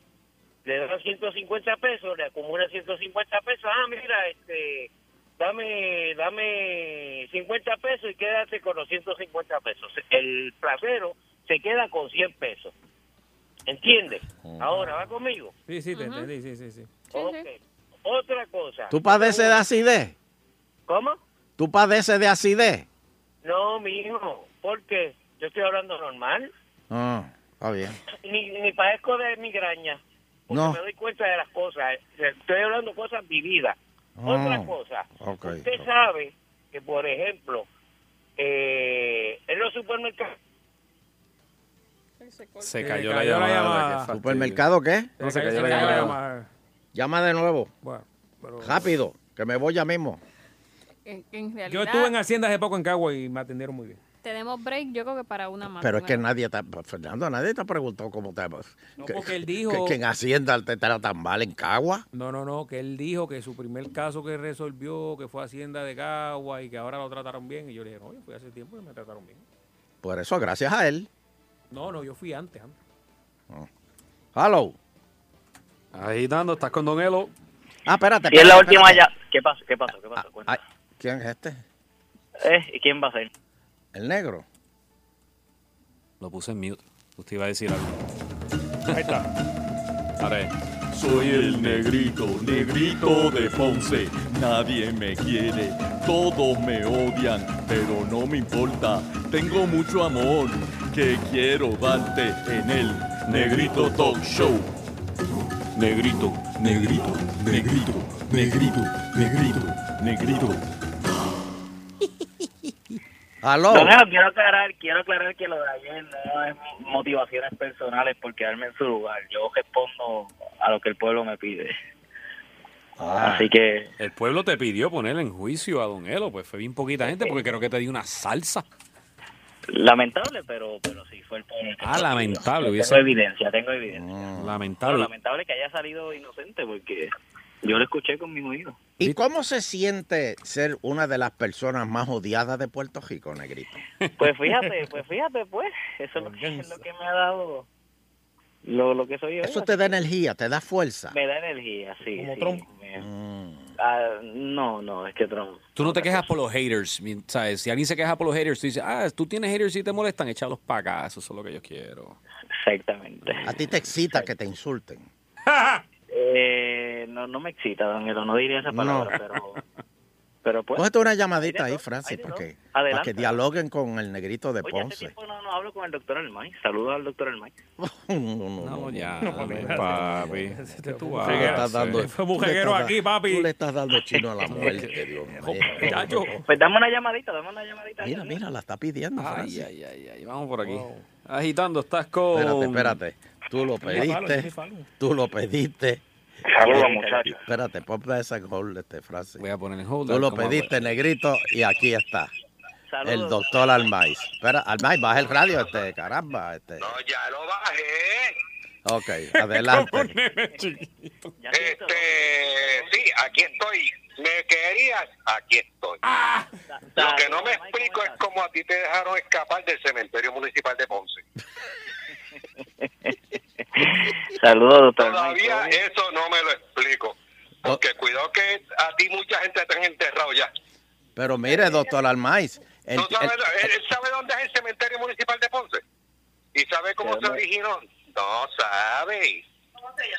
Speaker 17: le dan 150 pesos, le acumula 150 pesos. Ah, mira, este, dame, dame 50 pesos y quédate con los 150 pesos. El placero se queda con 100 pesos.
Speaker 18: ¿Entiendes? Ahora, ¿va conmigo?
Speaker 2: Sí, sí, te entendí, sí, sí, sí.
Speaker 18: Ok. Otra cosa.
Speaker 1: ¿Tú padeces de acidez?
Speaker 18: ¿Cómo?
Speaker 1: ¿Tú padeces de acidez?
Speaker 18: No, mi hijo, porque yo estoy hablando normal.
Speaker 1: Ah, está bien.
Speaker 18: Ni, ni padezco de migraña. Porque
Speaker 1: No.
Speaker 18: me doy cuenta de las cosas. Estoy hablando cosas vividas.
Speaker 6: Oh.
Speaker 18: Otra
Speaker 6: Mm.
Speaker 1: Ah,
Speaker 18: cosa.
Speaker 1: ok.
Speaker 18: Usted sabe que, por ejemplo, eh, en los supermercados
Speaker 5: Se
Speaker 1: cayó
Speaker 5: la
Speaker 1: llamada,
Speaker 5: qué
Speaker 1: ¿Supermercado qué?
Speaker 5: No, se cayó la llamada.
Speaker 3: Llama de nuevo.
Speaker 2: Bueno,
Speaker 3: Rápido, que me voy ya mismo.
Speaker 4: En, en realidad,
Speaker 2: Yo estuve en Hacienda hace poco en Cagua y me atendieron muy bien.
Speaker 4: tenemos break, yo creo que para una más.
Speaker 3: Pero es que nadie está, Fernando, nadie te preguntó cómo te pues,
Speaker 2: No,
Speaker 3: que-
Speaker 2: porque él dijo-
Speaker 3: que, que en Hacienda te tratan tan mal en Cagua.
Speaker 2: No, no, no, que él dijo que su primer caso que resolvió, que fue Hacienda de Cagua y que ahora lo trataron bien. Y yo le dije, no, yo fui hace tiempo y me trataron bien.
Speaker 3: Por eso, gracias a él.
Speaker 2: No, no, yo fui antes. antes.
Speaker 3: Hello.
Speaker 5: Agitando, estás con Don Elo.
Speaker 3: Ah, espérate.
Speaker 17: Y es la última
Speaker 3: espérate.
Speaker 17: ya. ¿Qué pasó? ¿Qué pasó? ¿Qué pasó? Cuenta.
Speaker 5: ah,
Speaker 3: Ay, ¿Quién es este?
Speaker 17: Eh, ¿Y quién va a ser?
Speaker 3: El negro.
Speaker 5: Lo puse en mute. Usted iba a decir algo.
Speaker 11: Ahí está.
Speaker 5: Ahora es.
Speaker 11: Soy el negrito, negrito de Ponce. Nadie me quiere, todos me odian, pero no me importa. Tengo mucho amor que quiero darte en el Negrito Talk Show. Negrito, negrito, negrito, negrito, negrito, negrito.
Speaker 3: Aló.
Speaker 17: Don Elo, quiero aclarar, quiero aclarar que lo de ayer no es motivaciones personales por quedarme en su lugar. Yo respondo a lo que el pueblo me pide.
Speaker 3: Ah.
Speaker 17: Así que.
Speaker 5: El pueblo te pidió poner en juicio a Don Elo, pues fue bien poquita gente porque creo que te dio una salsa.
Speaker 17: Lamentable, pero, pero sí, fue el pueblo. el que
Speaker 5: Ah,
Speaker 17: me
Speaker 5: lamentable.
Speaker 17: pidió.
Speaker 5: hubiese-
Speaker 17: Tengo evidencia, tengo evidencia. Pero
Speaker 5: Lamentable.
Speaker 17: lamentable que haya salido inocente porque yo lo escuché con mis oídos.
Speaker 3: ¿Y cómo se siente ser una de las personas más odiadas de Puerto Rico, negrito?
Speaker 17: Pues
Speaker 3: *laughs*
Speaker 17: fíjate, pues fíjate, pues. Eso es lo que, es lo que me ha dado. Lo, lo que soy yo.
Speaker 3: Eso te da energía, te da Mm. fuerza.
Speaker 17: Me da energía, sí.
Speaker 3: Como
Speaker 17: sí.
Speaker 3: Trump.
Speaker 17: Me- Ah, no, no, es que
Speaker 3: *laughs*
Speaker 17: Trump.
Speaker 5: Tú no te quejas por los haters, mi- ¿sabes? Si alguien se queja por los haters, tú dices, ah, tú tienes haters y te molestan, échalos para acá, eso es lo que yo quiero.
Speaker 17: Exactamente.
Speaker 3: A ti te excita que te insulten.
Speaker 17: Eh, no, no me excita, don Elo, no diría esa palabra, pero. Pero pues.
Speaker 3: Cógete una
Speaker 17: Hay de
Speaker 3: llamadita ahí,
Speaker 17: todo,
Speaker 3: Francis,
Speaker 17: hay de
Speaker 3: para que,
Speaker 17: todo.
Speaker 3: para
Speaker 17: Adelante.
Speaker 3: que dialoguen con el negrito de
Speaker 17: Oye, hace
Speaker 3: Ponce.
Speaker 17: tiempo no, no hablo con el doctor Almay. Saludos al doctor Almay.
Speaker 3: *laughs* No, no, no.
Speaker 5: ya,
Speaker 3: no,
Speaker 5: dame, papi.
Speaker 3: Tú
Speaker 5: Tú
Speaker 3: le estás
Speaker 5: haces.
Speaker 3: dando, tú le
Speaker 5: Fue mujeruguero
Speaker 3: estás da-
Speaker 5: aquí, papi.
Speaker 3: Tú le estás dando chino
Speaker 5: *laughs*
Speaker 3: a la muerte, Dios mío.
Speaker 17: Pues dame una llamadita, dame una llamadita.
Speaker 3: Mira, mira, la está pidiendo,
Speaker 5: Ay,
Speaker 3: Francis.
Speaker 5: ay, ay, ay, vamos por aquí. Agitando, estás con...
Speaker 3: Espérate, espérate. Tú lo
Speaker 5: Jimmy Fallon,
Speaker 3: pediste.
Speaker 5: Jimmy Fallon.
Speaker 3: Tú lo pediste.
Speaker 5: Saludos,
Speaker 3: Eh,
Speaker 5: muchachos.
Speaker 3: Espérate, ponme esa en hold, este, Francis. Voy
Speaker 5: a poner en hold.
Speaker 3: Tú lo
Speaker 5: ¿cómo hago?
Speaker 3: pediste, negrito, y aquí está.
Speaker 17: Saludos.
Speaker 3: El doctor Almais. Espera, Almais, baja el radio, este, caramba. Este. No,
Speaker 14: ya lo bajé.
Speaker 3: Ok, *laughs*
Speaker 14: *laughs*
Speaker 3: adelante.
Speaker 14: Este, sí, aquí estoy. ¿Me querías? Aquí estoy. Lo que no me explico es cómo a ti te dejaron escapar del cementerio municipal de Ponce.
Speaker 17: *laughs* Saludos, doctor Almay.
Speaker 14: Todavía eso no me lo explico. Porque cuidado que a ti mucha gente te han enterrado ya.
Speaker 3: Pero mire, doctor Almais. el-
Speaker 14: ¿Tú sabes,
Speaker 3: el-
Speaker 14: él, él sabe dónde es el cementerio municipal de Ponce? ¿Y sabe cómo se originó? No sabe.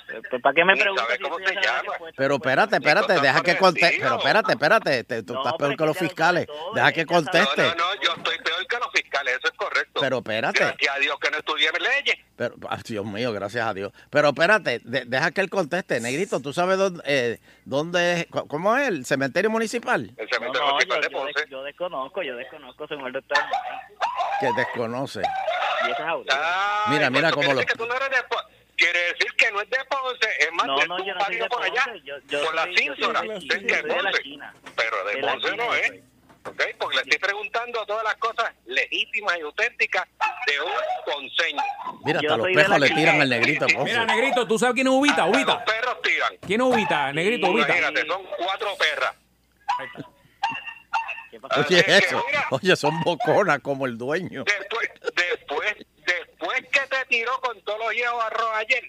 Speaker 17: Eh, pues, ¿Para qué me
Speaker 14: Ni
Speaker 17: preguntas
Speaker 14: sabe
Speaker 17: si
Speaker 14: cómo
Speaker 17: yo
Speaker 14: se
Speaker 17: ya sé la
Speaker 14: llama.
Speaker 3: Pero espérate, espérate, deja que conteste. Pero espérate, espérate, te- tú
Speaker 14: No,
Speaker 3: estás
Speaker 14: pero
Speaker 3: peor
Speaker 14: es
Speaker 3: que
Speaker 14: que
Speaker 3: los
Speaker 14: ya lo
Speaker 3: fiscales. Deja que conteste.
Speaker 14: No, no, no, yo estoy peor que los fiscales, eso es correcto.
Speaker 3: Pero espérate.
Speaker 14: Gracias a Dios que no estudié leyes.
Speaker 3: Pero, ah, Dios mío, gracias a Dios. Pero espérate, de- deja que él conteste. Negrito, ¿tú sabes dónde, eh, dónde es? cu- ¿Cómo es? ¿El cementerio municipal?
Speaker 14: El
Speaker 17: No,
Speaker 14: cementerio
Speaker 17: no, yo,
Speaker 14: municipal de
Speaker 17: yo,
Speaker 14: Ponce.
Speaker 17: des- yo desconozco, yo desconozco, soy el doctor Almay.
Speaker 3: Que desconoce.
Speaker 17: Y esa es aburrida.
Speaker 14: Ah,
Speaker 3: Mira, mira cómo lo...
Speaker 14: Quiere decir que no es de Ponce, es más
Speaker 17: No,
Speaker 14: de
Speaker 17: no,
Speaker 14: tu
Speaker 17: yo no soy
Speaker 14: barrio
Speaker 17: de
Speaker 14: por allá.
Speaker 17: Ponce, yo- yo
Speaker 14: por la
Speaker 17: soy- yo soy
Speaker 14: Cínsora,
Speaker 17: de la
Speaker 14: es
Speaker 17: China,
Speaker 14: que es
Speaker 17: soy de la
Speaker 14: Ponce.
Speaker 17: China.
Speaker 14: Pero de
Speaker 17: De la
Speaker 14: Ponce
Speaker 17: China
Speaker 14: no
Speaker 17: yo
Speaker 14: es. ¿Ok? Porque le estoy preguntando todas las cosas legítimas y auténticas de un ponceño.
Speaker 3: Mira, hasta los pejos le tiran al negrito. Ponce.
Speaker 2: Mira, Negrito, ¿tú sabes quién es Ubita? Ubita. Los
Speaker 14: perros tiran.
Speaker 2: ¿Quién es Ubita? Negrito, Ubita.
Speaker 14: Imagínate, son cuatro perras.
Speaker 3: Oye, eso. Oye, son boconas como el dueño.
Speaker 14: Pues que te tiró con todos los hijos arroz ayer.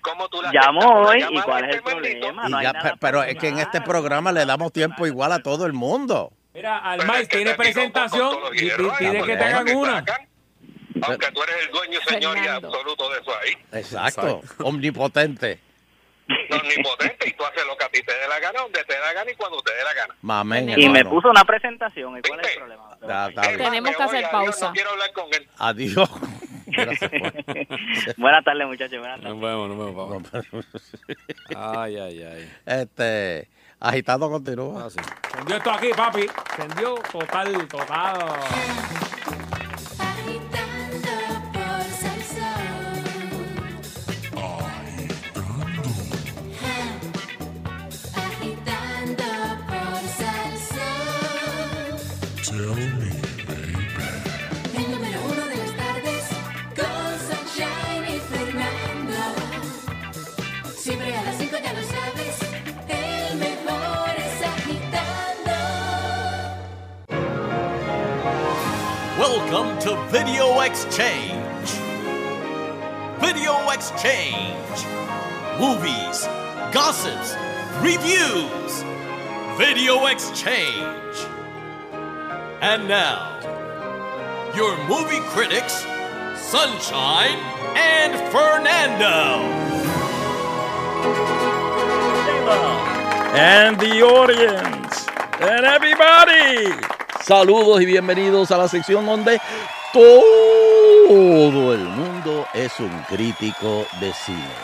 Speaker 14: Como tú la
Speaker 3: Llamo
Speaker 14: aceptas,
Speaker 3: hoy
Speaker 14: la
Speaker 3: y
Speaker 14: llamada
Speaker 3: cuál
Speaker 14: de
Speaker 3: es el
Speaker 14: este maldito.
Speaker 3: Y ya, pe- pero es que en este programa le damos tiempo igual a todo el mundo. ¿eh?
Speaker 2: Mira, Almay tiene presentación. y- y- Pide que te hagan una.
Speaker 14: ¿eh? Aunque tú eres el dueño, señor, y absoluto de eso ahí.
Speaker 19: Exacto. Omnipotente.
Speaker 14: Omnipotente, y tú haces lo que a ti te dé la gana, donde te dé la gana y cuando te dé la gana.
Speaker 19: Mamén,
Speaker 20: Y me
Speaker 19: hermano.
Speaker 20: puso una presentación. ¿Y cuál es el problema?
Speaker 19: Da- da-
Speaker 4: Tenemos que hacer pausa.
Speaker 20: *laughs*
Speaker 19: Adiós.
Speaker 20: buenas tardes, muchachos. Buenas tardes.
Speaker 5: Nos vemos, nos vemos, papá.
Speaker 3: *laughs*
Speaker 5: Ay, ay, ay. Ah,
Speaker 19: Este, agitando continúa.
Speaker 2: Tendió esto aquí, papi. Tendió total, total.
Speaker 1: Tell me.
Speaker 21: El número uno de las tardes con Sunshine y Fernando. Siempre a las cinco ya lo sabes, el mejor es agitando.
Speaker 6: Welcome to Video Exchange. Video Exchange. Movies, gossips, reviews. Video Exchange. And now, your movie critics, Sunshine and Fernando.
Speaker 22: And the audience. And everybody.
Speaker 3: Saludos y bienvenidos a la sección donde todo el mundo es un crítico de cine.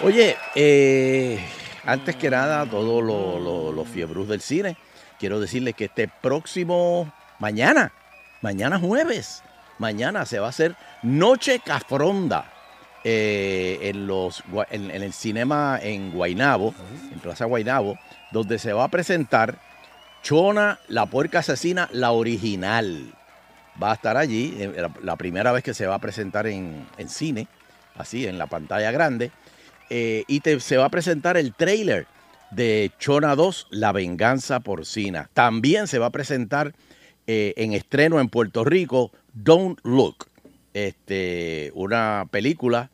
Speaker 3: Oye, eh, antes que nada, a todos los los- los fiebrús del cine, quiero decirles que este próximo mañana, mañana jueves, mañana se va a hacer Noche Cafronda eh, en, los, gua- en, en el cinema en Guainabo, en Plaza Guainabo, donde se va a presentar Chona, la puerca asesina, la original. Va a estar allí, eh, la, la primera vez que se va a presentar en, en cine, así, en la pantalla grande. Eh, y te- se va a presentar el trailer de Chona 2, La venganza porcina. También se va a presentar eh, en estreno en Puerto Rico, Don't Look, este, una película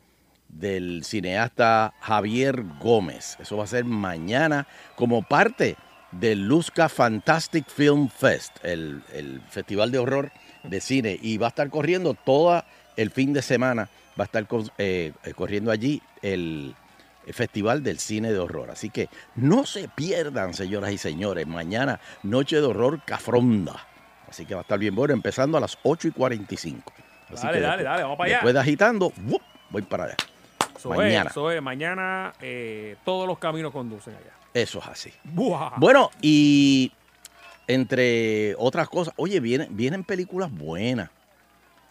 Speaker 3: del cineasta Javier Gómez. Eso va a ser mañana como parte del Luzca Fantastic Film Fest, el, el festival de horror de cine. Y va a estar corriendo todo el fin de semana, va a estar cos- eh, eh, corriendo allí el, el Festival del Cine de Horror. Así que no se pierdan, señoras y señores, mañana Noche de Horror Cafronda. Así que va a estar bien bueno, empezando a las 8 y 45. Así
Speaker 2: Dale,
Speaker 3: que
Speaker 2: dale,
Speaker 3: después-
Speaker 2: dale, vamos para allá.
Speaker 3: Después de agitando, ¡wup! voy para allá.
Speaker 2: Eso es,
Speaker 3: mañana.
Speaker 2: eso es. Mañana eh, todos los caminos conducen allá.
Speaker 3: Eso es así.
Speaker 2: Buah.
Speaker 3: Bueno, y entre otras cosas, oye, vienen, vienen películas buenas.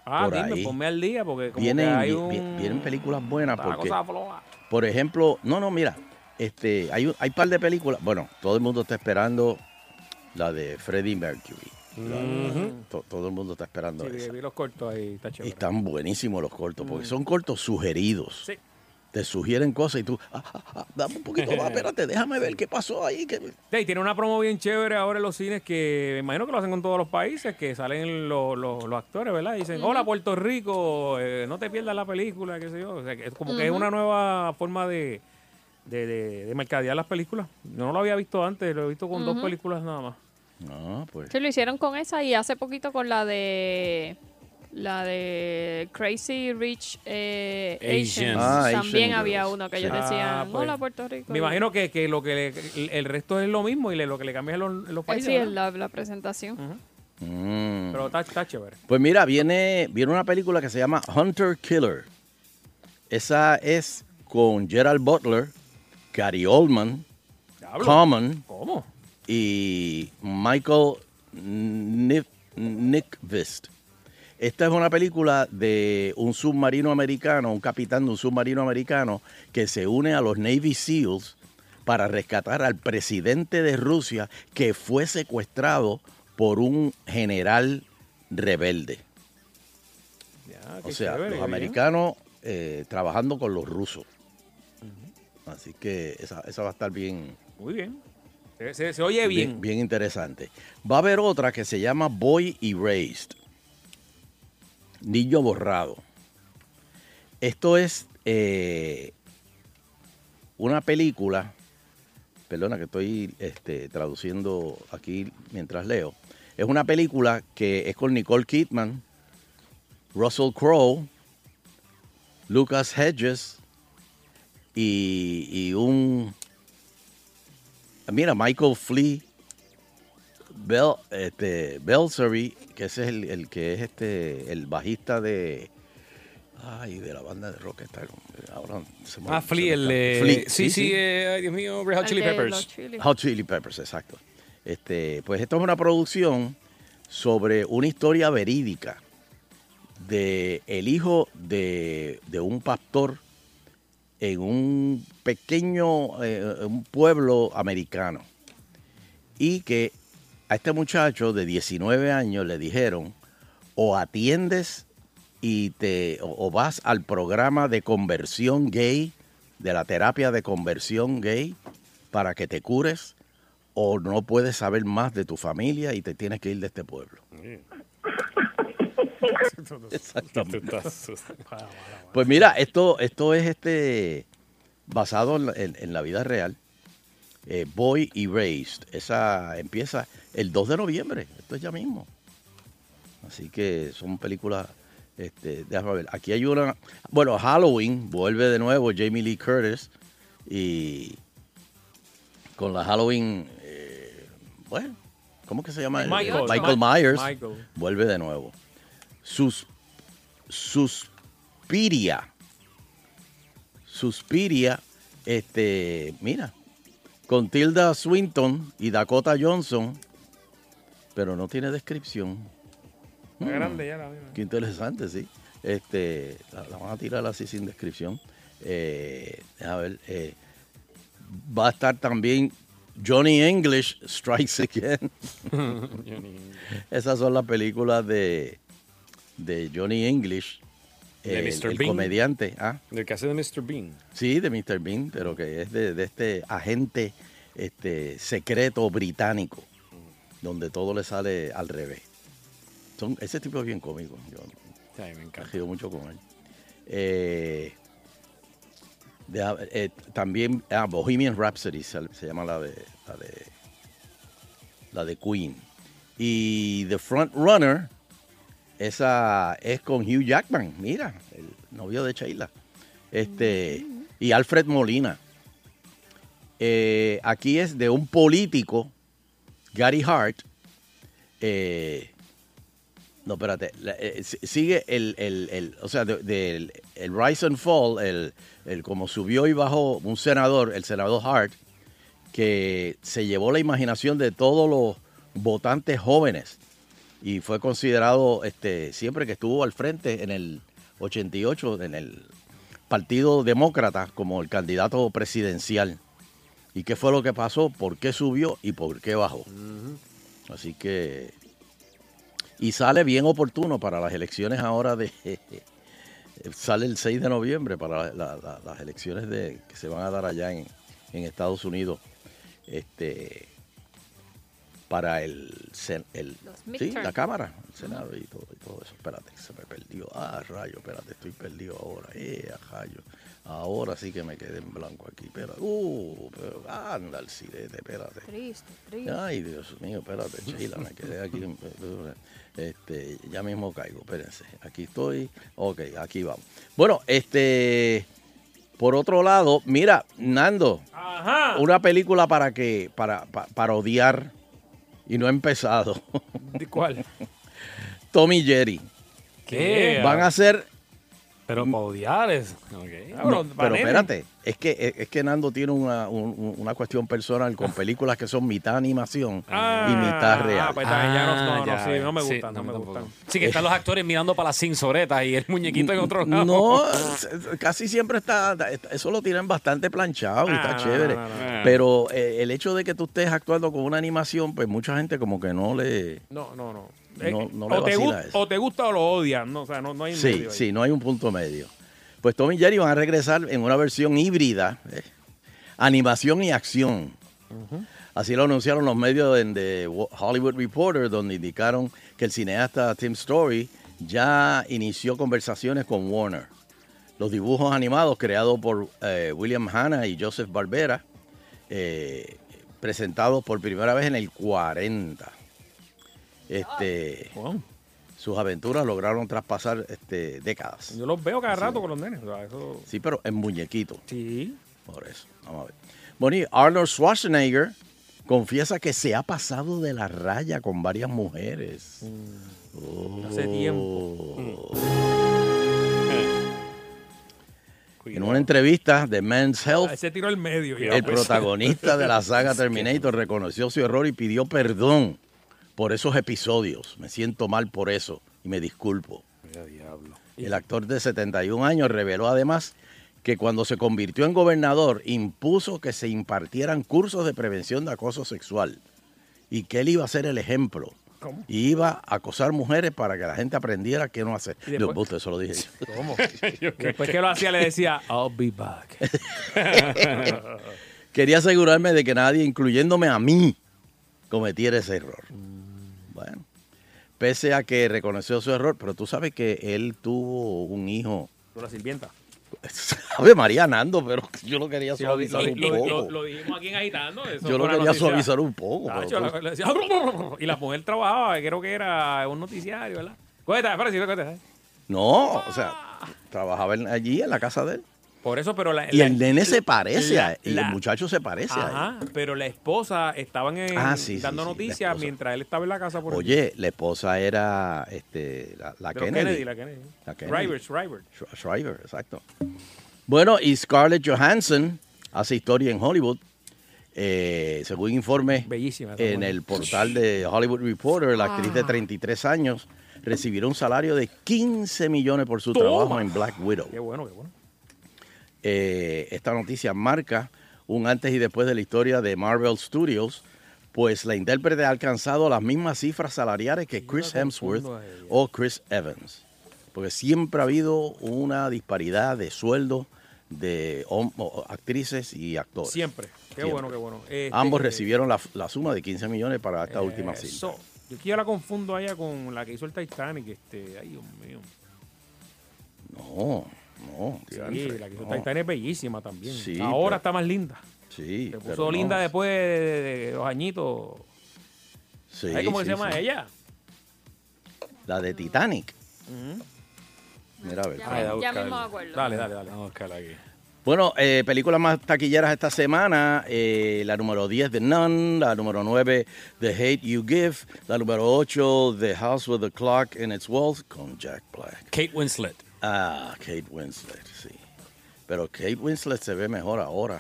Speaker 2: Ah,
Speaker 3: por
Speaker 2: dime,
Speaker 3: ahí.
Speaker 2: ponme al día porque como que
Speaker 3: Vienen,
Speaker 2: hay
Speaker 3: vi-
Speaker 2: un...
Speaker 3: vi- vienen películas buenas
Speaker 2: una
Speaker 3: porque,
Speaker 2: cosa floja.
Speaker 3: por ejemplo, no, no, mira, este, hay un hay par de películas. Bueno, todo el mundo está esperando la de Freddie Mercury. La-
Speaker 2: Ujú.
Speaker 3: to- todo el mundo está esperando
Speaker 2: Sí,
Speaker 3: esa.
Speaker 2: vi, vi los cortos ahí, está
Speaker 3: Y
Speaker 2: chévere.
Speaker 3: están buenísimos los cortos, porque
Speaker 2: Mm.
Speaker 3: son cortos sugeridos.
Speaker 2: Sí.
Speaker 3: Te sugieren cosas y tú, ah, ah, ah, dame un poquito
Speaker 2: *laughs*
Speaker 3: más, espérate, déjame ver qué pasó ahí. Que...
Speaker 2: Sí, tiene una promo bien chévere ahora en los cines que me imagino que lo hacen con todos los países, que salen los, los- los actores, ¿verdad? Y dicen,
Speaker 7: Ujú.
Speaker 2: hola Puerto Rico, eh, no te pierdas la película, qué sé yo. O sea, que es como que es
Speaker 7: Ujú.
Speaker 2: una nueva forma de, de, de- de mercadear las películas. Yo no lo había visto antes, lo he visto con dos
Speaker 4: Ujú.
Speaker 2: películas nada más.
Speaker 3: No, pues.
Speaker 4: Sí, lo hicieron con esa y hace poquito con la de la de Crazy Rich eh, Asians.
Speaker 2: Asians. Ah, Asian
Speaker 4: También había
Speaker 2: Girls.
Speaker 4: uno que ellos
Speaker 2: Sí.
Speaker 4: decían,
Speaker 2: Ah, pues.
Speaker 4: hola Puerto Rico.
Speaker 2: Me imagino que, que lo que le- el, el resto es lo mismo y le- lo que le cambian los, los
Speaker 4: Eh,
Speaker 2: países.
Speaker 4: sí, es
Speaker 2: ¿verdad?
Speaker 4: la, la presentación.
Speaker 3: Mm.
Speaker 2: Pero está, está chévere.
Speaker 3: Pues mira, viene, viene una película que se llama Hunter Killer. Esa es con Gerald Butler, Gary Oldman,
Speaker 2: Diablo.
Speaker 3: Common
Speaker 2: ¿Cómo?
Speaker 3: y Michael Nif- Nyqvist. Esta es una película de un submarino americano, un capitán de un submarino americano que se une a los Navy SEALs para rescatar al presidente de Rusia que fue secuestrado por un general rebelde.
Speaker 2: Ya, qué
Speaker 3: O sea,
Speaker 2: chévere,
Speaker 3: los
Speaker 2: bien.
Speaker 3: americanos eh, trabajando con los rusos. Así que esa, esa va a estar bien,
Speaker 2: Muy bien. Se, se- se oye bien.
Speaker 3: bien, bien interesante. Va a haber otra que se llama Boy Erased. Niño borrado. Esto es eh, una película. Perdona que estoy este, traduciendo aquí mientras leo. Es una película que es con Nicole Kidman, Russell Crowe, Lucas Hedges y, y un. Mira, Michael Flea, Bell, este, Belsery, que ese es el, el que es este el bajista de. Ay, de la banda de rock que está. con- Ahora se me-
Speaker 5: Ah,
Speaker 3: se me
Speaker 5: Flea, el,
Speaker 3: escapa.
Speaker 5: eh,
Speaker 3: Flea,
Speaker 5: sí, sí, eh, ay, Dios mío, Red Hot Chili
Speaker 3: El de
Speaker 5: Peppers.
Speaker 3: los Chili. Hot Chili Peppers, exacto. Este, pues esto es una producción sobre una historia verídica de el hijo de, de un pastor en un pequeño eh, un pueblo americano. Y que a este muchacho de 19 años le dijeron o atiendes y te o, o vas al programa de conversión gay, de la terapia de conversión gay para que te cures o no puedes saber más de tu familia y te tienes que ir de este pueblo.
Speaker 6: Ah,
Speaker 3: Exactamente. Pues mira, esto, esto es este basado en la, en- en la vida real. Eh, Boy Erased. Esa empieza el 2 de noviembre. Esto es ya mismo. Así que son películas. Este, déjame ver. Aquí hay una. Bueno, Halloween vuelve de nuevo Jamie Lee Curtis. Y con la Halloween. eh, bueno, ¿cómo que se llama?
Speaker 21: Michael.
Speaker 3: Michael
Speaker 21: Mi-
Speaker 3: Myers.
Speaker 21: Michael.
Speaker 3: Vuelve de nuevo. Sus, Suspiria. Suspiria. Este, mira. Con Tilda Swinton y Dakota Johnson. Pero no tiene descripción.
Speaker 2: Está
Speaker 3: Mm.
Speaker 2: grande ya la misma.
Speaker 3: Qué interesante, sí. Este, la, la van a tirar así sin descripción. Eh, a ver, eh, va a estar también Johnny English Strikes Again. Esas son las películas de, de Johnny English,
Speaker 5: De
Speaker 3: el,
Speaker 5: Mr.
Speaker 3: el
Speaker 5: Bean.
Speaker 3: comediante. ¿ah?
Speaker 5: Del caso de Mr. Bean.
Speaker 3: Sí, de Mr. Bean, pero que es de, de este agente este, secreto británico, donde todo le sale al revés. Son, ese tipo es bien cómico. Yo
Speaker 5: me encanta.
Speaker 3: río mucho con él. Eh, deja ver, eh, también ah, Bohemian Rhapsody se, se llama la de, la de la de Queen. Y The Front Runner, esa es con Hugh Jackman, mira, el novio de Sheila. Este, y Alfred Molina. Eh, aquí es de un político, Gary Hart. Eh, no, espérate. la- eh, si- sigue el, el- el- o sea, de- del- el rise and fall, el, el como subió y bajó un senador, el senador Hart, que se llevó la imaginación de todos los votantes jóvenes y fue considerado, este, siempre que estuvo al frente en el 88, en el Partido Demócrata, como el candidato presidencial. ¿Y qué fue lo que pasó? ¿Por qué subió y por qué bajó? Así que y sale bien oportuno para las elecciones ahora de... *laughs* Sale el 6 de noviembre para la- la- las elecciones de, que se van a dar allá en, en Estados Unidos. Este, para el, sen- el
Speaker 21: Los
Speaker 3: sí,
Speaker 21: midterm.
Speaker 3: la Cámara, el Senado y todo, y todo eso. Espérate, que se me perdió. Ah, rayo, espérate, estoy perdido ahora. Eh, a rayo. Ahora sí que me quedé en blanco aquí. Pero, uh, pero, anda el sirete, espérate.
Speaker 4: Triste, triste.
Speaker 3: Ay, Dios mío, espérate, Sheila, me quedé aquí. *laughs* Este, ya mismo caigo, espérense. Aquí estoy. Ok, aquí vamos. Bueno, este, por otro lado, mira, Nando, una película para que, para, pa- para odiar y no he empezado.
Speaker 2: ¿De cuál?
Speaker 3: Tommy Jerry.
Speaker 5: ¿Qué?
Speaker 3: Van a ser
Speaker 5: Pero para odiar es. Okay.
Speaker 3: No, Ah, pero espérate, es que, es- es que Nando tiene una, un- una cuestión personal con películas que son mitad animación y mitad real.
Speaker 2: Ah, pues está bien, ya no, no, no,
Speaker 5: ya,
Speaker 2: sí, no me
Speaker 5: sí,
Speaker 2: gustan, no, me gustan.
Speaker 5: Sí, que están los actores mirando para las cinzoretas y el muñequito en otro lado. *laughs*
Speaker 3: No, s- casi siempre está, está- eso lo tiran bastante planchado y
Speaker 5: Ah,
Speaker 3: está
Speaker 5: no,
Speaker 3: chévere.
Speaker 5: no, no, no.
Speaker 3: Pero eh, el hecho de que tú estés actuando con una animación, pues mucha gente como que no le...
Speaker 2: No, no, no.
Speaker 3: No-
Speaker 2: Eh,
Speaker 3: no le
Speaker 2: o, te
Speaker 3: vacila
Speaker 2: gus-
Speaker 3: eso.
Speaker 2: o te gusta o lo odias. No, o sea, no, no hay un
Speaker 3: Sí,
Speaker 2: medio ahí.
Speaker 3: sí, no hay un punto medio. Pues Tom y Jerry van a regresar en una versión híbrida, eh, animación y acción. Así lo anunciaron los medios de, de Wo- Hollywood Reporter, donde indicaron que el cineasta Tim Story ya inició conversaciones con Warner. Los dibujos animados creados por eh, William Hanna y Joseph Barbera, eh, presentados por primera vez en el 40. Este, sus aventuras lograron traspasar este, décadas.
Speaker 2: Yo los veo cada rato con los nenes. o sea, eso-
Speaker 3: Sí, pero en muñequito. Sí. Por eso. Vamos a ver. Bueno, y Arnold Schwarzenegger confiesa que se ha pasado de la raya con varias mujeres.
Speaker 2: Mm.
Speaker 3: Oh.
Speaker 2: Hace tiempo.
Speaker 3: En una entrevista de Men's Health,
Speaker 2: Ese tiro al medio. ya,
Speaker 3: el
Speaker 2: pues.
Speaker 3: protagonista
Speaker 2: *laughs*
Speaker 3: de la saga Terminator reconoció su error y pidió perdón por esos episodios. Me siento mal por eso y me disculpo. El actor de 71 años reveló además que cuando se convirtió en gobernador impuso que se impartieran cursos de prevención de acoso sexual y que él iba a ser el ejemplo.
Speaker 2: ¿Cómo?
Speaker 3: Y iba a acosar mujeres para que la gente aprendiera qué no hacer.
Speaker 2: Y
Speaker 3: Dios,
Speaker 2: después-
Speaker 3: usted se lo dije.
Speaker 2: *laughs*
Speaker 3: *laughs* yo.
Speaker 2: ¿Cómo? Después que lo hacía le decía, I'll be back.
Speaker 3: *laughs* Quería asegurarme de que nadie, incluyéndome a mí, cometiera ese error.
Speaker 2: Mm.
Speaker 3: Bueno, pese a que reconoció su error, pero tú sabes que él tuvo un hijo. *laughs*
Speaker 2: Con la sirvienta.
Speaker 3: Sabe María Nando, pero *laughs* yo lo quería
Speaker 2: Sí, lo,
Speaker 3: suavizar
Speaker 2: lo-
Speaker 3: un
Speaker 2: lo-
Speaker 3: poco.
Speaker 2: lo- lo dijimos aquí en agitando. eso
Speaker 3: Yo lo
Speaker 2: fue una
Speaker 3: quería
Speaker 2: noticia. Ah,
Speaker 3: suavizar un poco,
Speaker 2: Tacho,
Speaker 3: pero pues- tú-
Speaker 2: la- le decía, y la mujer trabajaba, creo que era un noticiario, ¿verdad? Cuéntame, espera, sí, cuéntame.
Speaker 3: No, o sea, trabajaba en- allí en la casa de él.
Speaker 2: Por eso, pero la.
Speaker 3: Y
Speaker 2: la-
Speaker 3: el nene se parece a él, y
Speaker 2: Ah. la-
Speaker 3: el muchacho se parece a él.
Speaker 2: Ajá, pero la esposa estaban en-
Speaker 3: Ah, sí, sí,
Speaker 2: dando
Speaker 3: sí, la
Speaker 2: noticias mientras él estaba en la casa por ahí.
Speaker 3: Oye, la esposa era este, la, la
Speaker 2: Pero
Speaker 3: Kennedy.
Speaker 2: la Kennedy.
Speaker 3: La Kennedy.
Speaker 2: Schreiber, Schreiber.
Speaker 3: Sh- Shriver, exacto. Bueno, y Scarlett Johansson hace historia en Hollywood. Eh, según informe
Speaker 2: Bellísima. esa
Speaker 3: en
Speaker 2: mujer.
Speaker 3: el portal de Hollywood Reporter, la actriz de
Speaker 2: Ah.
Speaker 3: 33 años recibirá un salario de 15 millones por su
Speaker 2: Toma.
Speaker 3: trabajo en Black Widow.
Speaker 2: Qué bueno, qué bueno.
Speaker 3: Eh, esta noticia marca un antes y después de la historia de Marvel Studios, pues la intérprete ha alcanzado las mismas cifras salariales que Chris Hemsworth o Chris Evans. Porque siempre ha habido una disparidad de sueldo de hom- o- actrices y actores.
Speaker 2: Siempre. Qué
Speaker 3: Siempre.
Speaker 2: bueno, qué bueno. Este,
Speaker 3: Ambos recibieron la, la suma de 15 millones para esta última cinta.
Speaker 2: Eso. Yo aquí ya la confundo a ella con la que hizo el Titanic. Este, ay, Dios mío.
Speaker 3: No, no.
Speaker 2: Sí,
Speaker 3: diantre,
Speaker 2: la que hizo
Speaker 3: no.
Speaker 2: el Titanic es bellísima también.
Speaker 3: Sí, pero-
Speaker 2: Ahora está más linda.
Speaker 3: Sí,
Speaker 2: Se
Speaker 3: pero
Speaker 2: puso
Speaker 3: no.
Speaker 2: linda después de, de- de los añitos.
Speaker 3: Sí,
Speaker 2: ¿Sabes cómo
Speaker 3: sí,
Speaker 2: se llama
Speaker 3: sí.
Speaker 2: ella?
Speaker 3: La de Titanic.
Speaker 2: Ujú.
Speaker 3: Mira, a ver.
Speaker 4: Ya, ya mismo me acuerdo.
Speaker 2: Dale, dale, dale.
Speaker 5: Vamos a buscarla aquí.
Speaker 3: Bueno, eh, películas más taquilleras esta semana, eh, la número 10 de Nun, la número 9 The Hate You Give, la número 8 The House with the Clock in Its Walls con Jack Black.
Speaker 5: Kate Winslet.
Speaker 3: Ah, Kate Winslet, sí. Pero Kate Winslet se ve mejor ahora.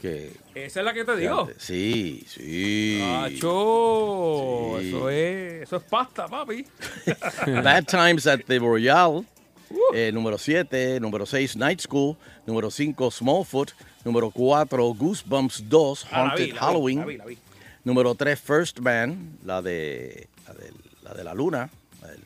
Speaker 3: Que,
Speaker 2: Esa es la que te
Speaker 3: que
Speaker 2: digo.
Speaker 3: antes. Sí, sí.
Speaker 2: Nacho,
Speaker 3: Sí.
Speaker 2: Oh, eso es, eso es pasta, papi.
Speaker 3: *laughs* Bad Times at the Royal. eh, número 7, número 6, Night School. Número 5, Smallfoot. Número 4, Goosebumps 2,
Speaker 2: Ah, la vi,
Speaker 3: Haunted
Speaker 2: la vi,
Speaker 3: Halloween.
Speaker 2: la vi, la vi.
Speaker 3: Número 3, First Man, la de la de, la, de la luna, la del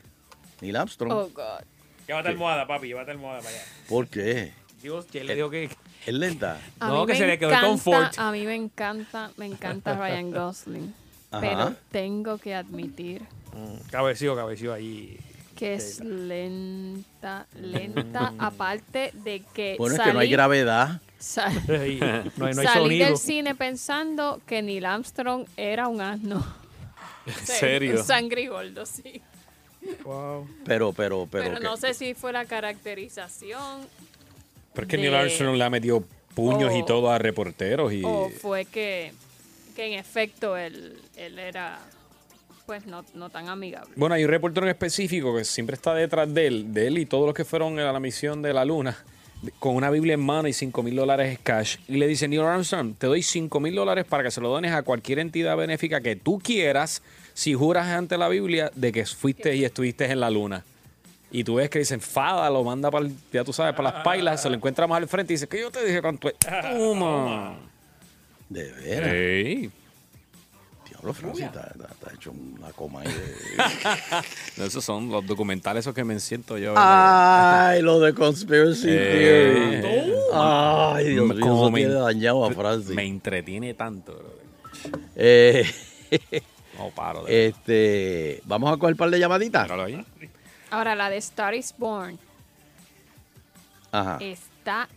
Speaker 3: Neil Armstrong.
Speaker 4: Oh, God.
Speaker 2: Llévate almohada, papi, llévate almohada para allá.
Speaker 3: ¿Por qué? Eh,
Speaker 2: Dios, que le digo que...
Speaker 3: Es lenta.
Speaker 4: A
Speaker 2: No,
Speaker 4: mí
Speaker 2: que
Speaker 4: me
Speaker 2: se le quedó el
Speaker 4: encanta- *laughs*
Speaker 2: confort.
Speaker 4: A mí me encanta, me
Speaker 3: *laughs*
Speaker 4: encanta Ryan Gosling.
Speaker 2: Ajá.
Speaker 4: Pero tengo que admitir
Speaker 2: Cabecío, cabecío Mm, ahí.
Speaker 4: que es lenta,
Speaker 3: *laughs*
Speaker 4: lenta. aparte de que
Speaker 3: Bueno, es
Speaker 4: salí,
Speaker 3: que no hay gravedad. *laughs*
Speaker 4: sal-
Speaker 2: Sí, *laughs* no hay- no hay
Speaker 4: salí
Speaker 2: sonido.
Speaker 4: del cine pensando que Neil Armstrong era un asno.
Speaker 3: ¿En
Speaker 4: *laughs* Un sangrigoldo, sí.
Speaker 2: Wow.
Speaker 3: Pero, pero, pero.
Speaker 4: Pero,
Speaker 3: ¿qué?
Speaker 4: no sé si fue la caracterización
Speaker 5: Pero es que
Speaker 4: De-
Speaker 5: Neil Armstrong le ha metido puños y
Speaker 4: Oh.
Speaker 5: todo a reporteros y...
Speaker 4: o fue que, que en efecto él, él era pues no, no tan amigable.
Speaker 5: Bueno, hay un reportero en específico que siempre está detrás de él, de él y todos los que fueron a la misión de la luna, de- con una Biblia en mano y 5 mil dólares cash. Y le dice, Neil Armstrong, te doy 5 mil dólares para que se lo dones a cualquier entidad benéfica que tú quieras si juras ante la Biblia de que fuiste y estuviste en la luna. Y tú ves que dice, enfada, lo manda para, el- ya tú sabes, para las pailas, se lo encuentra más al frente y dice, que yo te dije cuánto es. ¡Toma!
Speaker 3: De veras.
Speaker 5: Ey.
Speaker 3: Diablo, Francis, está, está- está hecho una coma ahí de-
Speaker 5: *laughs* Esos son los documentales esos que me siento yo.
Speaker 3: Ah, Ay, lo de conspiracy
Speaker 5: Eh,
Speaker 3: theory.
Speaker 5: eh,
Speaker 3: Ay, Dios mío,
Speaker 5: Como
Speaker 3: eso
Speaker 5: me-
Speaker 3: tiene dañado a Francis.
Speaker 5: Me entretiene tanto. brother.
Speaker 3: Eh,
Speaker 5: *laughs* No paro. De
Speaker 3: este, vamos a coger un par de llamaditas.
Speaker 4: Ahora la de Star is Born Eh,
Speaker 3: Ajá.
Speaker 4: está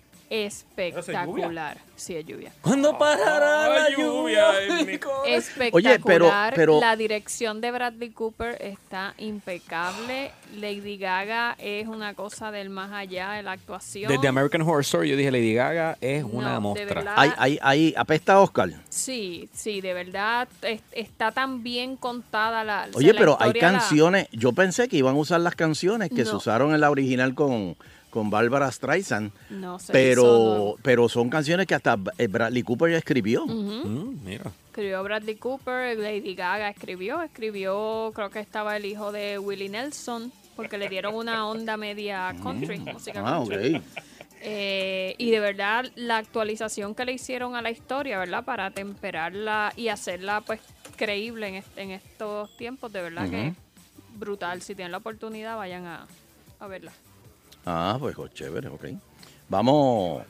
Speaker 4: espectacular. Sí, es lluvia.
Speaker 1: Cuando parará la lluvia
Speaker 2: eh.
Speaker 1: en mi
Speaker 4: Espectacular.
Speaker 3: Oye, pero- pero-
Speaker 4: La dirección de Bradley Cooper está impecable. Lady Gaga es una cosa del más allá de la actuación.
Speaker 5: Desde American Horror Story yo dije Lady Gaga es una
Speaker 4: de
Speaker 5: mostra.
Speaker 4: verdad. Ahí-
Speaker 3: apesta a Oscar.
Speaker 4: Sí, sí, de verdad es- está tan bien contada la. o sea,
Speaker 3: Oye,
Speaker 4: la
Speaker 3: pero hay
Speaker 4: historia la-
Speaker 3: canciones. Yo pensé que iban a usar las canciones que se
Speaker 4: No.
Speaker 3: usaron en la original con, con Bárbara Streisand.
Speaker 4: No se hizo, no.
Speaker 3: Pero, pero son canciones que hasta eh, Bradley Cooper ya escribió.
Speaker 4: Ujú.
Speaker 5: Mm, mira.
Speaker 4: Escribió Bradley Cooper, Lady Gaga escribió, escribió, creo que estaba el hijo de Willie Nelson, porque le dieron una onda
Speaker 3: *laughs*
Speaker 4: media country, música
Speaker 3: Mm-hmm. Ah,
Speaker 4: country.
Speaker 3: ok.
Speaker 4: Eh, y de verdad, la actualización que le hicieron a la historia, ¿verdad? Para temperarla y hacerla, pues, creíble en, est- en estos tiempos, de verdad que es
Speaker 3: Mm-hmm.
Speaker 4: brutal. Si tienen la oportunidad, vayan a, a verla.
Speaker 3: Ah, pues oh, chévere, ok. Vamos,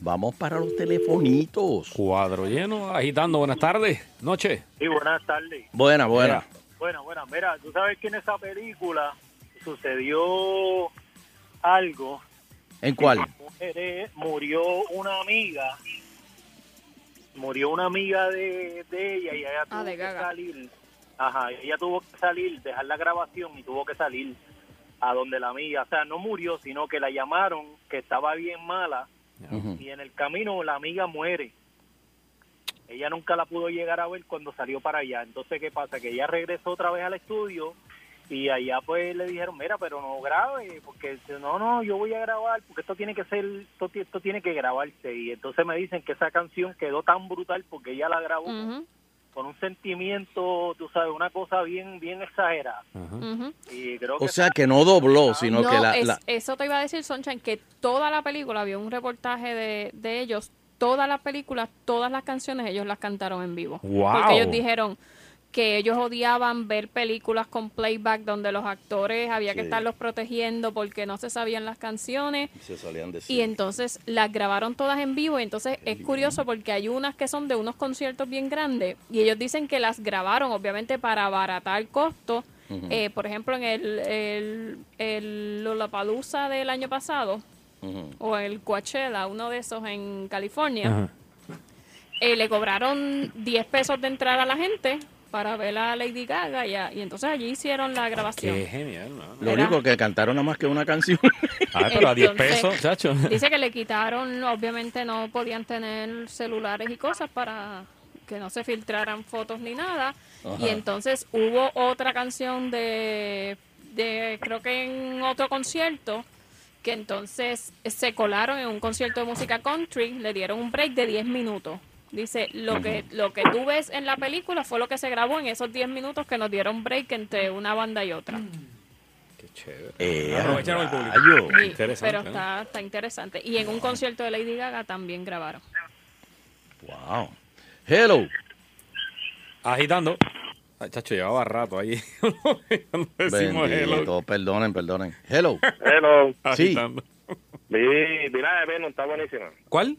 Speaker 3: vamos para los telefonitos.
Speaker 5: Cuadro lleno, agitando. Buenas tardes, noche.
Speaker 17: Sí, buenas tardes.
Speaker 3: Buena, buena.
Speaker 17: Bueno, bueno, mira, tú sabes que en esa película sucedió algo.
Speaker 3: ¿En cuál?
Speaker 17: Mujeres, Murió una amiga, murió una amiga de, de ella y ella tuvo que salir. Ajá, y ella tuvo que salir, dejar la grabación y tuvo que salir a donde la amiga, o sea, no murió, sino que la llamaron que estaba bien mala
Speaker 3: Ujú.
Speaker 17: y en el camino la amiga muere. Ella nunca la pudo llegar a ver cuando salió para allá. Entonces, ¿qué pasa? Que ella regresó otra vez al estudio y allá pues le dijeron, mira, pero no grabe, porque dice, no, no, yo voy a grabar, porque esto tiene que ser, esto, ti- esto tiene que grabarse. Y entonces me dicen que esa canción quedó tan brutal porque ella la grabó con- con un sentimiento, tú sabes, una cosa bien, bien exagerada.
Speaker 3: Mm-hmm.
Speaker 4: Mm-hmm.
Speaker 17: Y creo
Speaker 3: O
Speaker 17: que
Speaker 3: sea, que no dobló, sino
Speaker 4: no,
Speaker 3: que la...
Speaker 4: es-
Speaker 3: la-
Speaker 4: eso te iba a decir, Sunshine, que toda la película, había un reportaje de, de ellos, toda la película, todas las canciones, ellos las cantaron en vivo.
Speaker 21: Wow.
Speaker 4: Porque ellos dijeron que ellos odiaban ver películas con playback donde los actores había que
Speaker 3: Sí.
Speaker 4: estarlos protegiendo porque no se sabían las canciones.
Speaker 3: Se solían
Speaker 4: Y entonces las grabaron todas en vivo. Y entonces es curioso porque hay unas que son de unos conciertos bien grandes. Y ellos dicen que las grabaron, obviamente, para abaratar costos.
Speaker 21: Ujú.
Speaker 4: Eh, por ejemplo, en el, el, el Lollapalooza del año pasado, o el Coachella, uno de esos en California, eh, le cobraron 10 pesos de entrada a la gente para ver a Lady Gaga. Y, a- y entonces allí hicieron la grabación.
Speaker 5: Qué genial, ¿no?
Speaker 3: Lo único que cantaron nada más que una canción.
Speaker 5: *laughs* Ah, pero a 10
Speaker 4: Entonces,
Speaker 5: pesos, chacho.
Speaker 4: *laughs* Dice que le quitaron, obviamente no podían tener celulares y cosas para que no se filtraran fotos ni nada.
Speaker 21: Ajá.
Speaker 4: Y entonces hubo otra canción de, de, creo que en otro concierto, que entonces se colaron en un concierto de música country, le dieron un break de 10 minutos. Dice, lo que, lo que tú ves en la película fue lo que se grabó en esos 10 minutos que nos dieron break entre una banda y otra.
Speaker 5: Ah,
Speaker 3: Eh,
Speaker 23: Aprovecharon el público.
Speaker 3: rayo.
Speaker 4: Sí, Pero está, está interesante. Y en un concierto de Lady Gaga también grabaron.
Speaker 3: Wow. Hello.
Speaker 5: Agitando. Ay, chacho, llevaba rato ahí. *laughs* Decimos hello.
Speaker 3: Bendito, perdonen, perdonen. Hello.
Speaker 9: Hello.
Speaker 3: Sí.
Speaker 9: Vi, vi la de Venom, está buenísima.
Speaker 5: ¿Cuál?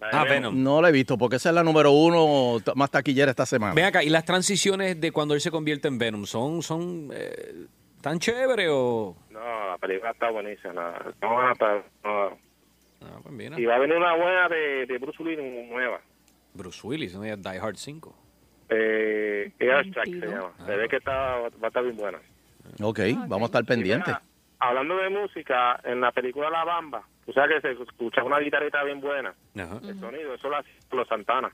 Speaker 5: Ah, Venom.
Speaker 3: No la he visto porque esa es la número uno t- más taquillera esta semana.
Speaker 5: Ven acá, ¿y las transiciones de cuando él se convierte en Venom son, son eh, tan chévere o...?
Speaker 9: No, la película está buenísima. Está buena, está- no.
Speaker 5: pues mira.
Speaker 9: Y va a venir una buena de, de Bruce Lee nueva.
Speaker 5: Bruce Willis, ¿no? Ya Die Hard 5.
Speaker 9: Eh, Airstrike se llama.
Speaker 5: Ah,
Speaker 9: Se
Speaker 5: pues.
Speaker 9: ve que está, va a estar bien buena.
Speaker 3: Ok,
Speaker 4: Ah,
Speaker 3: vamos a estar pendientes.
Speaker 9: Hablando de música, en la película La Bamba, tú sabes que se escucha una guitarrita bien buena.
Speaker 5: Ah.
Speaker 9: El sonido, eso lo hace los Santana.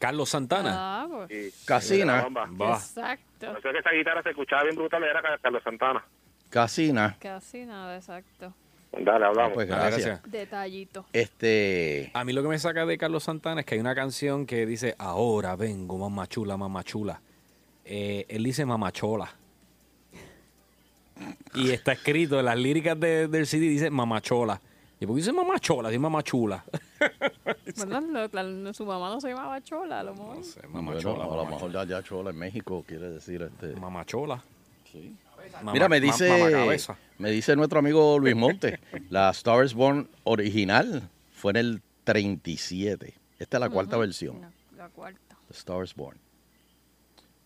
Speaker 5: Carlos Santana.
Speaker 4: Ah, pues.
Speaker 9: La
Speaker 3: Casina.
Speaker 9: Bamba.
Speaker 4: Exacto.
Speaker 9: Por eso es que esa guitarra se escuchaba bien brutal, era Car- Carlos Santana.
Speaker 3: Casina.
Speaker 4: Casi nada, exacto.
Speaker 9: Dale, hablamos.
Speaker 3: Pues gracias.
Speaker 4: Detallito.
Speaker 3: Este...
Speaker 5: Ah, A mí lo que me saca de Carlos Santana es que hay una canción que dice, ahora vengo, mamá chula, mamá chula. Eh, él dice mamachola. Y está escrito en las líricas de- del CD, dice mamachola. ¿Y por qué dice mamachola? Dice mamachula.
Speaker 4: Bueno, lo- la- su mamá no se llamaba Chola, a lo mejor.
Speaker 3: Bueno, a lo mejor ya, ya chola en México quiere decir este.
Speaker 5: Mamachola.
Speaker 3: Sí.
Speaker 5: Mama-
Speaker 3: Mira, me
Speaker 5: ma-
Speaker 3: dice,
Speaker 5: mamacabeza.
Speaker 3: me dice nuestro amigo Luis Monte, *laughs* la Star is Born original fue en el 37. Esta es la cuarta versión.
Speaker 4: La cuarta.
Speaker 3: The Star is Born.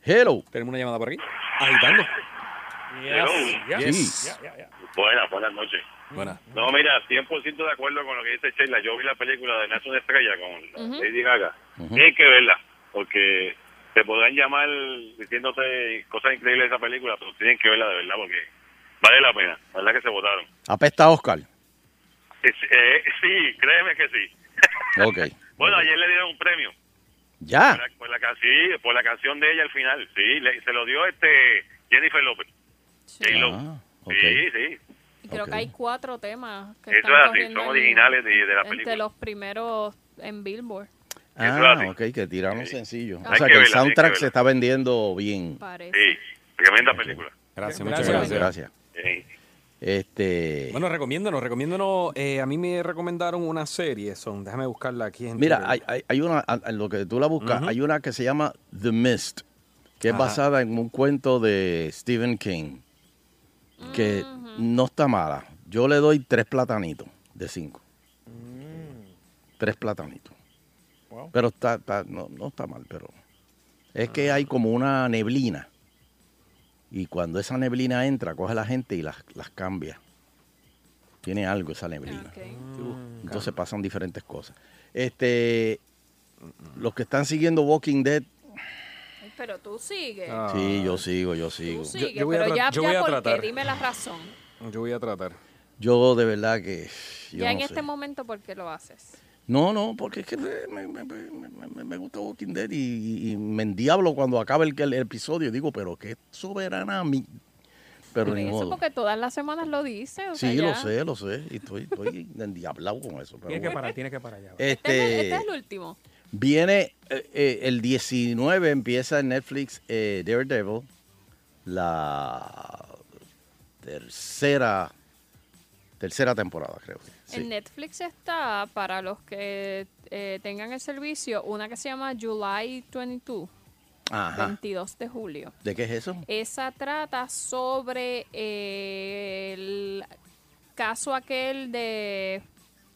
Speaker 3: Hello.
Speaker 5: Tenemos una llamada por aquí. Agitando.
Speaker 9: Buenas, buenas noches.
Speaker 5: Buena.
Speaker 12: No, mira, 100% de acuerdo con lo que dice Sheila. Yo vi la película de Nacho de Estrella con
Speaker 1: Ujú.
Speaker 12: Lady Gaga. Tienes que verla, porque te podrán llamar diciéndote cosas increíbles de esa película, pero tienen que verla de verdad, porque vale la pena. La verdad que se votaron.
Speaker 3: Apesta a Oscar.
Speaker 12: Es- eh, sí, créeme que sí.
Speaker 3: Ok.
Speaker 12: Bueno, ayer le dieron un premio.
Speaker 3: Ya.
Speaker 12: Por la, por la can- sí, por la canción de ella al final. Sí, le- se lo dio este Jennifer López. J-Lo. Sí, sí.
Speaker 4: Y creo que hay cuatro temas que
Speaker 12: Eso
Speaker 4: están
Speaker 12: es así,
Speaker 4: corriendo
Speaker 12: son
Speaker 4: en-
Speaker 12: originales de- de la película.
Speaker 4: Entre los primeros en Billboard.
Speaker 3: Ah, ok, que tiraron sencillo.
Speaker 4: Hay
Speaker 3: O sea
Speaker 4: que
Speaker 3: que
Speaker 4: verla,
Speaker 3: el
Speaker 4: hay que
Speaker 3: soundtrack
Speaker 12: verla.
Speaker 3: se está vendiendo bien.
Speaker 12: Sí, tremenda película.
Speaker 5: Gracias,
Speaker 3: muchas
Speaker 5: gracias.
Speaker 3: gracias. Este,
Speaker 5: Bueno, recomiéndanos, recomiéndanos. eh, a mí me recomendaron una serie, son, déjame buscarla aquí. en
Speaker 3: mira,
Speaker 5: Twitter.
Speaker 3: hay, hay- hay una, a- a lo que tú la buscas,
Speaker 5: Ujú.
Speaker 3: hay una que se llama The Mist, que es
Speaker 5: Ajá.
Speaker 3: basada en un cuento de Stephen King, que no está mala. Yo le doy tres platanitos de cinco. Tres platanitos.
Speaker 1: Wow.
Speaker 3: Pero está, está- no, no está mal, pero es que hay como una neblina. Y cuando esa neblina entra, coge a la gente y las, las cambia. Tiene algo esa neblina. Entonces pasan diferentes cosas. Este, los que están siguiendo Walking Dead,
Speaker 4: Ay, Pero tú sigues.
Speaker 3: sí, yo sigo, Ah. yo
Speaker 4: Ah. Tú
Speaker 3: sigo.
Speaker 4: sigues, pero ya, ya porque dime la razón.
Speaker 5: Yo voy a tratar.
Speaker 3: Yo de verdad que yo
Speaker 4: ya
Speaker 3: no
Speaker 4: en
Speaker 3: sé.
Speaker 4: este momento, ¿por qué lo haces?
Speaker 3: No, no, porque es que me, me- me- me- me- me gusta Walking Dead y, y me endiablo cuando acaba el, el episodio. Digo, pero qué soberana a mí. Pero ni
Speaker 4: eso
Speaker 3: modo.
Speaker 4: porque todas las semanas lo dices. o sea,
Speaker 3: Sí,
Speaker 4: ya.
Speaker 3: lo sé, lo sé. Y estoy, estoy *laughs* endiablado con eso. pero
Speaker 2: Tienes que
Speaker 3: bueno.
Speaker 2: parar, tienes que parar ya.
Speaker 4: Este,
Speaker 3: Este,
Speaker 4: este es el último.
Speaker 3: Viene eh, eh, el 19, empieza en Netflix eh, Daredevil, la tercera tercera temporada, creo. Sí.
Speaker 4: En Netflix está, para los que eh, tengan el servicio, una que se llama July 22,
Speaker 3: Ajá.
Speaker 4: 22 de julio.
Speaker 3: ¿De qué es eso?
Speaker 4: Esa trata sobre eh, el caso aquel de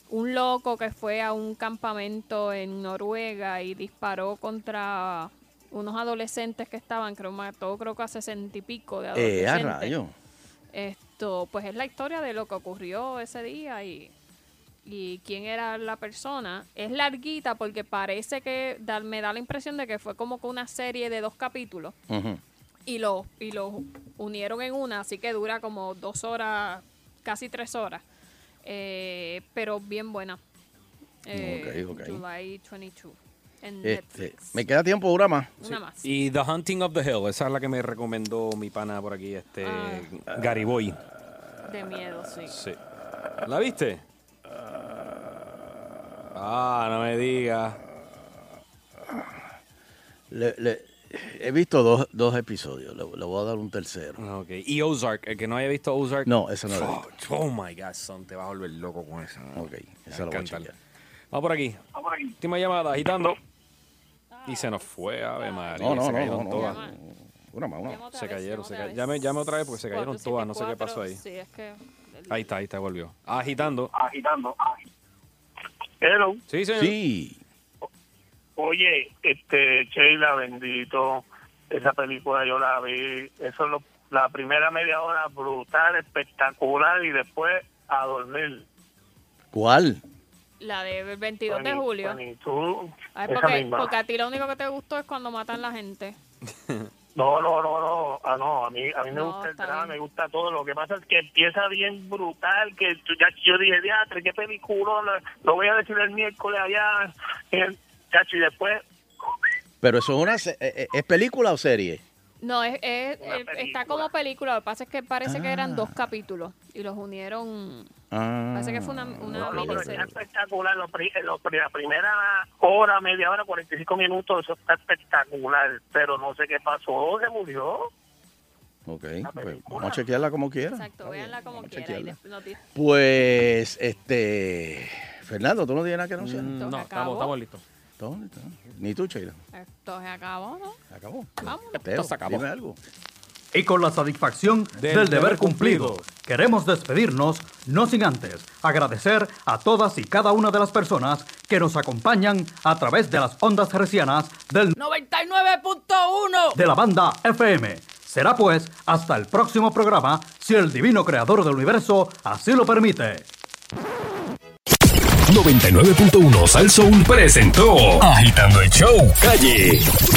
Speaker 4: un loco que fue a un campamento en Noruega y disparó contra unos adolescentes que estaban, creo, mató creo que a sesenta y pico de
Speaker 3: Eh, a
Speaker 4: adolescentes.
Speaker 3: rayo.
Speaker 4: Esto, pues es la historia de lo que ocurrió ese día y, y quién era la persona. Es larguita porque parece que da- me da la impresión de que fue como que una serie de dos capítulos
Speaker 3: Ujú.
Speaker 4: y los y los unieron en una, así que dura como dos horas, casi tres horas. Eh, pero bien buena. Eh,
Speaker 3: Ok, ok.
Speaker 4: July 22. En
Speaker 3: Este,
Speaker 4: Netflix.
Speaker 3: me queda tiempo, una más.
Speaker 4: Una más.
Speaker 5: Y The Hunting of the Hill, esa es la que me recomendó mi pana por aquí, este Gariboy.
Speaker 4: De miedo, Ah. sí.
Speaker 3: ah.
Speaker 5: Sí. ¿La viste? Ah, no me digas.
Speaker 3: Le- le- he visto dos, dos episodios, le, le voy a dar un tercero.
Speaker 5: Ok, Y Ozark, el que no haya visto Ozark.
Speaker 3: No, esa no la he
Speaker 5: Oh, Oh, my God, son, te vas a volver loco con esa.
Speaker 3: Ok,
Speaker 5: esa
Speaker 3: la voy a
Speaker 5: Vamos por aquí. Última llamada, agitando. Y se nos fue, Ave María.
Speaker 3: No, no,
Speaker 5: se
Speaker 3: no,
Speaker 5: cayeron
Speaker 3: no, no.
Speaker 5: todas.
Speaker 3: Una más, una más.
Speaker 5: Se cayeron, se cayeron. Llame, llame otra vez porque se cayeron todas, no sé qué pasó ahí.
Speaker 4: Sí, es que
Speaker 5: Ahí está, ahí está, volvió. Agitando.
Speaker 24: Agitando.
Speaker 17: Hello.
Speaker 5: Sí, señor.
Speaker 3: Sí.
Speaker 17: Oye, este, Sheila, bendito, esa película yo la vi, eso es lo- la primera media hora brutal, espectacular y después a dormir.
Speaker 3: ¿Cuál?
Speaker 4: la del 22 de julio.
Speaker 17: Tú,
Speaker 4: Ay,
Speaker 17: esa
Speaker 4: porque,
Speaker 17: misma.
Speaker 4: porque a ti lo único que te gustó es cuando matan la gente.
Speaker 17: No, no, no, no, ah, no, a mí, a mí me
Speaker 4: No,
Speaker 17: gusta el
Speaker 4: está
Speaker 17: drama,
Speaker 4: bien.
Speaker 17: me gusta todo, lo que pasa es que empieza bien brutal, que tú- ya yo dije, diatre, qué película, lo voy a decir el miércoles allá, eh, chacho, y después
Speaker 3: Pero eso es una se- eh, eh, es película o serie.
Speaker 4: No, es, es- el- está como película. Lo que pasa es que parece que eran dos capítulos y los unieron. Parece que fue una, una
Speaker 17: No, pero está
Speaker 4: miniserie.
Speaker 17: espectacular. Los pri- los pri- la primera hora, media hora, 45 minutos, eso está espectacular. Pero no sé qué pasó, se murió.
Speaker 3: Ok, pues, vamos a chequearla como quiera.
Speaker 4: Exacto, véanla como quiera. Y después nos dicen.
Speaker 3: Pues, este. Fernando, tú no tienes nada que anunciar.
Speaker 4: Mm, no, ¿Se acabó? estamos- estamos
Speaker 3: listos. Ni tú, Sheila.
Speaker 4: Esto se acabó, ¿no?
Speaker 3: Acabó.
Speaker 4: Vámonos.
Speaker 3: Pero, Dime algo.
Speaker 25: Y con la satisfacción del, deber cumplido, queremos despedirnos, no sin antes agradecer a todas y cada una de las personas que nos acompañan a través de las ondas hercianas del
Speaker 21: 99.1
Speaker 25: de la banda FM Será pues hasta el próximo programa, si el divino creador del universo así lo permite.
Speaker 5: 99.1 Sal Soul presentó Agitando el Show Calle.